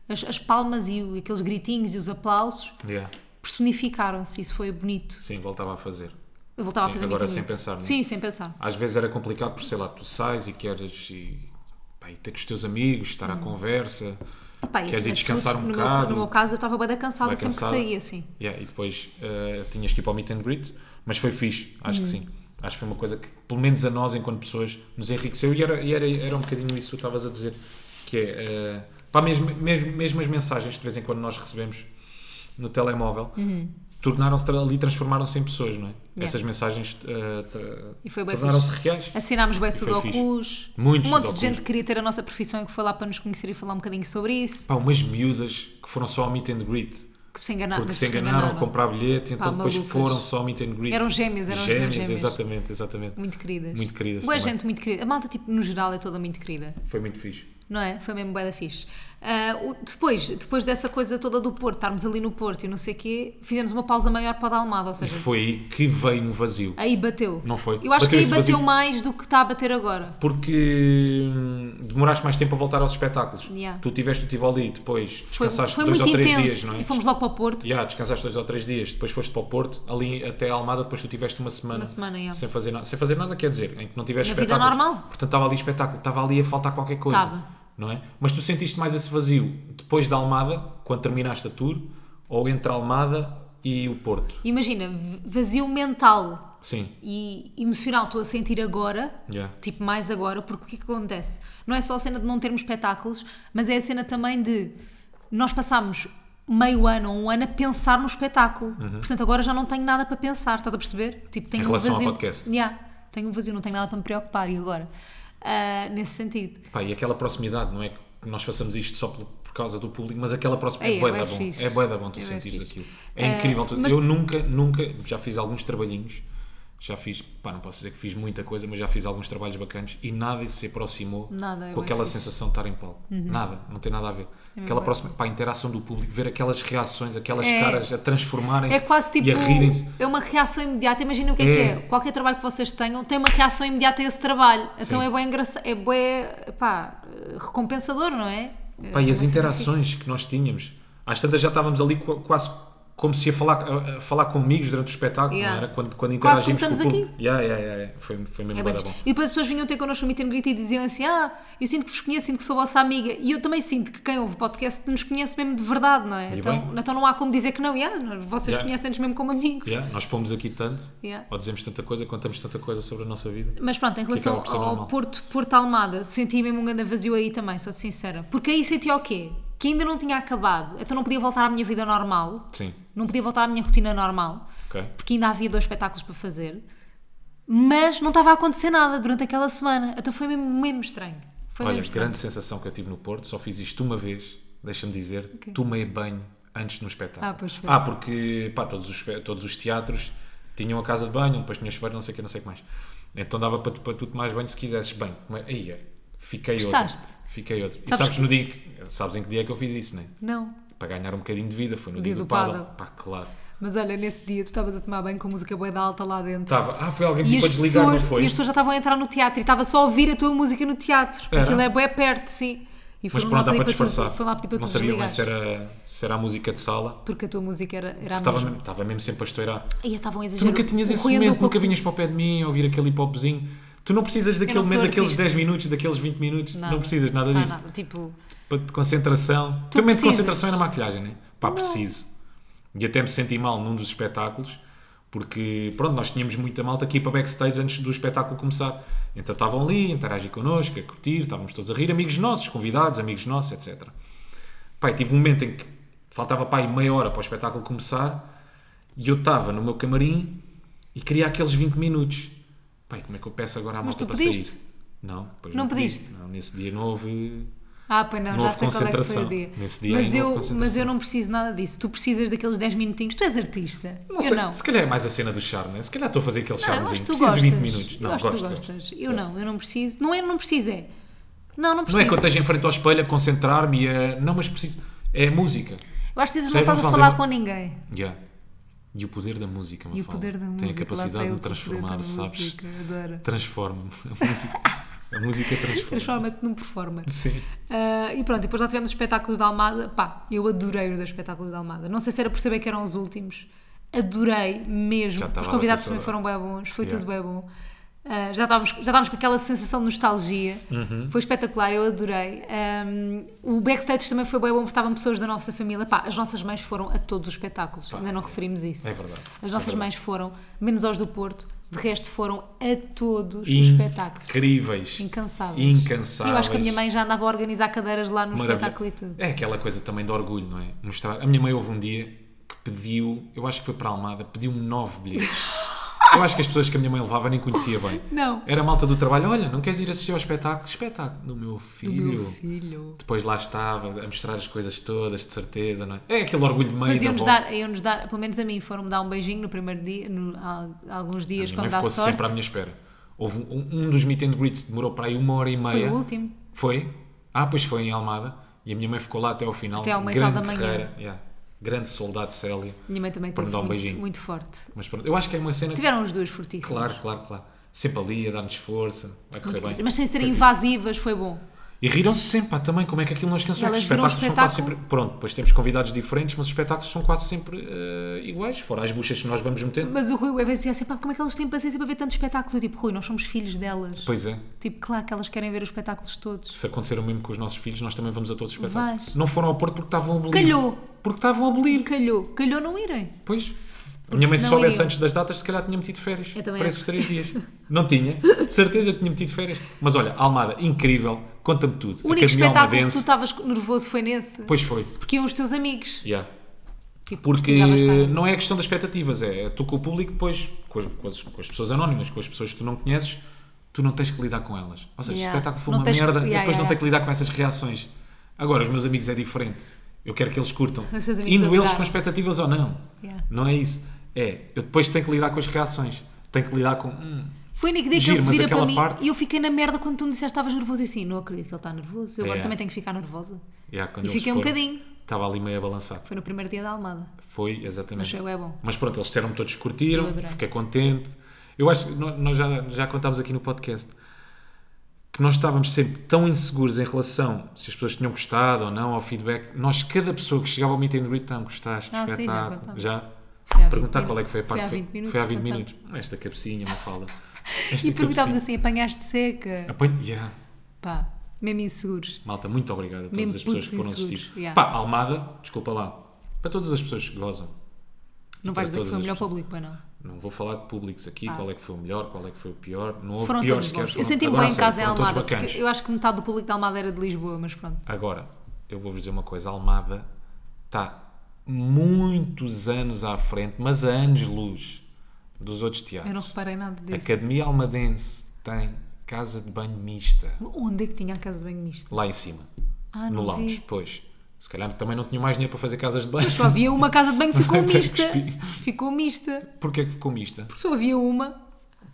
[SPEAKER 1] as, as palmas e o- aqueles gritinhos e os aplausos
[SPEAKER 2] Yeah.
[SPEAKER 1] personificaram-se. Isso foi bonito.
[SPEAKER 2] Sim, voltava a fazer.
[SPEAKER 1] Eu voltava
[SPEAKER 2] Sim,
[SPEAKER 1] a fazer
[SPEAKER 2] agora
[SPEAKER 1] muito
[SPEAKER 2] sem
[SPEAKER 1] bonito.
[SPEAKER 2] pensar, não é?
[SPEAKER 1] Sim, sem pensar.
[SPEAKER 2] Às vezes era complicado por, sei lá, tu sais e queres e, pá, e ter com os teus amigos, estar
[SPEAKER 1] Hum.
[SPEAKER 2] à conversa.
[SPEAKER 1] Epá, e
[SPEAKER 2] Queres
[SPEAKER 1] acima
[SPEAKER 2] ir
[SPEAKER 1] de
[SPEAKER 2] descansar
[SPEAKER 1] tudo,
[SPEAKER 2] um
[SPEAKER 1] no Meu,
[SPEAKER 2] bocado?
[SPEAKER 1] no meu caso, eu estava bem cansada
[SPEAKER 2] Bué
[SPEAKER 1] sempre
[SPEAKER 2] cansada.
[SPEAKER 1] que saía, assim.
[SPEAKER 2] Yeah, e depois eh, tinhas que ir para o meet and greet, mas foi fixe, acho
[SPEAKER 1] Uhum.
[SPEAKER 2] que sim. Acho que foi uma coisa que, pelo menos a nós, enquanto pessoas, nos enriqueceu e era, e era, era um bocadinho isso que tu estavas a dizer, que é, eh, pá, mesmo, mesmo, mesmo as mensagens que de vez em quando nós recebemos no telemóvel,
[SPEAKER 1] Uhum.
[SPEAKER 2] tornaram-se, tra- ali transformaram-se em pessoas, não é? Essas mensagens eh, tra-
[SPEAKER 1] E foi bué
[SPEAKER 2] tornaram-se reais.
[SPEAKER 1] Assinámos bem
[SPEAKER 2] foi
[SPEAKER 1] sudokus.
[SPEAKER 2] Muitos
[SPEAKER 1] Um monte de
[SPEAKER 2] sudokus.
[SPEAKER 1] gente que queria ter a nossa profissão e que foi lá para nos conhecer e falar um bocadinho sobre isso.
[SPEAKER 2] Pá, umas miúdas que foram só ao meet and greet,
[SPEAKER 1] Que se enganaram.
[SPEAKER 2] Porque
[SPEAKER 1] Ah, mas
[SPEAKER 2] se enganaram a
[SPEAKER 1] enganaram.
[SPEAKER 2] comprar bilhete, então depois
[SPEAKER 1] malucas.
[SPEAKER 2] foram só ao meet and greet.
[SPEAKER 1] Eram gêmeas, eram as duas gêmeas.
[SPEAKER 2] exatamente, exatamente.
[SPEAKER 1] Muito queridas.
[SPEAKER 2] Muito queridas
[SPEAKER 1] Boa
[SPEAKER 2] também.
[SPEAKER 1] gente, muito querida. A malta, tipo, no geral, é toda muito querida.
[SPEAKER 2] Foi muito fixe.
[SPEAKER 1] Não é? Foi mesmo bué da fixe. Ah, o- depois, depois dessa coisa toda do Porto, estarmos ali no Porto e não sei o quê, fizemos uma pausa maior para o da Almada, ou
[SPEAKER 2] E
[SPEAKER 1] seja,
[SPEAKER 2] foi aí que veio um vazio.
[SPEAKER 1] aí bateu.
[SPEAKER 2] Não foi.
[SPEAKER 1] Eu acho
[SPEAKER 2] Bateu
[SPEAKER 1] que aí
[SPEAKER 2] esse
[SPEAKER 1] bateu
[SPEAKER 2] vazio.
[SPEAKER 1] mais do que está a bater agora.
[SPEAKER 2] Porque hum, demoraste mais tempo a voltar aos espetáculos.
[SPEAKER 1] Yeah.
[SPEAKER 2] Tu tiveste o Tivoli, depois
[SPEAKER 1] Foi,
[SPEAKER 2] descansaste
[SPEAKER 1] foi
[SPEAKER 2] dois
[SPEAKER 1] muito
[SPEAKER 2] ou três
[SPEAKER 1] intenso
[SPEAKER 2] dias, não é?
[SPEAKER 1] e fomos logo para o Porto.
[SPEAKER 2] Yeah, descansaste dois ou três dias, depois foste para o Porto, ali até a Almada, depois tu tiveste uma semana,
[SPEAKER 1] Uma semana, yeah.
[SPEAKER 2] sem, fazer nada, sem fazer nada, quer dizer, em que não tiveste
[SPEAKER 1] Na vida
[SPEAKER 2] espetáculo.
[SPEAKER 1] normal.
[SPEAKER 2] Portanto, estava ali espetáculo, estava ali a faltar qualquer coisa.
[SPEAKER 1] Estava.
[SPEAKER 2] Não é? Mas tu sentiste mais esse vazio depois da Almada, quando terminaste a tour, ou entre a Almada e o Porto?
[SPEAKER 1] Imagina, v- vazio mental.
[SPEAKER 2] Sim.
[SPEAKER 1] e emocional estou a sentir agora,
[SPEAKER 2] Yeah.
[SPEAKER 1] tipo mais agora, porque o que é que acontece? Não é só a cena de não termos espetáculos, mas é a cena também de nós passarmos meio ano ou um ano a pensar no espetáculo. Portanto, agora já não tenho nada para pensar, estás a perceber? Tipo, tenho
[SPEAKER 2] Uhum. Em relação
[SPEAKER 1] um
[SPEAKER 2] ao
[SPEAKER 1] vazio.
[SPEAKER 2] podcast.
[SPEAKER 1] Yeah, tenho um vazio, não tenho nada para me preocupar e agora? Ah, nesse sentido.
[SPEAKER 2] Pá, e aquela proximidade, não é que nós façamos isto só por, por causa do público, mas aquela proximidade
[SPEAKER 1] Ei,
[SPEAKER 2] é bué
[SPEAKER 1] é
[SPEAKER 2] da
[SPEAKER 1] bué
[SPEAKER 2] bom.
[SPEAKER 1] fixe.
[SPEAKER 2] É bué da bom tu
[SPEAKER 1] É bué
[SPEAKER 2] sentires
[SPEAKER 1] fixe.
[SPEAKER 2] aquilo. É
[SPEAKER 1] Eh,
[SPEAKER 2] incrível. tu-
[SPEAKER 1] mas-
[SPEAKER 2] Eu nunca, nunca, já fiz alguns trabalhinhos, já fiz, pá, não posso dizer que fiz muita coisa, mas já fiz alguns trabalhos bacanas e nada se aproximou
[SPEAKER 1] Nada, é
[SPEAKER 2] com
[SPEAKER 1] bué
[SPEAKER 2] aquela
[SPEAKER 1] fixe. Uhum. É
[SPEAKER 2] sensação de estar em palco. Nada, não tem nada a ver.
[SPEAKER 1] bué
[SPEAKER 2] Aquela
[SPEAKER 1] bom.
[SPEAKER 2] próxima, pá, a interação do público, ver aquelas reações, aquelas
[SPEAKER 1] É.
[SPEAKER 2] caras a transformarem-se
[SPEAKER 1] É quase tipo.
[SPEAKER 2] e a rirem-se.
[SPEAKER 1] É uma reação imediata. Imagina o que é,
[SPEAKER 2] É.
[SPEAKER 1] que é. Qualquer trabalho que vocês tenham tem uma reação imediata a esse trabalho. Então
[SPEAKER 2] Sim.
[SPEAKER 1] é bem engraçado. É bem. pá, recompensador, não é?
[SPEAKER 2] Pá, e
[SPEAKER 1] É
[SPEAKER 2] as
[SPEAKER 1] uma cena
[SPEAKER 2] interações que nós tínhamos, às tantas já estávamos ali qu- quase como se ia falar, a, a falar com amigos durante o espetáculo,
[SPEAKER 1] Yeah.
[SPEAKER 2] não era? Quando, quando
[SPEAKER 1] Quase como
[SPEAKER 2] interagimos com o
[SPEAKER 1] estamos
[SPEAKER 2] público. Yeah, yeah, yeah, yeah. Foi, foi mesmo
[SPEAKER 1] É
[SPEAKER 2] bué
[SPEAKER 1] bué
[SPEAKER 2] da
[SPEAKER 1] fixe.
[SPEAKER 2] bom.
[SPEAKER 1] E depois as pessoas vinham ter connosco o meet and greet e diziam assim: Ah, eu sinto que vos conheço, sinto que sou vossa amiga. E eu também sinto que quem ouve o podcast nos conhece mesmo de verdade, não é?
[SPEAKER 2] E
[SPEAKER 1] Então,
[SPEAKER 2] bem.
[SPEAKER 1] então não há como dizer que não. Yeah, nós- vocês
[SPEAKER 2] Yeah.
[SPEAKER 1] conhecem-nos mesmo como amigos.
[SPEAKER 2] Yeah, Nós pomos aqui tanto,
[SPEAKER 1] Yeah.
[SPEAKER 2] ou dizemos tanta coisa, contamos tanta coisa sobre a nossa vida.
[SPEAKER 1] Mas pronto, em relação
[SPEAKER 2] acaba por ser
[SPEAKER 1] ao
[SPEAKER 2] é normal.
[SPEAKER 1] Porto, Porto Almada, senti mesmo um grande vazio aí também, sou sincera. Porque aí senti o quê? Que ainda não tinha acabado, então não podia voltar à minha vida normal,
[SPEAKER 2] Sim,
[SPEAKER 1] não podia voltar à minha rotina normal,
[SPEAKER 2] ok.
[SPEAKER 1] porque ainda havia dois espetáculos para fazer, mas não estava a acontecer nada durante aquela semana, então foi mesmo, mesmo estranho. Foi
[SPEAKER 2] Olha,
[SPEAKER 1] mesmo estranho.
[SPEAKER 2] grande sensação que eu tive no Porto, só fiz isto uma vez, deixa-me dizer, tomei banho antes no espetáculo.
[SPEAKER 1] Ah, pois foi.
[SPEAKER 2] Ah, porque pá, todos, os, espe- todos os teatros tinham a casa de banho, depois tinha chuveiro, não sei o que, não sei o que mais. Então dava para, tu- para tu tomares banho se quisesses bem. Mas aí é, fiquei
[SPEAKER 1] Gostaste?
[SPEAKER 2] outro. Fiquei outro.
[SPEAKER 1] Sabes
[SPEAKER 2] e sabes
[SPEAKER 1] que-
[SPEAKER 2] no dia que- sabes em que dia é que eu fiz isso, né?
[SPEAKER 1] Não,
[SPEAKER 2] Para ganhar um bocadinho de vida, foi no
[SPEAKER 1] Dia
[SPEAKER 2] dia,
[SPEAKER 1] do
[SPEAKER 2] do, paddle.
[SPEAKER 1] paddle.
[SPEAKER 2] Pá, claro.
[SPEAKER 1] mas olha, nesse dia tu estavas a tomar banho com música boa da alta lá dentro.
[SPEAKER 2] Estava, ah, foi alguém que
[SPEAKER 1] E
[SPEAKER 2] pediu
[SPEAKER 1] as,
[SPEAKER 2] para desligar,
[SPEAKER 1] pessoas,
[SPEAKER 2] não foi?
[SPEAKER 1] e as pessoas já estavam a entrar no teatro e estava só a ouvir a tua música no teatro.
[SPEAKER 2] Era?
[SPEAKER 1] Aquilo é bué perto, sim. E
[SPEAKER 2] Mas
[SPEAKER 1] foram
[SPEAKER 2] pronto, dá
[SPEAKER 1] pedir
[SPEAKER 2] para
[SPEAKER 1] tu-
[SPEAKER 2] disfarçar.
[SPEAKER 1] foram lá pedir para
[SPEAKER 2] não
[SPEAKER 1] tu
[SPEAKER 2] sabia bem
[SPEAKER 1] desligares.
[SPEAKER 2] se era, se era a música de sala.
[SPEAKER 1] Porque a tua música era, era a
[SPEAKER 2] Estava
[SPEAKER 1] mesma.
[SPEAKER 2] mesmo, estava mesmo sempre a estourar.
[SPEAKER 1] E estavam a
[SPEAKER 2] Tu
[SPEAKER 1] exagerar.
[SPEAKER 2] nunca tinhas
[SPEAKER 1] O
[SPEAKER 2] esse
[SPEAKER 1] ruído
[SPEAKER 2] momento,
[SPEAKER 1] do
[SPEAKER 2] nunca
[SPEAKER 1] copo-
[SPEAKER 2] vinhas para o pé de mim a ouvir aquele hipopzinho. Tu não precisas daquele
[SPEAKER 1] não sou
[SPEAKER 2] momento, daqueles
[SPEAKER 1] artista.
[SPEAKER 2] 10 minutos, daqueles 20 minutos.
[SPEAKER 1] Nada.
[SPEAKER 2] Não precisas nada
[SPEAKER 1] Pá,
[SPEAKER 2] disso.
[SPEAKER 1] nada, Tipo,
[SPEAKER 2] Para de concentração. Tu momento de
[SPEAKER 1] precisas.
[SPEAKER 2] concentração era maquilhagem, né? Pá, preciso. E até me senti mal num dos espetáculos, porque, pronto, nós tínhamos muita malta aqui para backstage antes do espetáculo começar. Então estavam ali, a interagir connosco, a curtir, estávamos todos a rir, amigos nossos, convidados, amigos nossos, etc. Pá, e tive um momento em que faltava pá, aí meia hora para o espetáculo começar e eu estava no meu camarim e queria aqueles 20 minutos. Pá, e como é que eu peço agora à malta
[SPEAKER 1] tu
[SPEAKER 2] para
[SPEAKER 1] pediste?
[SPEAKER 2] sair? Não, depois
[SPEAKER 1] Não
[SPEAKER 2] não, pedi.
[SPEAKER 1] pediste?
[SPEAKER 2] Não, nesse dia não houve
[SPEAKER 1] ah, pois não,
[SPEAKER 2] Não
[SPEAKER 1] já
[SPEAKER 2] houve
[SPEAKER 1] sei qual é que foi o
[SPEAKER 2] concentração.
[SPEAKER 1] dia.
[SPEAKER 2] Nesse dia
[SPEAKER 1] mas,
[SPEAKER 2] ainda
[SPEAKER 1] eu,
[SPEAKER 2] houve concentração.
[SPEAKER 1] mas eu não preciso nada disso. Tu precisas daqueles 10 minutinhos. Tu és artista.
[SPEAKER 2] Não
[SPEAKER 1] eu
[SPEAKER 2] sei,
[SPEAKER 1] não.
[SPEAKER 2] Se calhar é mais a cena do charme, né? Se calhar estou a fazer aquele
[SPEAKER 1] Não, eu acho que
[SPEAKER 2] charmezinho.
[SPEAKER 1] tu
[SPEAKER 2] Preciso
[SPEAKER 1] gostas.
[SPEAKER 2] de 20 minutos. Não,
[SPEAKER 1] eu acho que tu
[SPEAKER 2] gosto,
[SPEAKER 1] gostas.
[SPEAKER 2] gosto.
[SPEAKER 1] Eu não, eu não preciso. Não é, não preciso, é. Não, não
[SPEAKER 2] Não
[SPEAKER 1] preciso.
[SPEAKER 2] é que eu esteja em frente ao espelho a concentrar-me e a... Não, mas preciso... É a música.
[SPEAKER 1] Eu acho que vocês não
[SPEAKER 2] Percebes?
[SPEAKER 1] estás a
[SPEAKER 2] Não
[SPEAKER 1] falar
[SPEAKER 2] falo
[SPEAKER 1] com ninguém.
[SPEAKER 2] Yeah. E o poder da música,
[SPEAKER 1] E o
[SPEAKER 2] Mafalda.
[SPEAKER 1] poder da música.
[SPEAKER 2] Tem a
[SPEAKER 1] lá está
[SPEAKER 2] capacidade
[SPEAKER 1] ele com o poder
[SPEAKER 2] de
[SPEAKER 1] da
[SPEAKER 2] transformar, sabes?
[SPEAKER 1] música, adoro.
[SPEAKER 2] Transforma-me. A música, a música transforma.
[SPEAKER 1] Transforma-te num performer.
[SPEAKER 2] Sim.
[SPEAKER 1] Ah, e pronto, e depois lá tivemos os espetáculos da Almada. Pá, eu adorei os dois espetáculos da Almada. Não sei se era por saber que eram os últimos. Adorei mesmo.
[SPEAKER 2] Já estava
[SPEAKER 1] Os
[SPEAKER 2] a
[SPEAKER 1] convidados
[SPEAKER 2] bater
[SPEAKER 1] também foram bem bons, foi
[SPEAKER 2] Yeah.
[SPEAKER 1] tudo bem bom. Ah, já, estávamos, já estávamos com aquela sensação de nostalgia.
[SPEAKER 2] Uhum.
[SPEAKER 1] Foi espetacular, eu adorei. Ahm, o backstage também foi bem bom porque estavam pessoas da nossa família. Pá, as nossas mães foram a todos os espetáculos. Ainda não referimos isso.
[SPEAKER 2] é verdade.
[SPEAKER 1] As
[SPEAKER 2] É
[SPEAKER 1] nossas
[SPEAKER 2] verdade.
[SPEAKER 1] mães foram, menos aos do Porto, de resto foram a todos os espetáculos.
[SPEAKER 2] Incríveis.
[SPEAKER 1] Incansáveis.
[SPEAKER 2] Incansáveis.
[SPEAKER 1] Eu acho que a minha mãe já andava a organizar cadeiras lá no
[SPEAKER 2] Maravilha.
[SPEAKER 1] Um espetáculo e tudo.
[SPEAKER 2] É aquela coisa também de orgulho, não é? Mostrar. A minha mãe houve um dia que pediu, eu acho que foi para a Almada, pediu-me nove bilhetes. Eu acho que as pessoas que a minha mãe levava nem conhecia bem.
[SPEAKER 1] Não.
[SPEAKER 2] Era a malta do trabalho, olha, não queres ir assistir ao espetáculo? Espetáculo, do meu filho.
[SPEAKER 1] filho.
[SPEAKER 2] Depois lá estava, a mostrar as coisas todas, de certeza, não é? É aquele orgulho de mãe
[SPEAKER 1] Mas
[SPEAKER 2] e da
[SPEAKER 1] iam-nos
[SPEAKER 2] avó.
[SPEAKER 1] dar, iam-nos dar, pelo menos a mim, foram-me dar um beijinho no primeiro dia, no- há alguns dias,
[SPEAKER 2] Minha
[SPEAKER 1] para
[SPEAKER 2] mãe
[SPEAKER 1] me dar
[SPEAKER 2] ficou
[SPEAKER 1] sorte.
[SPEAKER 2] sempre à minha espera. Houve um, um- um dos meet and greets que demorou para aí uma hora e meia.
[SPEAKER 1] Foi o último.
[SPEAKER 2] Foi? Ah, pois foi em Almada. E a minha mãe ficou lá até ao final.
[SPEAKER 1] Até ao meio
[SPEAKER 2] Grande
[SPEAKER 1] da manhã.
[SPEAKER 2] guerreira, yeah. Grande soldado Célia.
[SPEAKER 1] Minha mãe também
[SPEAKER 2] Para me
[SPEAKER 1] teve
[SPEAKER 2] dar um
[SPEAKER 1] muito,
[SPEAKER 2] beijinho.
[SPEAKER 1] muito forte.
[SPEAKER 2] Mas pronto, eu acho que é uma cena.
[SPEAKER 1] Tiveram os dois fortíssimos.
[SPEAKER 2] Claro, claro, claro. Sempre ali, a dar-nos força. Vai correr bem.
[SPEAKER 1] Mas sem serem invasivas, foi bom.
[SPEAKER 2] E riram-se sempre, pá, também. Como é que aquilo não esqueceu?
[SPEAKER 1] Elas
[SPEAKER 2] Os
[SPEAKER 1] viram o
[SPEAKER 2] espetáculos são quase sempre.
[SPEAKER 1] espetáculo.
[SPEAKER 2] Pronto, depois temos convidados diferentes, mas os espetáculos são quase sempre eh, iguais. Fora as buchas que nós vamos metendo.
[SPEAKER 1] Mas o Rui Ué dizia assim: pá, como é que elas têm paciência para ver tantos espetáculos? Eu tipo, Rui, nós somos filhos delas.
[SPEAKER 2] Pois é.
[SPEAKER 1] Tipo, claro que elas querem ver os espetáculos todos.
[SPEAKER 2] Se acontecer o mesmo com os nossos filhos, nós também vamos a todos os espetáculos.
[SPEAKER 1] Vais.
[SPEAKER 2] Não foram ao Porto porque estavam a abolir.
[SPEAKER 1] Calhou.
[SPEAKER 2] Porque estavam a abolir.
[SPEAKER 1] Calhou, calhou não irem.
[SPEAKER 2] Pois. a minha mãe, se
[SPEAKER 1] senão
[SPEAKER 2] soubesse
[SPEAKER 1] iriam.
[SPEAKER 2] antes das datas, se calhar tinha metido férias
[SPEAKER 1] Eu também
[SPEAKER 2] para
[SPEAKER 1] acho.
[SPEAKER 2] esses três dias. Não tinha, de certeza que tinha metido férias. Mas olha, Almada, incrível, conta-me tudo.
[SPEAKER 1] O único
[SPEAKER 2] Academia
[SPEAKER 1] espetáculo que
[SPEAKER 2] Almadense.
[SPEAKER 1] tu estavas nervoso foi nesse.
[SPEAKER 2] Pois foi,
[SPEAKER 1] Porque iam os teus amigos.
[SPEAKER 2] yeah.
[SPEAKER 1] Tipo,
[SPEAKER 2] porque
[SPEAKER 1] precisava estar.
[SPEAKER 2] não é a questão das expectativas, é tu com o público depois, com as, com as- com as pessoas anónimas, com as pessoas que tu não conheces, tu não tens que lidar com elas. Ou seja,
[SPEAKER 1] Yeah.
[SPEAKER 2] o espetáculo foi
[SPEAKER 1] Não
[SPEAKER 2] uma
[SPEAKER 1] tens que-
[SPEAKER 2] merda,
[SPEAKER 1] yeah,
[SPEAKER 2] eu depois
[SPEAKER 1] yeah,
[SPEAKER 2] não tenho
[SPEAKER 1] yeah.
[SPEAKER 2] que lidar com essas reações. Agora, os meus amigos é diferente. Eu quero que eles curtam.
[SPEAKER 1] Os seus amigos
[SPEAKER 2] Indo eles
[SPEAKER 1] adoraram.
[SPEAKER 2] com expectativas ou não.
[SPEAKER 1] Yeah.
[SPEAKER 2] Não é isso. É, eu depois tenho que lidar com as reações. Tenho que lidar com. hum,
[SPEAKER 1] Foi o único dia que
[SPEAKER 2] Giro,
[SPEAKER 1] ele se
[SPEAKER 2] mas
[SPEAKER 1] vira para
[SPEAKER 2] aquela
[SPEAKER 1] mim
[SPEAKER 2] parte-
[SPEAKER 1] e eu fiquei na merda quando tu me disseste que estavas nervoso. Eu assim, não acredito que ele está nervoso. Eu agora
[SPEAKER 2] É.
[SPEAKER 1] também tenho que ficar nervosa.
[SPEAKER 2] yeah, quando
[SPEAKER 1] E
[SPEAKER 2] eles
[SPEAKER 1] fiquei um
[SPEAKER 2] foram,
[SPEAKER 1] bocadinho.
[SPEAKER 2] Estava ali meio a balançar.
[SPEAKER 1] Foi no primeiro dia da Almada.
[SPEAKER 2] Foi, exatamente.
[SPEAKER 1] Mas é bom.
[SPEAKER 2] Mas pronto, eles disseram todos que
[SPEAKER 1] Eu
[SPEAKER 2] curtiram,
[SPEAKER 1] adorei.
[SPEAKER 2] fiquei contente. Eu acho que nó- nós já, já contámos aqui no podcast que nós estávamos sempre tão inseguros em relação se as pessoas tinham gostado ou não ao feedback. Nós, cada pessoa que chegava ao meet and greet, então, gostaste do
[SPEAKER 1] Ah, sim, já
[SPEAKER 2] espetáculo?
[SPEAKER 1] contámos.
[SPEAKER 2] já?
[SPEAKER 1] Foi há 20
[SPEAKER 2] Perguntar
[SPEAKER 1] minutos.
[SPEAKER 2] qual é que foi a parte.
[SPEAKER 1] Foi há
[SPEAKER 2] que
[SPEAKER 1] 20 minutos.
[SPEAKER 2] Foi há 20
[SPEAKER 1] portanto.
[SPEAKER 2] minutos. Esta cabecinha, uma fala. Esta
[SPEAKER 1] E perguntávamos
[SPEAKER 2] cabecinha.
[SPEAKER 1] assim, apanhaste seca?
[SPEAKER 2] Apanho- yeah.
[SPEAKER 1] Pá, mesmo inseguros.
[SPEAKER 2] Malta, muito obrigado a todas
[SPEAKER 1] Mesmo
[SPEAKER 2] as pessoas
[SPEAKER 1] putos
[SPEAKER 2] que foram
[SPEAKER 1] inseguros,
[SPEAKER 2] assistir.
[SPEAKER 1] yeah.
[SPEAKER 2] Pá, Almada, desculpa lá. Para todas as pessoas que gozam.
[SPEAKER 1] Não
[SPEAKER 2] E para
[SPEAKER 1] vais dizer que
[SPEAKER 2] todas
[SPEAKER 1] foi o
[SPEAKER 2] as
[SPEAKER 1] melhor
[SPEAKER 2] pessoas.
[SPEAKER 1] público, pois não?
[SPEAKER 2] Não vou falar de públicos aqui, qual é que foi o melhor, qual é que foi o pior. Não houve
[SPEAKER 1] Ah. Foram
[SPEAKER 2] piores
[SPEAKER 1] todos
[SPEAKER 2] que eles
[SPEAKER 1] bons.
[SPEAKER 2] foram-
[SPEAKER 1] Eu senti-me
[SPEAKER 2] Agora,
[SPEAKER 1] bem em
[SPEAKER 2] a sério,
[SPEAKER 1] casa em
[SPEAKER 2] foram todos
[SPEAKER 1] Almada,
[SPEAKER 2] bacanas.
[SPEAKER 1] porque eu acho que metade do público da Almada era de Lisboa, mas pronto.
[SPEAKER 2] Agora, eu vou-vos dizer uma coisa. Almada está muitos anos à frente, mas a anos-luz dos outros
[SPEAKER 1] Eu não
[SPEAKER 2] teatros.
[SPEAKER 1] reparei nada
[SPEAKER 2] A
[SPEAKER 1] disso.
[SPEAKER 2] Academia Almadense tem casa de banho mista.
[SPEAKER 1] Onde é que tinha a casa de banho mista?
[SPEAKER 2] Lá em cima.
[SPEAKER 1] Ah,
[SPEAKER 2] no
[SPEAKER 1] não
[SPEAKER 2] lounge,
[SPEAKER 1] vi.
[SPEAKER 2] pois. Se calhar também não tinha mais dinheiro para fazer casas de banho.
[SPEAKER 1] Só havia uma casa de banho que ficou
[SPEAKER 2] Até
[SPEAKER 1] mista.
[SPEAKER 2] cuspi.
[SPEAKER 1] Ficou mista.
[SPEAKER 2] Porquê que ficou mista?
[SPEAKER 1] Só havia uma,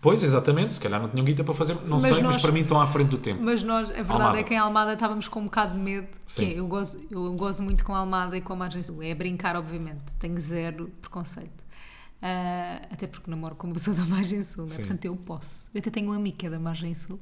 [SPEAKER 2] Pois, exatamente, se calhar não tinham guita para fazer, não
[SPEAKER 1] Mas
[SPEAKER 2] sei,
[SPEAKER 1] nós-
[SPEAKER 2] mas para mim estão à frente do tempo.
[SPEAKER 1] mas nós, a verdade
[SPEAKER 2] Almada.
[SPEAKER 1] é que em Almada estávamos com um bocado de medo.
[SPEAKER 2] Sim.
[SPEAKER 1] Que é, eu, gozo, eu gozo muito com a Almada e com a Margem Sul. É brincar, obviamente. Tenho zero preconceito. Ah, até porque namoro com uma pessoa da Margem Sul, né?
[SPEAKER 2] Sim.
[SPEAKER 1] portanto eu posso. Eu até tenho um amigo que é da Margem Sul.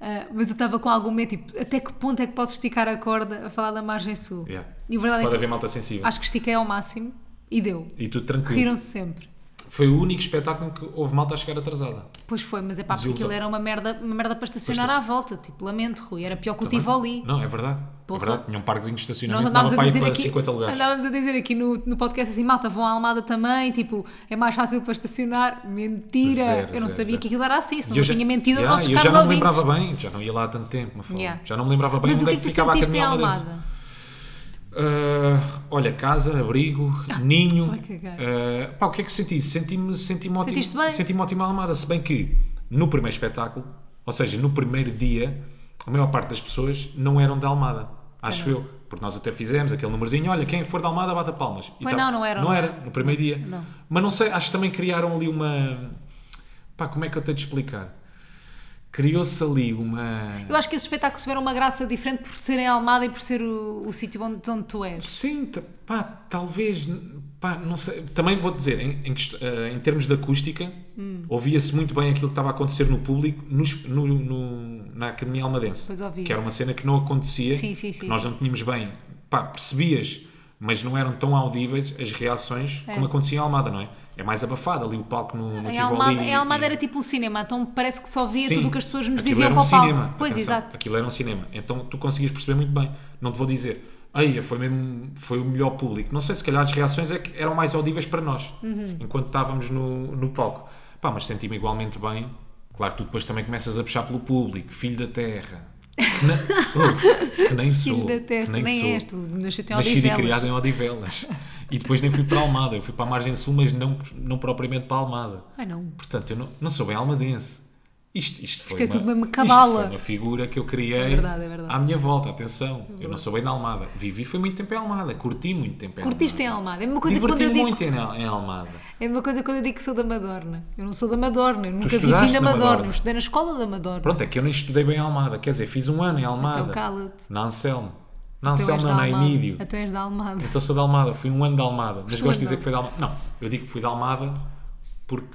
[SPEAKER 1] Ah, mas eu estava com algum medo, tipo, até que ponto é que posso esticar a corda a falar da Margem Sul?
[SPEAKER 2] Yeah.
[SPEAKER 1] E a verdade
[SPEAKER 2] Pode
[SPEAKER 1] é que
[SPEAKER 2] haver malta sensível.
[SPEAKER 1] acho que estiquei ao máximo e deu.
[SPEAKER 2] E tudo tranquilo.
[SPEAKER 1] Riram-se sempre.
[SPEAKER 2] Foi o único espetáculo em que houve malta a chegar atrasada.
[SPEAKER 1] Pois foi, mas é pá, porque
[SPEAKER 2] Desilusão.
[SPEAKER 1] aquilo era uma merda, uma merda para estacionar
[SPEAKER 2] Pois
[SPEAKER 1] à volta. Tipo, lamento, Rui. Era pior que o
[SPEAKER 2] Também.
[SPEAKER 1] Tivoli.
[SPEAKER 2] Não, é verdade.
[SPEAKER 1] Porra.
[SPEAKER 2] É verdade, tinha um parquezinho de
[SPEAKER 1] Nós
[SPEAKER 2] estacionamento, dava
[SPEAKER 1] andávamos a
[SPEAKER 2] para ir
[SPEAKER 1] dizer
[SPEAKER 2] para
[SPEAKER 1] aqui,
[SPEAKER 2] 50 lugares.
[SPEAKER 1] andávamos a dizer aqui no, no podcast assim, malta, vão à Almada também, tipo, é mais fácil para estacionar. Mentira!
[SPEAKER 2] Zero,
[SPEAKER 1] eu não
[SPEAKER 2] zero,
[SPEAKER 1] sabia
[SPEAKER 2] zero.
[SPEAKER 1] que aquilo era assim, se
[SPEAKER 2] E
[SPEAKER 1] não
[SPEAKER 2] eu já-
[SPEAKER 1] tinha mentido aos
[SPEAKER 2] Yeah,
[SPEAKER 1] nossos
[SPEAKER 2] eu já
[SPEAKER 1] caros
[SPEAKER 2] não me
[SPEAKER 1] ouvintes.
[SPEAKER 2] lembrava bem, já não ia lá há tanto tempo, uma fala.
[SPEAKER 1] Yeah.
[SPEAKER 2] já não me lembrava bem
[SPEAKER 1] Mas o
[SPEAKER 2] onde
[SPEAKER 1] que
[SPEAKER 2] é
[SPEAKER 1] é
[SPEAKER 2] que,
[SPEAKER 1] que tu
[SPEAKER 2] ficava a
[SPEAKER 1] sentiste em
[SPEAKER 2] Academia Almadense.
[SPEAKER 1] Almada?
[SPEAKER 2] Ah, olha, casa, abrigo, ninho.
[SPEAKER 1] vai cagar.
[SPEAKER 2] ah, pá, o que é que senti? Senti-me senti ótimo.
[SPEAKER 1] Sentiste bem?
[SPEAKER 2] Senti-me ótimo à Almada. Se bem que no primeiro espetáculo, ou seja, no primeiro dia, a maior parte das pessoas não eram da Almada. Acho eu. Porque nós até fizemos aquele númerozinho, olha, quem for da Almada bata palmas. E
[SPEAKER 1] Pois não, não eram,
[SPEAKER 2] Não
[SPEAKER 1] não
[SPEAKER 2] era,
[SPEAKER 1] era.
[SPEAKER 2] no primeiro dia.
[SPEAKER 1] Não.
[SPEAKER 2] Mas não sei, acho que também criaram ali uma. Pá, como é que eu tenho de explicar? Criou-se ali uma.
[SPEAKER 1] Eu acho que esses espetáculos tiveram uma graça diferente por serem Almada e por ser o, o sítio onde, onde tu és.
[SPEAKER 2] Sim, ta- pá, talvez. n- Pá, não sei. Também vou dizer, em, em quest- eh, em termos de acústica,
[SPEAKER 1] Hum.
[SPEAKER 2] ouvia-se muito bem aquilo que estava a acontecer no público nos- no- no- na Academia Almadense.
[SPEAKER 1] Pois ouvia.
[SPEAKER 2] Que era uma cena que não acontecia,
[SPEAKER 1] Sim, sim, sim.
[SPEAKER 2] que nós não tínhamos bem. Pá, percebias, mas não eram tão audíveis as reações
[SPEAKER 1] É.
[SPEAKER 2] como acontecia em Almada, não é? É mais abafado ali o palco no, no
[SPEAKER 1] Em
[SPEAKER 2] Tivoli
[SPEAKER 1] Almada, em
[SPEAKER 2] e-
[SPEAKER 1] Almada era tipo um cinema, então parece que só via
[SPEAKER 2] Sim.
[SPEAKER 1] tudo o que as pessoas nos
[SPEAKER 2] Aquilo
[SPEAKER 1] diziam
[SPEAKER 2] era
[SPEAKER 1] para
[SPEAKER 2] um
[SPEAKER 1] o palco.
[SPEAKER 2] cinema.
[SPEAKER 1] Pois,
[SPEAKER 2] Atenção,
[SPEAKER 1] exato.
[SPEAKER 2] Aquilo era um cinema. Então tu conseguias perceber muito bem. Não te vou dizer, aí foi mesmo, foi o melhor público. Não sei, se calhar as reações é que eram mais audíveis para nós,
[SPEAKER 1] Uhum.
[SPEAKER 2] enquanto estávamos no, no palco. Pá, mas senti-me igualmente bem. Claro, tu depois também começas a puxar pelo público, filho da terra. Que, na- Uf, que nem sou.
[SPEAKER 1] Filho da terra,
[SPEAKER 2] que
[SPEAKER 1] nem,
[SPEAKER 2] nem, sou.
[SPEAKER 1] és tu, nasceste em
[SPEAKER 2] Nascido e
[SPEAKER 1] Odivelas.
[SPEAKER 2] criado em Odivelas. E depois nem fui para Almada, eu fui para a Margem Sul, mas não, não propriamente para Almada.
[SPEAKER 1] Ah, não.
[SPEAKER 2] Portanto, eu não, não sou bem almadense. Isto, isto foi
[SPEAKER 1] é
[SPEAKER 2] uma,
[SPEAKER 1] tudo mesmo
[SPEAKER 2] isto
[SPEAKER 1] cabala.
[SPEAKER 2] foi uma figura que eu criei
[SPEAKER 1] É verdade, é verdade. É
[SPEAKER 2] à minha volta, atenção. eu não sou bem da Almada. Vivi foi muito tempo em Almada, curti muito tempo em
[SPEAKER 1] Curtiste em
[SPEAKER 2] Almada.
[SPEAKER 1] Almada. É uma coisa que quando eu digo.
[SPEAKER 2] Diverti-me muito em, Al- em Almada.
[SPEAKER 1] É uma coisa quando eu digo que sou da Madorna. Eu não sou da Madorna, eu nunca vivi
[SPEAKER 2] estudaste
[SPEAKER 1] na
[SPEAKER 2] na
[SPEAKER 1] Madorna.
[SPEAKER 2] Madorna.
[SPEAKER 1] Eu estudei na escola da Madorna.
[SPEAKER 2] Pronto, é que eu nem estudei bem em Almada. Quer dizer, fiz um ano em Almada.
[SPEAKER 1] Então cala-te.
[SPEAKER 2] Na Anselmo. Na
[SPEAKER 1] Tu
[SPEAKER 2] Anselmo
[SPEAKER 1] és
[SPEAKER 2] não,
[SPEAKER 1] da
[SPEAKER 2] na
[SPEAKER 1] Almada.
[SPEAKER 2] Emílio.
[SPEAKER 1] Então és da Almada.
[SPEAKER 2] Então sou de Almada, fui um ano de Almada, mas
[SPEAKER 1] Costumas
[SPEAKER 2] gosto de dizer
[SPEAKER 1] não.
[SPEAKER 2] que foi de Almada. Não, eu digo que fui de Almada porque,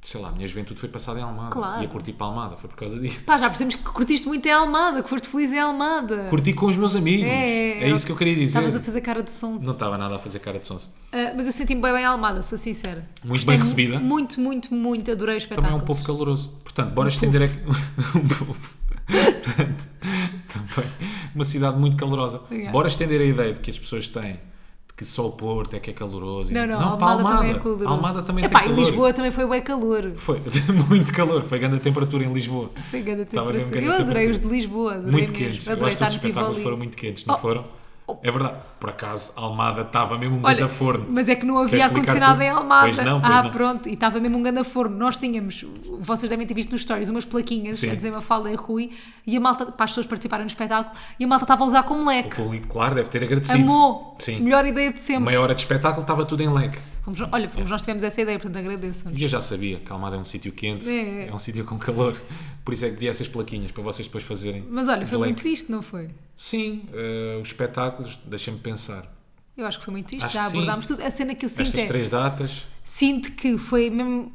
[SPEAKER 2] sei lá, a minha juventude foi passada em Almada.
[SPEAKER 1] Claro.
[SPEAKER 2] E a curti para Almada, foi por causa disso.
[SPEAKER 1] Pá, já percebemos que curtiste muito em Almada, que foste feliz em Almada.
[SPEAKER 2] Curti com os meus amigos.
[SPEAKER 1] É,
[SPEAKER 2] É,
[SPEAKER 1] era-
[SPEAKER 2] isso que eu queria dizer.
[SPEAKER 1] Estavas a fazer cara de som.
[SPEAKER 2] Não estava nada a fazer cara de sonso.
[SPEAKER 1] Ah, mas eu senti-me bem bem em Almada, sou sincera.
[SPEAKER 2] Muito
[SPEAKER 1] Gostei
[SPEAKER 2] bem
[SPEAKER 1] mu-
[SPEAKER 2] recebida.
[SPEAKER 1] Muito, muito, muito. Adorei o espetáculo.
[SPEAKER 2] Também é um povo caloroso. Portanto, bora estender aqui. um povo. Portanto, também uma cidade muito calorosa.
[SPEAKER 1] Yeah.
[SPEAKER 2] Bora estender a ideia de que as pessoas têm de que só o Porto é que é caloroso.
[SPEAKER 1] Não, não,
[SPEAKER 2] pá,
[SPEAKER 1] Almada, também é caloroso.
[SPEAKER 2] Almada também
[SPEAKER 1] Epá,
[SPEAKER 2] tem
[SPEAKER 1] em
[SPEAKER 2] calor.
[SPEAKER 1] Lisboa também foi bem calor.
[SPEAKER 2] Foi muito calor. Foi grande a temperatura em Lisboa.
[SPEAKER 1] Foi grande a
[SPEAKER 2] Estava
[SPEAKER 1] temperatura.
[SPEAKER 2] mesmo grande
[SPEAKER 1] Eu
[SPEAKER 2] a
[SPEAKER 1] adorei
[SPEAKER 2] temperatura.
[SPEAKER 1] os de Lisboa, adorei
[SPEAKER 2] muito
[SPEAKER 1] mesmo.
[SPEAKER 2] quentes. Eu
[SPEAKER 1] Adorei
[SPEAKER 2] acho que
[SPEAKER 1] estar
[SPEAKER 2] todos os
[SPEAKER 1] no
[SPEAKER 2] espetáculos
[SPEAKER 1] Tivoli.
[SPEAKER 2] foram muito quentes, não
[SPEAKER 1] Oh.
[SPEAKER 2] foram? É verdade. Por acaso, Almada estava mesmo um
[SPEAKER 1] Olha,
[SPEAKER 2] grande forno.
[SPEAKER 1] mas é que não havia
[SPEAKER 2] Queres explicar
[SPEAKER 1] ar-condicionado
[SPEAKER 2] tudo?
[SPEAKER 1] em Almada.
[SPEAKER 2] Pois não, pois
[SPEAKER 1] ah,
[SPEAKER 2] não.
[SPEAKER 1] pronto, e estava mesmo um grande forno. Nós tínhamos, vocês devem ter visto nos stories, umas plaquinhas
[SPEAKER 2] Sim.
[SPEAKER 1] a dizer Mafalda e Rui, e a malta, para as pessoas participarem no espetáculo, e a malta estava a usar como
[SPEAKER 2] O
[SPEAKER 1] leque.
[SPEAKER 2] público, claro, deve ter agradecido.
[SPEAKER 1] Amou!
[SPEAKER 2] Sim.
[SPEAKER 1] Melhor ideia de sempre.
[SPEAKER 2] Meia hora de espetáculo estava tudo em leque.
[SPEAKER 1] Fomos- olha, fomos, nós tivemos essa ideia, portanto agradeço.
[SPEAKER 2] E eu já sabia que Almada é um sítio quente,
[SPEAKER 1] É.
[SPEAKER 2] é. um sítio com calor. Por isso é que dei essas plaquinhas para vocês depois fazerem.
[SPEAKER 1] Mas olha, foi
[SPEAKER 2] de leque.
[SPEAKER 1] muito isto, não foi?
[SPEAKER 2] Sim, eh, os espetáculos, deixem-me pensar.
[SPEAKER 1] Eu acho que foi muito isto,
[SPEAKER 2] Acho
[SPEAKER 1] já
[SPEAKER 2] que sim.
[SPEAKER 1] abordámos tudo. A cena que eu sinto
[SPEAKER 2] Estas
[SPEAKER 1] é,
[SPEAKER 2] três datas.
[SPEAKER 1] sinto que foi mesmo.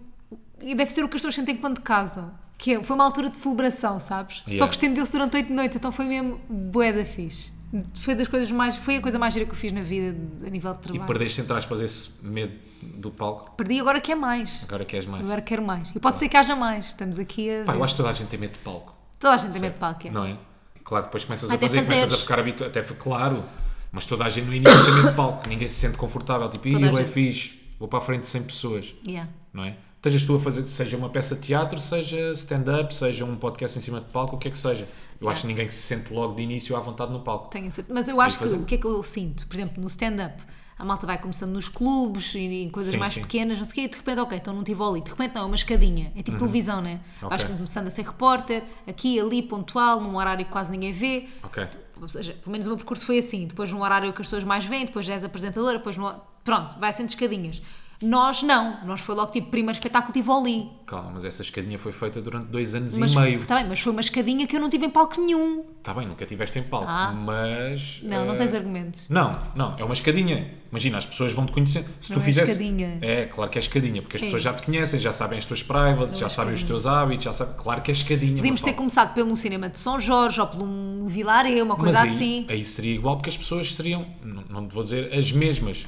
[SPEAKER 1] E deve ser o que as pessoas sentem quando casam. Que é- foi uma altura de celebração, sabes? Só
[SPEAKER 2] Yeah.
[SPEAKER 1] que estendeu-se durante oito noites, então foi mesmo bué da fixe. Foi, das coisas mais, foi a coisa mais gira que eu fiz na vida de- a nível de
[SPEAKER 2] E
[SPEAKER 1] trabalho.
[SPEAKER 2] perdeste, entre aspas, esse medo do palco.
[SPEAKER 1] Perdi, agora quer mais.
[SPEAKER 2] Agora queres mais.
[SPEAKER 1] Agora quero mais. E pode ser que haja mais. Estamos aqui a.
[SPEAKER 2] Pá,
[SPEAKER 1] ver.
[SPEAKER 2] eu acho que toda a gente tem medo de palco.
[SPEAKER 1] Toda a gente tem medo de palco. é.
[SPEAKER 2] Não é? Claro, depois começas a
[SPEAKER 1] Até
[SPEAKER 2] fazer, começas a
[SPEAKER 1] fazeres.
[SPEAKER 2] ficar habituado. Até, foi- claro, mas toda a gente no início tem medo de palco. Ninguém se sente confortável. Tipo,
[SPEAKER 1] Toda a
[SPEAKER 2] ih, bem
[SPEAKER 1] gente.
[SPEAKER 2] fixe, vou para a frente de 100 pessoas.
[SPEAKER 1] Yeah.
[SPEAKER 2] não é? Estejas tu a fazer, seja uma peça de teatro, seja stand-up, seja um podcast em cima de palco, o que é que seja. Eu acho que ninguém que se sente logo de início à vontade no palco.
[SPEAKER 1] Tenho a certeza. Mas eu acho que
[SPEAKER 2] fazer.
[SPEAKER 1] o que é que eu sinto? Por exemplo, no stand-up, a malta vai começando nos clubes e em coisas
[SPEAKER 2] Sim,
[SPEAKER 1] mais
[SPEAKER 2] sim.
[SPEAKER 1] pequenas, não sei o quê, e de repente, ok, estão num Tivoli, de repente não, é uma escadinha, é tipo televisão, né? Vais
[SPEAKER 2] Uhum. Ok.
[SPEAKER 1] começando a ser repórter, aqui, ali, pontual, num horário que quase ninguém vê.
[SPEAKER 2] Ok.
[SPEAKER 1] Ou seja, pelo menos o meu percurso foi assim, depois num horário que as pessoas mais veem, depois já és apresentadora, depois no... pronto, vai sendo escadinhas. Nós não, nós foi logo tipo primeiro espetáculo Tivoli.
[SPEAKER 2] Calma, mas essa escadinha foi feita durante dois anos
[SPEAKER 1] Mas,
[SPEAKER 2] e meio.
[SPEAKER 1] tá bem, mas foi uma escadinha que eu não tive em palco nenhum.
[SPEAKER 2] Está bem, nunca tiveste em palco,
[SPEAKER 1] Ah.
[SPEAKER 2] mas.
[SPEAKER 1] Não, não
[SPEAKER 2] eh,
[SPEAKER 1] tens argumentos.
[SPEAKER 2] Não, não, é uma escadinha. Imagina, as pessoas vão te conhecendo. Se
[SPEAKER 1] Não
[SPEAKER 2] tu
[SPEAKER 1] é
[SPEAKER 2] fizesse.
[SPEAKER 1] escadinha.
[SPEAKER 2] É, claro que é escadinha, porque as
[SPEAKER 1] É.
[SPEAKER 2] pessoas já te conhecem, já sabem as tuas privadas, já sabem os teus hábitos, já sabem. Claro que é escadinha.
[SPEAKER 1] Podíamos ter
[SPEAKER 2] Mafalda.
[SPEAKER 1] começado pelo um cinema de São Jorge ou pelo um vilaré, uma coisa
[SPEAKER 2] aí,
[SPEAKER 1] assim.
[SPEAKER 2] aí seria igual porque as pessoas seriam, não, não te vou dizer as mesmas.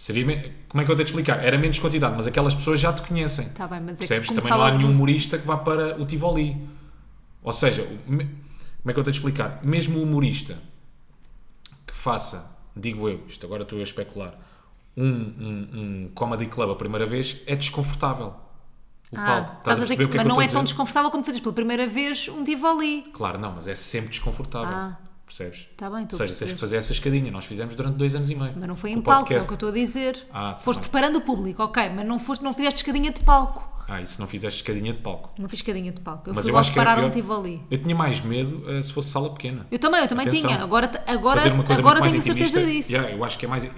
[SPEAKER 2] Seria, me- como é que eu tenho de explicar? Era menos quantidade, mas aquelas pessoas já te conhecem.
[SPEAKER 1] Tá bem, mas é que
[SPEAKER 2] Percebes?
[SPEAKER 1] começar
[SPEAKER 2] Também não há
[SPEAKER 1] logo
[SPEAKER 2] nenhum
[SPEAKER 1] do-
[SPEAKER 2] humorista que vá para o Tivoli. Ou seja, o me- como é que eu tenho de explicar? Mesmo o humorista que faça, digo eu, isto agora estou a especular, um, um, um comedy club a primeira vez, é desconfortável. O
[SPEAKER 1] Ah,
[SPEAKER 2] palco. Estás a
[SPEAKER 1] dizer
[SPEAKER 2] perceber o que é
[SPEAKER 1] mas
[SPEAKER 2] que eu
[SPEAKER 1] não
[SPEAKER 2] estou a
[SPEAKER 1] é tão
[SPEAKER 2] dizer?
[SPEAKER 1] desconfortável como fazes pela primeira vez um Tivoli.
[SPEAKER 2] Claro, não, mas é sempre desconfortável.
[SPEAKER 1] Ah.
[SPEAKER 2] Percebes?
[SPEAKER 1] Tá bem, estou
[SPEAKER 2] Ou
[SPEAKER 1] a
[SPEAKER 2] seja, tens
[SPEAKER 1] perceber.
[SPEAKER 2] que fazer essa escadinha. Nós fizemos durante dois anos e meio.
[SPEAKER 1] Mas não foi
[SPEAKER 2] Com
[SPEAKER 1] em
[SPEAKER 2] o
[SPEAKER 1] palco, é o
[SPEAKER 2] podcast.
[SPEAKER 1] que eu estou a dizer.
[SPEAKER 2] Ah, tá
[SPEAKER 1] foste
[SPEAKER 2] bem.
[SPEAKER 1] preparando o público, ok, mas não, foste, não fizeste escadinha de palco.
[SPEAKER 2] Ah, e se não fizeste escadinha de palco?
[SPEAKER 1] Não fiz escadinha de palco. Eu
[SPEAKER 2] Mas
[SPEAKER 1] fui
[SPEAKER 2] eu
[SPEAKER 1] logo
[SPEAKER 2] acho que era
[SPEAKER 1] parar um
[SPEAKER 2] pior.
[SPEAKER 1] Tivoli.
[SPEAKER 2] Eu tinha mais medo eh, se fosse sala pequena.
[SPEAKER 1] Eu também, eu também
[SPEAKER 2] Atenção.
[SPEAKER 1] tinha. Agora, te- agora,
[SPEAKER 2] fazer uma coisa
[SPEAKER 1] agora
[SPEAKER 2] muito
[SPEAKER 1] tenho a
[SPEAKER 2] mais
[SPEAKER 1] certeza
[SPEAKER 2] intimista.
[SPEAKER 1] disso.
[SPEAKER 2] Yeah, eu acho que é mais.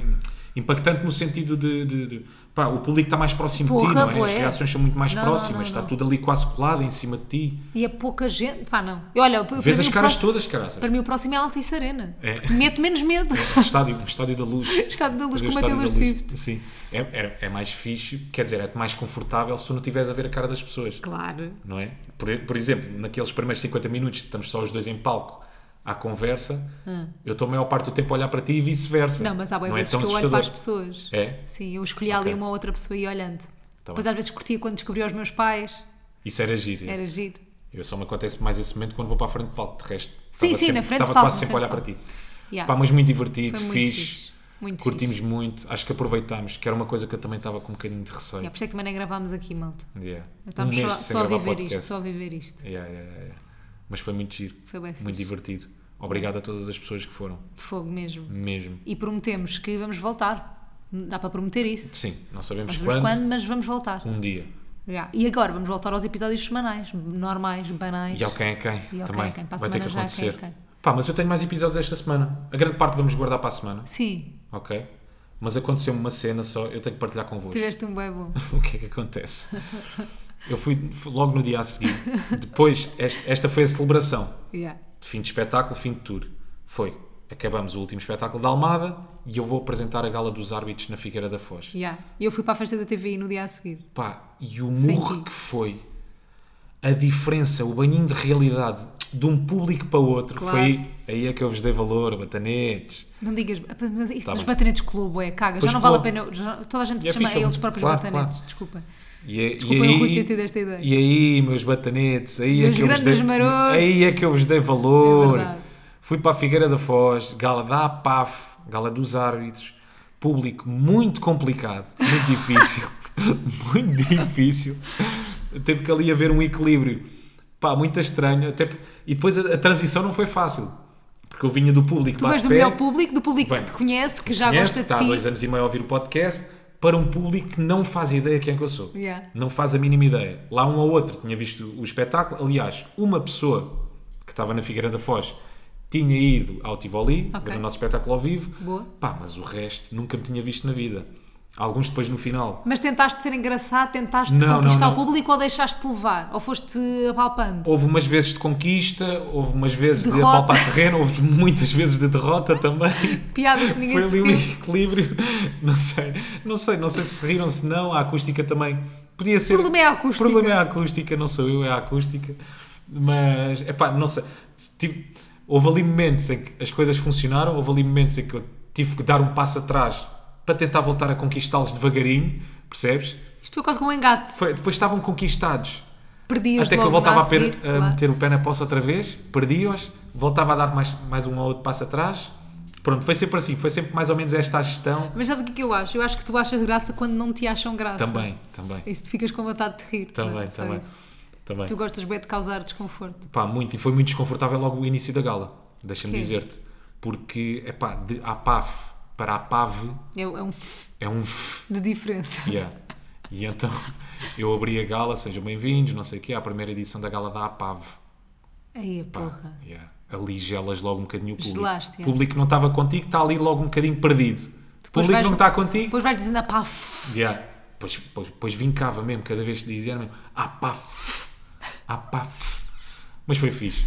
[SPEAKER 2] Impactante no sentido de. de- de- pá, o público está mais próximo de ti,
[SPEAKER 1] Porra,
[SPEAKER 2] não é? As
[SPEAKER 1] bué.
[SPEAKER 2] reações são muito mais
[SPEAKER 1] Não, não,
[SPEAKER 2] próximas,
[SPEAKER 1] não,
[SPEAKER 2] está
[SPEAKER 1] não.
[SPEAKER 2] tudo ali quase colado em cima de ti.
[SPEAKER 1] E é pouca gente. Pá, não. E olha, eu- um para
[SPEAKER 2] Vês
[SPEAKER 1] mim
[SPEAKER 2] as
[SPEAKER 1] o
[SPEAKER 2] caras
[SPEAKER 1] próximo-
[SPEAKER 2] todas, caras.
[SPEAKER 1] Para mim o próximo é Altice Arena.
[SPEAKER 2] É.
[SPEAKER 1] Porque Mete menos medo.
[SPEAKER 2] Estádio, um estádio da luz.
[SPEAKER 1] Estado da luz
[SPEAKER 2] Fazer
[SPEAKER 1] com
[SPEAKER 2] o
[SPEAKER 1] uma
[SPEAKER 2] estádio da
[SPEAKER 1] Taylor
[SPEAKER 2] luz.
[SPEAKER 1] Swift.
[SPEAKER 2] Sim. É, é, é mais fixe, quer dizer, é mais confortável se tu não estiveres a ver a cara das pessoas.
[SPEAKER 1] Claro.
[SPEAKER 2] não é? Por, por exemplo, naqueles primeiros 50 minutos, estamos só os dois em palco à conversa, eu estou a maior parte do tempo a olhar para ti e vice-versa.
[SPEAKER 1] Hum. Não, mas há bem
[SPEAKER 2] Não é
[SPEAKER 1] vezes
[SPEAKER 2] tão
[SPEAKER 1] que eu olho para as
[SPEAKER 2] assustador.
[SPEAKER 1] pessoas.
[SPEAKER 2] É?
[SPEAKER 1] Sim, eu escolhi
[SPEAKER 2] Ok.
[SPEAKER 1] ali uma outra pessoa e ia olhando.
[SPEAKER 2] Tá
[SPEAKER 1] Depois
[SPEAKER 2] bem.
[SPEAKER 1] às vezes curtia quando descobri aos meus pais.
[SPEAKER 2] Isso era giro. é.
[SPEAKER 1] Era giro.
[SPEAKER 2] Eu só me acontece mais esse momento quando vou para a frente de palco, de resto.
[SPEAKER 1] Sim, sim,
[SPEAKER 2] estava sempre-
[SPEAKER 1] na frente de
[SPEAKER 2] Estava
[SPEAKER 1] palco,
[SPEAKER 2] quase
[SPEAKER 1] na
[SPEAKER 2] sempre a olhar para
[SPEAKER 1] frente
[SPEAKER 2] ti.
[SPEAKER 1] de Yeah.
[SPEAKER 2] Pá, mas muito divertido,
[SPEAKER 1] Foi muito
[SPEAKER 2] fixe.
[SPEAKER 1] fixe. Muito
[SPEAKER 2] Curtimos
[SPEAKER 1] fixe.
[SPEAKER 2] muito, acho que aproveitámos, que era uma coisa que eu também estava com um bocadinho de receio.
[SPEAKER 1] Yeah, por isso é que também nem gravámos aqui, malta.
[SPEAKER 2] Yeah.
[SPEAKER 1] Estávamos
[SPEAKER 2] um mês
[SPEAKER 1] só,
[SPEAKER 2] sem
[SPEAKER 1] só a
[SPEAKER 2] gravar
[SPEAKER 1] viver isto,
[SPEAKER 2] podcast. É.
[SPEAKER 1] só a viver isto.
[SPEAKER 2] Yeah, yeah, yeah, yeah. Mas foi muito giro,
[SPEAKER 1] Foi bem
[SPEAKER 2] muito
[SPEAKER 1] fixe.
[SPEAKER 2] divertido. Obrigado a todas as pessoas que foram,
[SPEAKER 1] Fogo mesmo.
[SPEAKER 2] mesmo.
[SPEAKER 1] E prometemos que vamos voltar. Dá para prometer isso.
[SPEAKER 2] Sim, não
[SPEAKER 1] Mas
[SPEAKER 2] sabemos quando.
[SPEAKER 1] quando? quando, mas vamos voltar.
[SPEAKER 2] Um dia.
[SPEAKER 1] Yeah. E agora vamos voltar aos episódios semanais, normais, banais.
[SPEAKER 2] E ao quem é quem
[SPEAKER 1] E ao
[SPEAKER 2] também.
[SPEAKER 1] quem é quem. Para a
[SPEAKER 2] Vai ter
[SPEAKER 1] semana
[SPEAKER 2] que
[SPEAKER 1] já é
[SPEAKER 2] acontecer.
[SPEAKER 1] quem é quem.
[SPEAKER 2] Pá, mas eu tenho mais episódios esta semana. A grande parte vamos guardar para a semana,
[SPEAKER 1] Sim,
[SPEAKER 2] ok? Mas aconteceu-me uma cena só, eu tenho que partilhar convosco.
[SPEAKER 1] tiveste um bem bom.
[SPEAKER 2] O que é que acontece? Eu fui fui logo no dia a seguir. Depois, este- esta foi a celebração
[SPEAKER 1] Yeah.
[SPEAKER 2] de fim de espetáculo, fim de tour. Foi. Acabamos o último espetáculo da Almada e eu vou apresentar a gala dos árbitros na Figueira da Foz.
[SPEAKER 1] Yeah. E eu fui para a festa da TVI no dia a seguir.
[SPEAKER 2] Pá, e o
[SPEAKER 1] Senti.
[SPEAKER 2] murro que foi a diferença, o banhinho de realidade de um público para o outro.
[SPEAKER 1] Claro.
[SPEAKER 2] Foi aí, aí é que eu vos dei valor, batanetes.
[SPEAKER 1] Não digas, ah, mas isso
[SPEAKER 2] Tá
[SPEAKER 1] dos
[SPEAKER 2] bem.
[SPEAKER 1] batanetes clube é caga,
[SPEAKER 2] Pois
[SPEAKER 1] já não vale a
[SPEAKER 2] clube.
[SPEAKER 1] pena. já- toda a gente
[SPEAKER 2] E é
[SPEAKER 1] se chama
[SPEAKER 2] fixe,
[SPEAKER 1] a eles próprios
[SPEAKER 2] claro,
[SPEAKER 1] batanetes, desculpa.
[SPEAKER 2] E, é-
[SPEAKER 1] Desculpa,
[SPEAKER 2] e
[SPEAKER 1] eu, Rui,
[SPEAKER 2] aí-
[SPEAKER 1] ter tido esta ideia.
[SPEAKER 2] E aí, meus batanetes, aí
[SPEAKER 1] Meus
[SPEAKER 2] é que eu vos
[SPEAKER 1] grandes
[SPEAKER 2] dei,
[SPEAKER 1] marotos.
[SPEAKER 2] aí é que eu vos dei valor.
[SPEAKER 1] É verdade.
[SPEAKER 2] Fui para a Figueira da Foz, gala da APAF, gala dos árbitros, público muito complicado, muito difícil, muito difícil. Teve que ali haver um equilíbrio, pá, muito estranho. Até, p- e depois a, a transição não foi fácil, porque eu vinha do público
[SPEAKER 1] Tu vais do
[SPEAKER 2] bate-pé,
[SPEAKER 1] melhor público, do público
[SPEAKER 2] Bem,
[SPEAKER 1] que te conhece, que já
[SPEAKER 2] conhece,
[SPEAKER 1] gosta
[SPEAKER 2] está há
[SPEAKER 1] de
[SPEAKER 2] dois
[SPEAKER 1] ti.
[SPEAKER 2] anos e meio a ouvir o podcast, para um público que não faz ideia quem é que eu sou.
[SPEAKER 1] Yeah.
[SPEAKER 2] Não faz a mínima ideia. Lá um ou outro tinha visto o espetáculo. Aliás, uma pessoa que estava na Figueira da Foz tinha ido ao Tivoli,
[SPEAKER 1] Ok.
[SPEAKER 2] ver o nosso espetáculo ao vivo.
[SPEAKER 1] Boa.
[SPEAKER 2] Pá, mas o resto nunca me tinha visto na vida. Alguns depois no final.
[SPEAKER 1] Mas tentaste ser engraçado, tentaste
[SPEAKER 2] Não, não,
[SPEAKER 1] conquistar
[SPEAKER 2] não.
[SPEAKER 1] o público ou deixaste-te levar? Ou foste apalpando?
[SPEAKER 2] Houve umas vezes de conquista, houve umas vezes de
[SPEAKER 1] Derrota.
[SPEAKER 2] apalpar terreno, houve muitas vezes de derrota também.
[SPEAKER 1] Piadas que ninguém se
[SPEAKER 2] Foi ali um
[SPEAKER 1] riu.
[SPEAKER 2] equilíbrio. Não sei, não sei, não sei se riram, se não. A acústica também. Podia ser.
[SPEAKER 1] O problema é a acústica.
[SPEAKER 2] O problema é a acústica, não sou eu, é a acústica. Mas, é pá, não sei. Tipo, houve ali momentos em que as coisas funcionaram, houve ali momentos em que eu tive que dar um passo atrás para tentar voltar a conquistá-los devagarinho, percebes?
[SPEAKER 1] Isto foi quase como um engate.
[SPEAKER 2] Foi- depois estavam conquistados.
[SPEAKER 1] Perdias
[SPEAKER 2] Até que
[SPEAKER 1] logo
[SPEAKER 2] eu voltava
[SPEAKER 1] na
[SPEAKER 2] a, per-
[SPEAKER 1] seguir,
[SPEAKER 2] a
[SPEAKER 1] claro.
[SPEAKER 2] meter o pé na poça outra vez, perdi-os, voltava a dar mais, mais um ou outro passo atrás. Pronto, foi sempre assim, foi sempre mais ou menos esta a gestão.
[SPEAKER 1] Mas sabes o que é que eu acho? Eu acho que tu achas graça quando não te acham graça.
[SPEAKER 2] Também, também,
[SPEAKER 1] E se tu ficas com vontade de rir.
[SPEAKER 2] também,
[SPEAKER 1] pronto, só
[SPEAKER 2] também.
[SPEAKER 1] isso.
[SPEAKER 2] também.
[SPEAKER 1] Tu gostas bem de causar desconforto.
[SPEAKER 2] Pá, muito, e foi muito desconfortável logo o início da gala, deixa-me
[SPEAKER 1] Porquê?
[SPEAKER 2] dizer-te. Porque, é pá, de APAF para APAV
[SPEAKER 1] É, é um f
[SPEAKER 2] é um f.
[SPEAKER 1] de diferença.
[SPEAKER 2] Yeah. E então eu abri a gala, sejam bem-vindos, não sei o quê, à primeira edição da gala da APAV.
[SPEAKER 1] Aí a
[SPEAKER 2] Pá,
[SPEAKER 1] porra.
[SPEAKER 2] yeah. Ali gelas logo um bocadinho o público.
[SPEAKER 1] Gelaste, yeah.
[SPEAKER 2] O público que não estava contigo está ali logo um bocadinho perdido. O público
[SPEAKER 1] vais-
[SPEAKER 2] não está contigo.
[SPEAKER 1] Depois vais dizendo a pá, f-
[SPEAKER 2] Yeah. Pois, pois, pois vincava mesmo, cada vez que dizia era mesmo "Ah, APAF. APAF. ah, Mas foi fixe.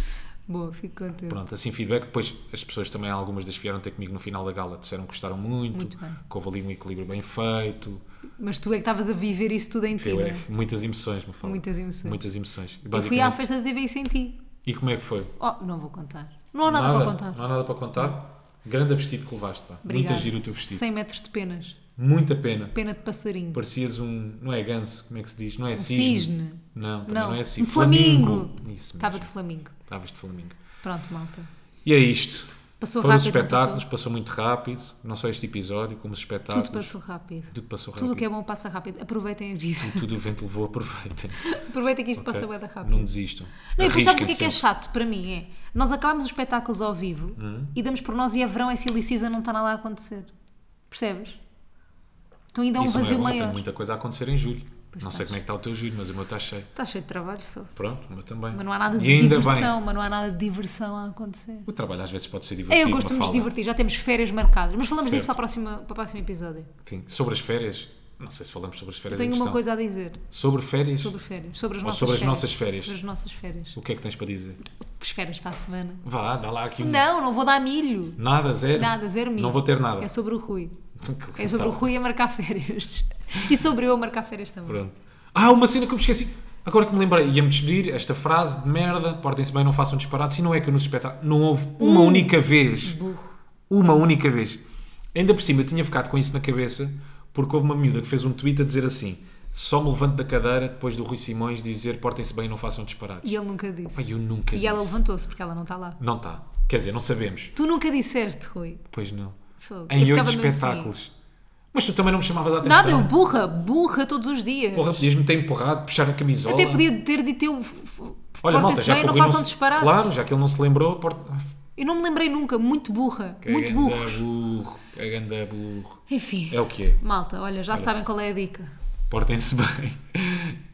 [SPEAKER 1] Boa, fico contente.
[SPEAKER 2] Pronto, assim feedback. Depois as pessoas também, algumas das que vieram ter comigo no final da gala, disseram que gostaram muito,
[SPEAKER 1] Muito bem.
[SPEAKER 2] que houve ali um equilíbrio bem feito.
[SPEAKER 1] Mas tu é que estavas a viver isso tudo em ti,
[SPEAKER 2] Eu,
[SPEAKER 1] não
[SPEAKER 2] é,
[SPEAKER 1] é?
[SPEAKER 2] muitas emoções, me fala.
[SPEAKER 1] Muitas emoções.
[SPEAKER 2] Muitas emoções. E,
[SPEAKER 1] Eu fui à
[SPEAKER 2] basicamente-
[SPEAKER 1] festa da TV e senti.
[SPEAKER 2] e como é que foi?
[SPEAKER 1] Oh, não vou contar. Não há nada, para contar.
[SPEAKER 2] Não há nada para contar. Grande vestido que levaste, pá. Muito
[SPEAKER 1] Obrigada.
[SPEAKER 2] giro o teu vestido.
[SPEAKER 1] 100 metros de penas.
[SPEAKER 2] Muita pena.
[SPEAKER 1] Pena de passarinho.
[SPEAKER 2] Parecias um. Não é ganso, como é que se diz? Não é cisne.
[SPEAKER 1] Um Cisne.
[SPEAKER 2] Não, também não,
[SPEAKER 1] Não,
[SPEAKER 2] é cisne.
[SPEAKER 1] um flamingo.
[SPEAKER 2] Isso
[SPEAKER 1] Estava
[SPEAKER 2] mesmo.
[SPEAKER 1] de flamingo.
[SPEAKER 2] Estavas de flamingo.
[SPEAKER 1] Pronto, malta.
[SPEAKER 2] E é isto.
[SPEAKER 1] Passou
[SPEAKER 2] Foram os
[SPEAKER 1] rápido, não
[SPEAKER 2] espetáculos, passou? muito rápido. Não só este episódio, como os espetáculos.
[SPEAKER 1] Tudo passou rápido.
[SPEAKER 2] Tudo passou rápido.
[SPEAKER 1] Tudo o que é bom passa rápido. Aproveitem a vida.
[SPEAKER 2] Tudo o vento levou, aproveitem.
[SPEAKER 1] Aproveitem que isto passa
[SPEAKER 2] Ok?
[SPEAKER 1] bem rápido.
[SPEAKER 2] Não desistam.
[SPEAKER 1] Não, e depois sabes o que é que é
[SPEAKER 2] Arrisquem-se.
[SPEAKER 1] chato para mim? É, nós acabamos os espetáculos ao vivo
[SPEAKER 2] Hum?
[SPEAKER 1] e damos por nós e é verão, é silly season, não está nada a acontecer. Percebes? Então ainda há um
[SPEAKER 2] Isso não é
[SPEAKER 1] vazio
[SPEAKER 2] bom, tem
[SPEAKER 1] maior.
[SPEAKER 2] muita coisa a acontecer em julho.
[SPEAKER 1] Pois
[SPEAKER 2] Não sei
[SPEAKER 1] estás.
[SPEAKER 2] como é que está o teu giro, mas o meu está cheio.
[SPEAKER 1] Está cheio de trabalho só.
[SPEAKER 2] Pronto, o meu também.
[SPEAKER 1] Mas não há nada de
[SPEAKER 2] e ainda
[SPEAKER 1] diversão,
[SPEAKER 2] bem.
[SPEAKER 1] mas não há nada de diversão a acontecer. É,
[SPEAKER 2] O trabalho às vezes pode ser divertido.
[SPEAKER 1] Eu gosto muito de
[SPEAKER 2] Tipo, Mafalda.
[SPEAKER 1] divertir, já temos férias marcadas, mas falamos disso
[SPEAKER 2] Certo.
[SPEAKER 1] para, a próxima, para o próximo episódio.
[SPEAKER 2] Enfim, sobre as férias, não sei se falamos sobre as férias. em
[SPEAKER 1] Tenho uma
[SPEAKER 2] é, questão.
[SPEAKER 1] coisa a dizer
[SPEAKER 2] Sobre férias,
[SPEAKER 1] sobre férias, sobre as,
[SPEAKER 2] Ou
[SPEAKER 1] nossas,
[SPEAKER 2] sobre as
[SPEAKER 1] férias.
[SPEAKER 2] nossas férias.
[SPEAKER 1] Sobre as nossas férias.
[SPEAKER 2] o que é que tens para dizer?
[SPEAKER 1] Férias para a semana.
[SPEAKER 2] Vá, dá lá aqui um.
[SPEAKER 1] Não, não vou dar milho.
[SPEAKER 2] Nada, zero.
[SPEAKER 1] Nada, zero milho.
[SPEAKER 2] Não vou ter nada.
[SPEAKER 1] É sobre o Rui. É
[SPEAKER 2] Tá
[SPEAKER 1] sobre o
[SPEAKER 2] bom.
[SPEAKER 1] Rui a marcar férias. E sobre eu a marcar férias também.
[SPEAKER 2] Pronto. Ah, uma cena que eu me esqueci. Agora que me lembrei, ia-me despedir esta frase de merda: portem-se bem, não façam disparates. E não é que eu nos espetáculo. Não houve uma
[SPEAKER 1] Hum.
[SPEAKER 2] única vez.
[SPEAKER 1] Burro.
[SPEAKER 2] Uma única vez. Ainda por cima, eu tinha ficado com isso na cabeça porque houve uma miúda que fez um tweet a dizer assim: só me levanto da cadeira depois do Rui Simões dizer portem-se bem, não façam disparates.
[SPEAKER 1] E ele nunca disse.
[SPEAKER 2] Pai, eu nunca
[SPEAKER 1] e ela
[SPEAKER 2] disse.
[SPEAKER 1] levantou-se porque ela não está lá.
[SPEAKER 2] Não está. Quer dizer, não sabemos.
[SPEAKER 1] Tu nunca disseste, Rui.
[SPEAKER 2] Pois não.
[SPEAKER 1] Fogo.
[SPEAKER 2] Em
[SPEAKER 1] Eu
[SPEAKER 2] oito
[SPEAKER 1] ficava mesmo assim.
[SPEAKER 2] espetáculos. Mas tu também não me chamavas a atenção.
[SPEAKER 1] Nada, eu burra, burra todos os dias.
[SPEAKER 2] Porra, podias-me ter empurrado, puxar a camisola.
[SPEAKER 1] Até podia ter dito eu. f- f-
[SPEAKER 2] Olha, malta,
[SPEAKER 1] Portem-se
[SPEAKER 2] já
[SPEAKER 1] bem,
[SPEAKER 2] que o
[SPEAKER 1] não
[SPEAKER 2] Rui não
[SPEAKER 1] façam
[SPEAKER 2] se-
[SPEAKER 1] disparates.
[SPEAKER 2] Claro, já que ele não se lembrou, porta... Ah,
[SPEAKER 1] Eu não me lembrei nunca, muito burra, muito
[SPEAKER 2] burro.
[SPEAKER 1] burros.
[SPEAKER 2] burro. Caganda burro.
[SPEAKER 1] Enfim,
[SPEAKER 2] É o que é.
[SPEAKER 1] malta, olha, já sabem qual é a dica.
[SPEAKER 2] Portem-se bem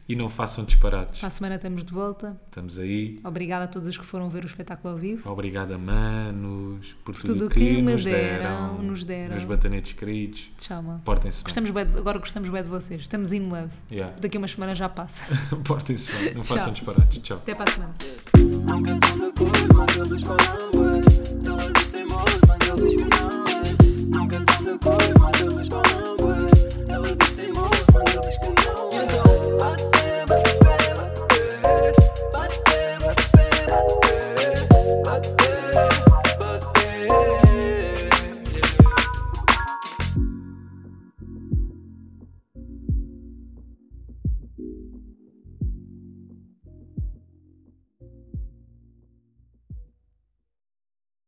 [SPEAKER 2] e não façam disparates.
[SPEAKER 1] Para a semana estamos de volta.
[SPEAKER 2] Estamos aí.
[SPEAKER 1] Obrigada a todos os que foram ver o espetáculo ao vivo.
[SPEAKER 2] Obrigada, manos, por,
[SPEAKER 1] tudo
[SPEAKER 2] tudo
[SPEAKER 1] o
[SPEAKER 2] o
[SPEAKER 1] que me
[SPEAKER 2] nos
[SPEAKER 1] deram,
[SPEAKER 2] deram.
[SPEAKER 1] nos deram.
[SPEAKER 2] Nos batanetes queridos.
[SPEAKER 1] Tchau, malta.
[SPEAKER 2] Portem-se bem.
[SPEAKER 1] Gostamos bué de- agora gostamos bem de vocês. Estamos in love.
[SPEAKER 2] Yeah.
[SPEAKER 1] Daqui a uma semana já passa.
[SPEAKER 2] Portem-se bem. Não
[SPEAKER 1] Tchau.
[SPEAKER 2] façam disparates. Tchau.
[SPEAKER 1] Até para a semana.
[SPEAKER 3] Não cantando a cor, mas eles falavam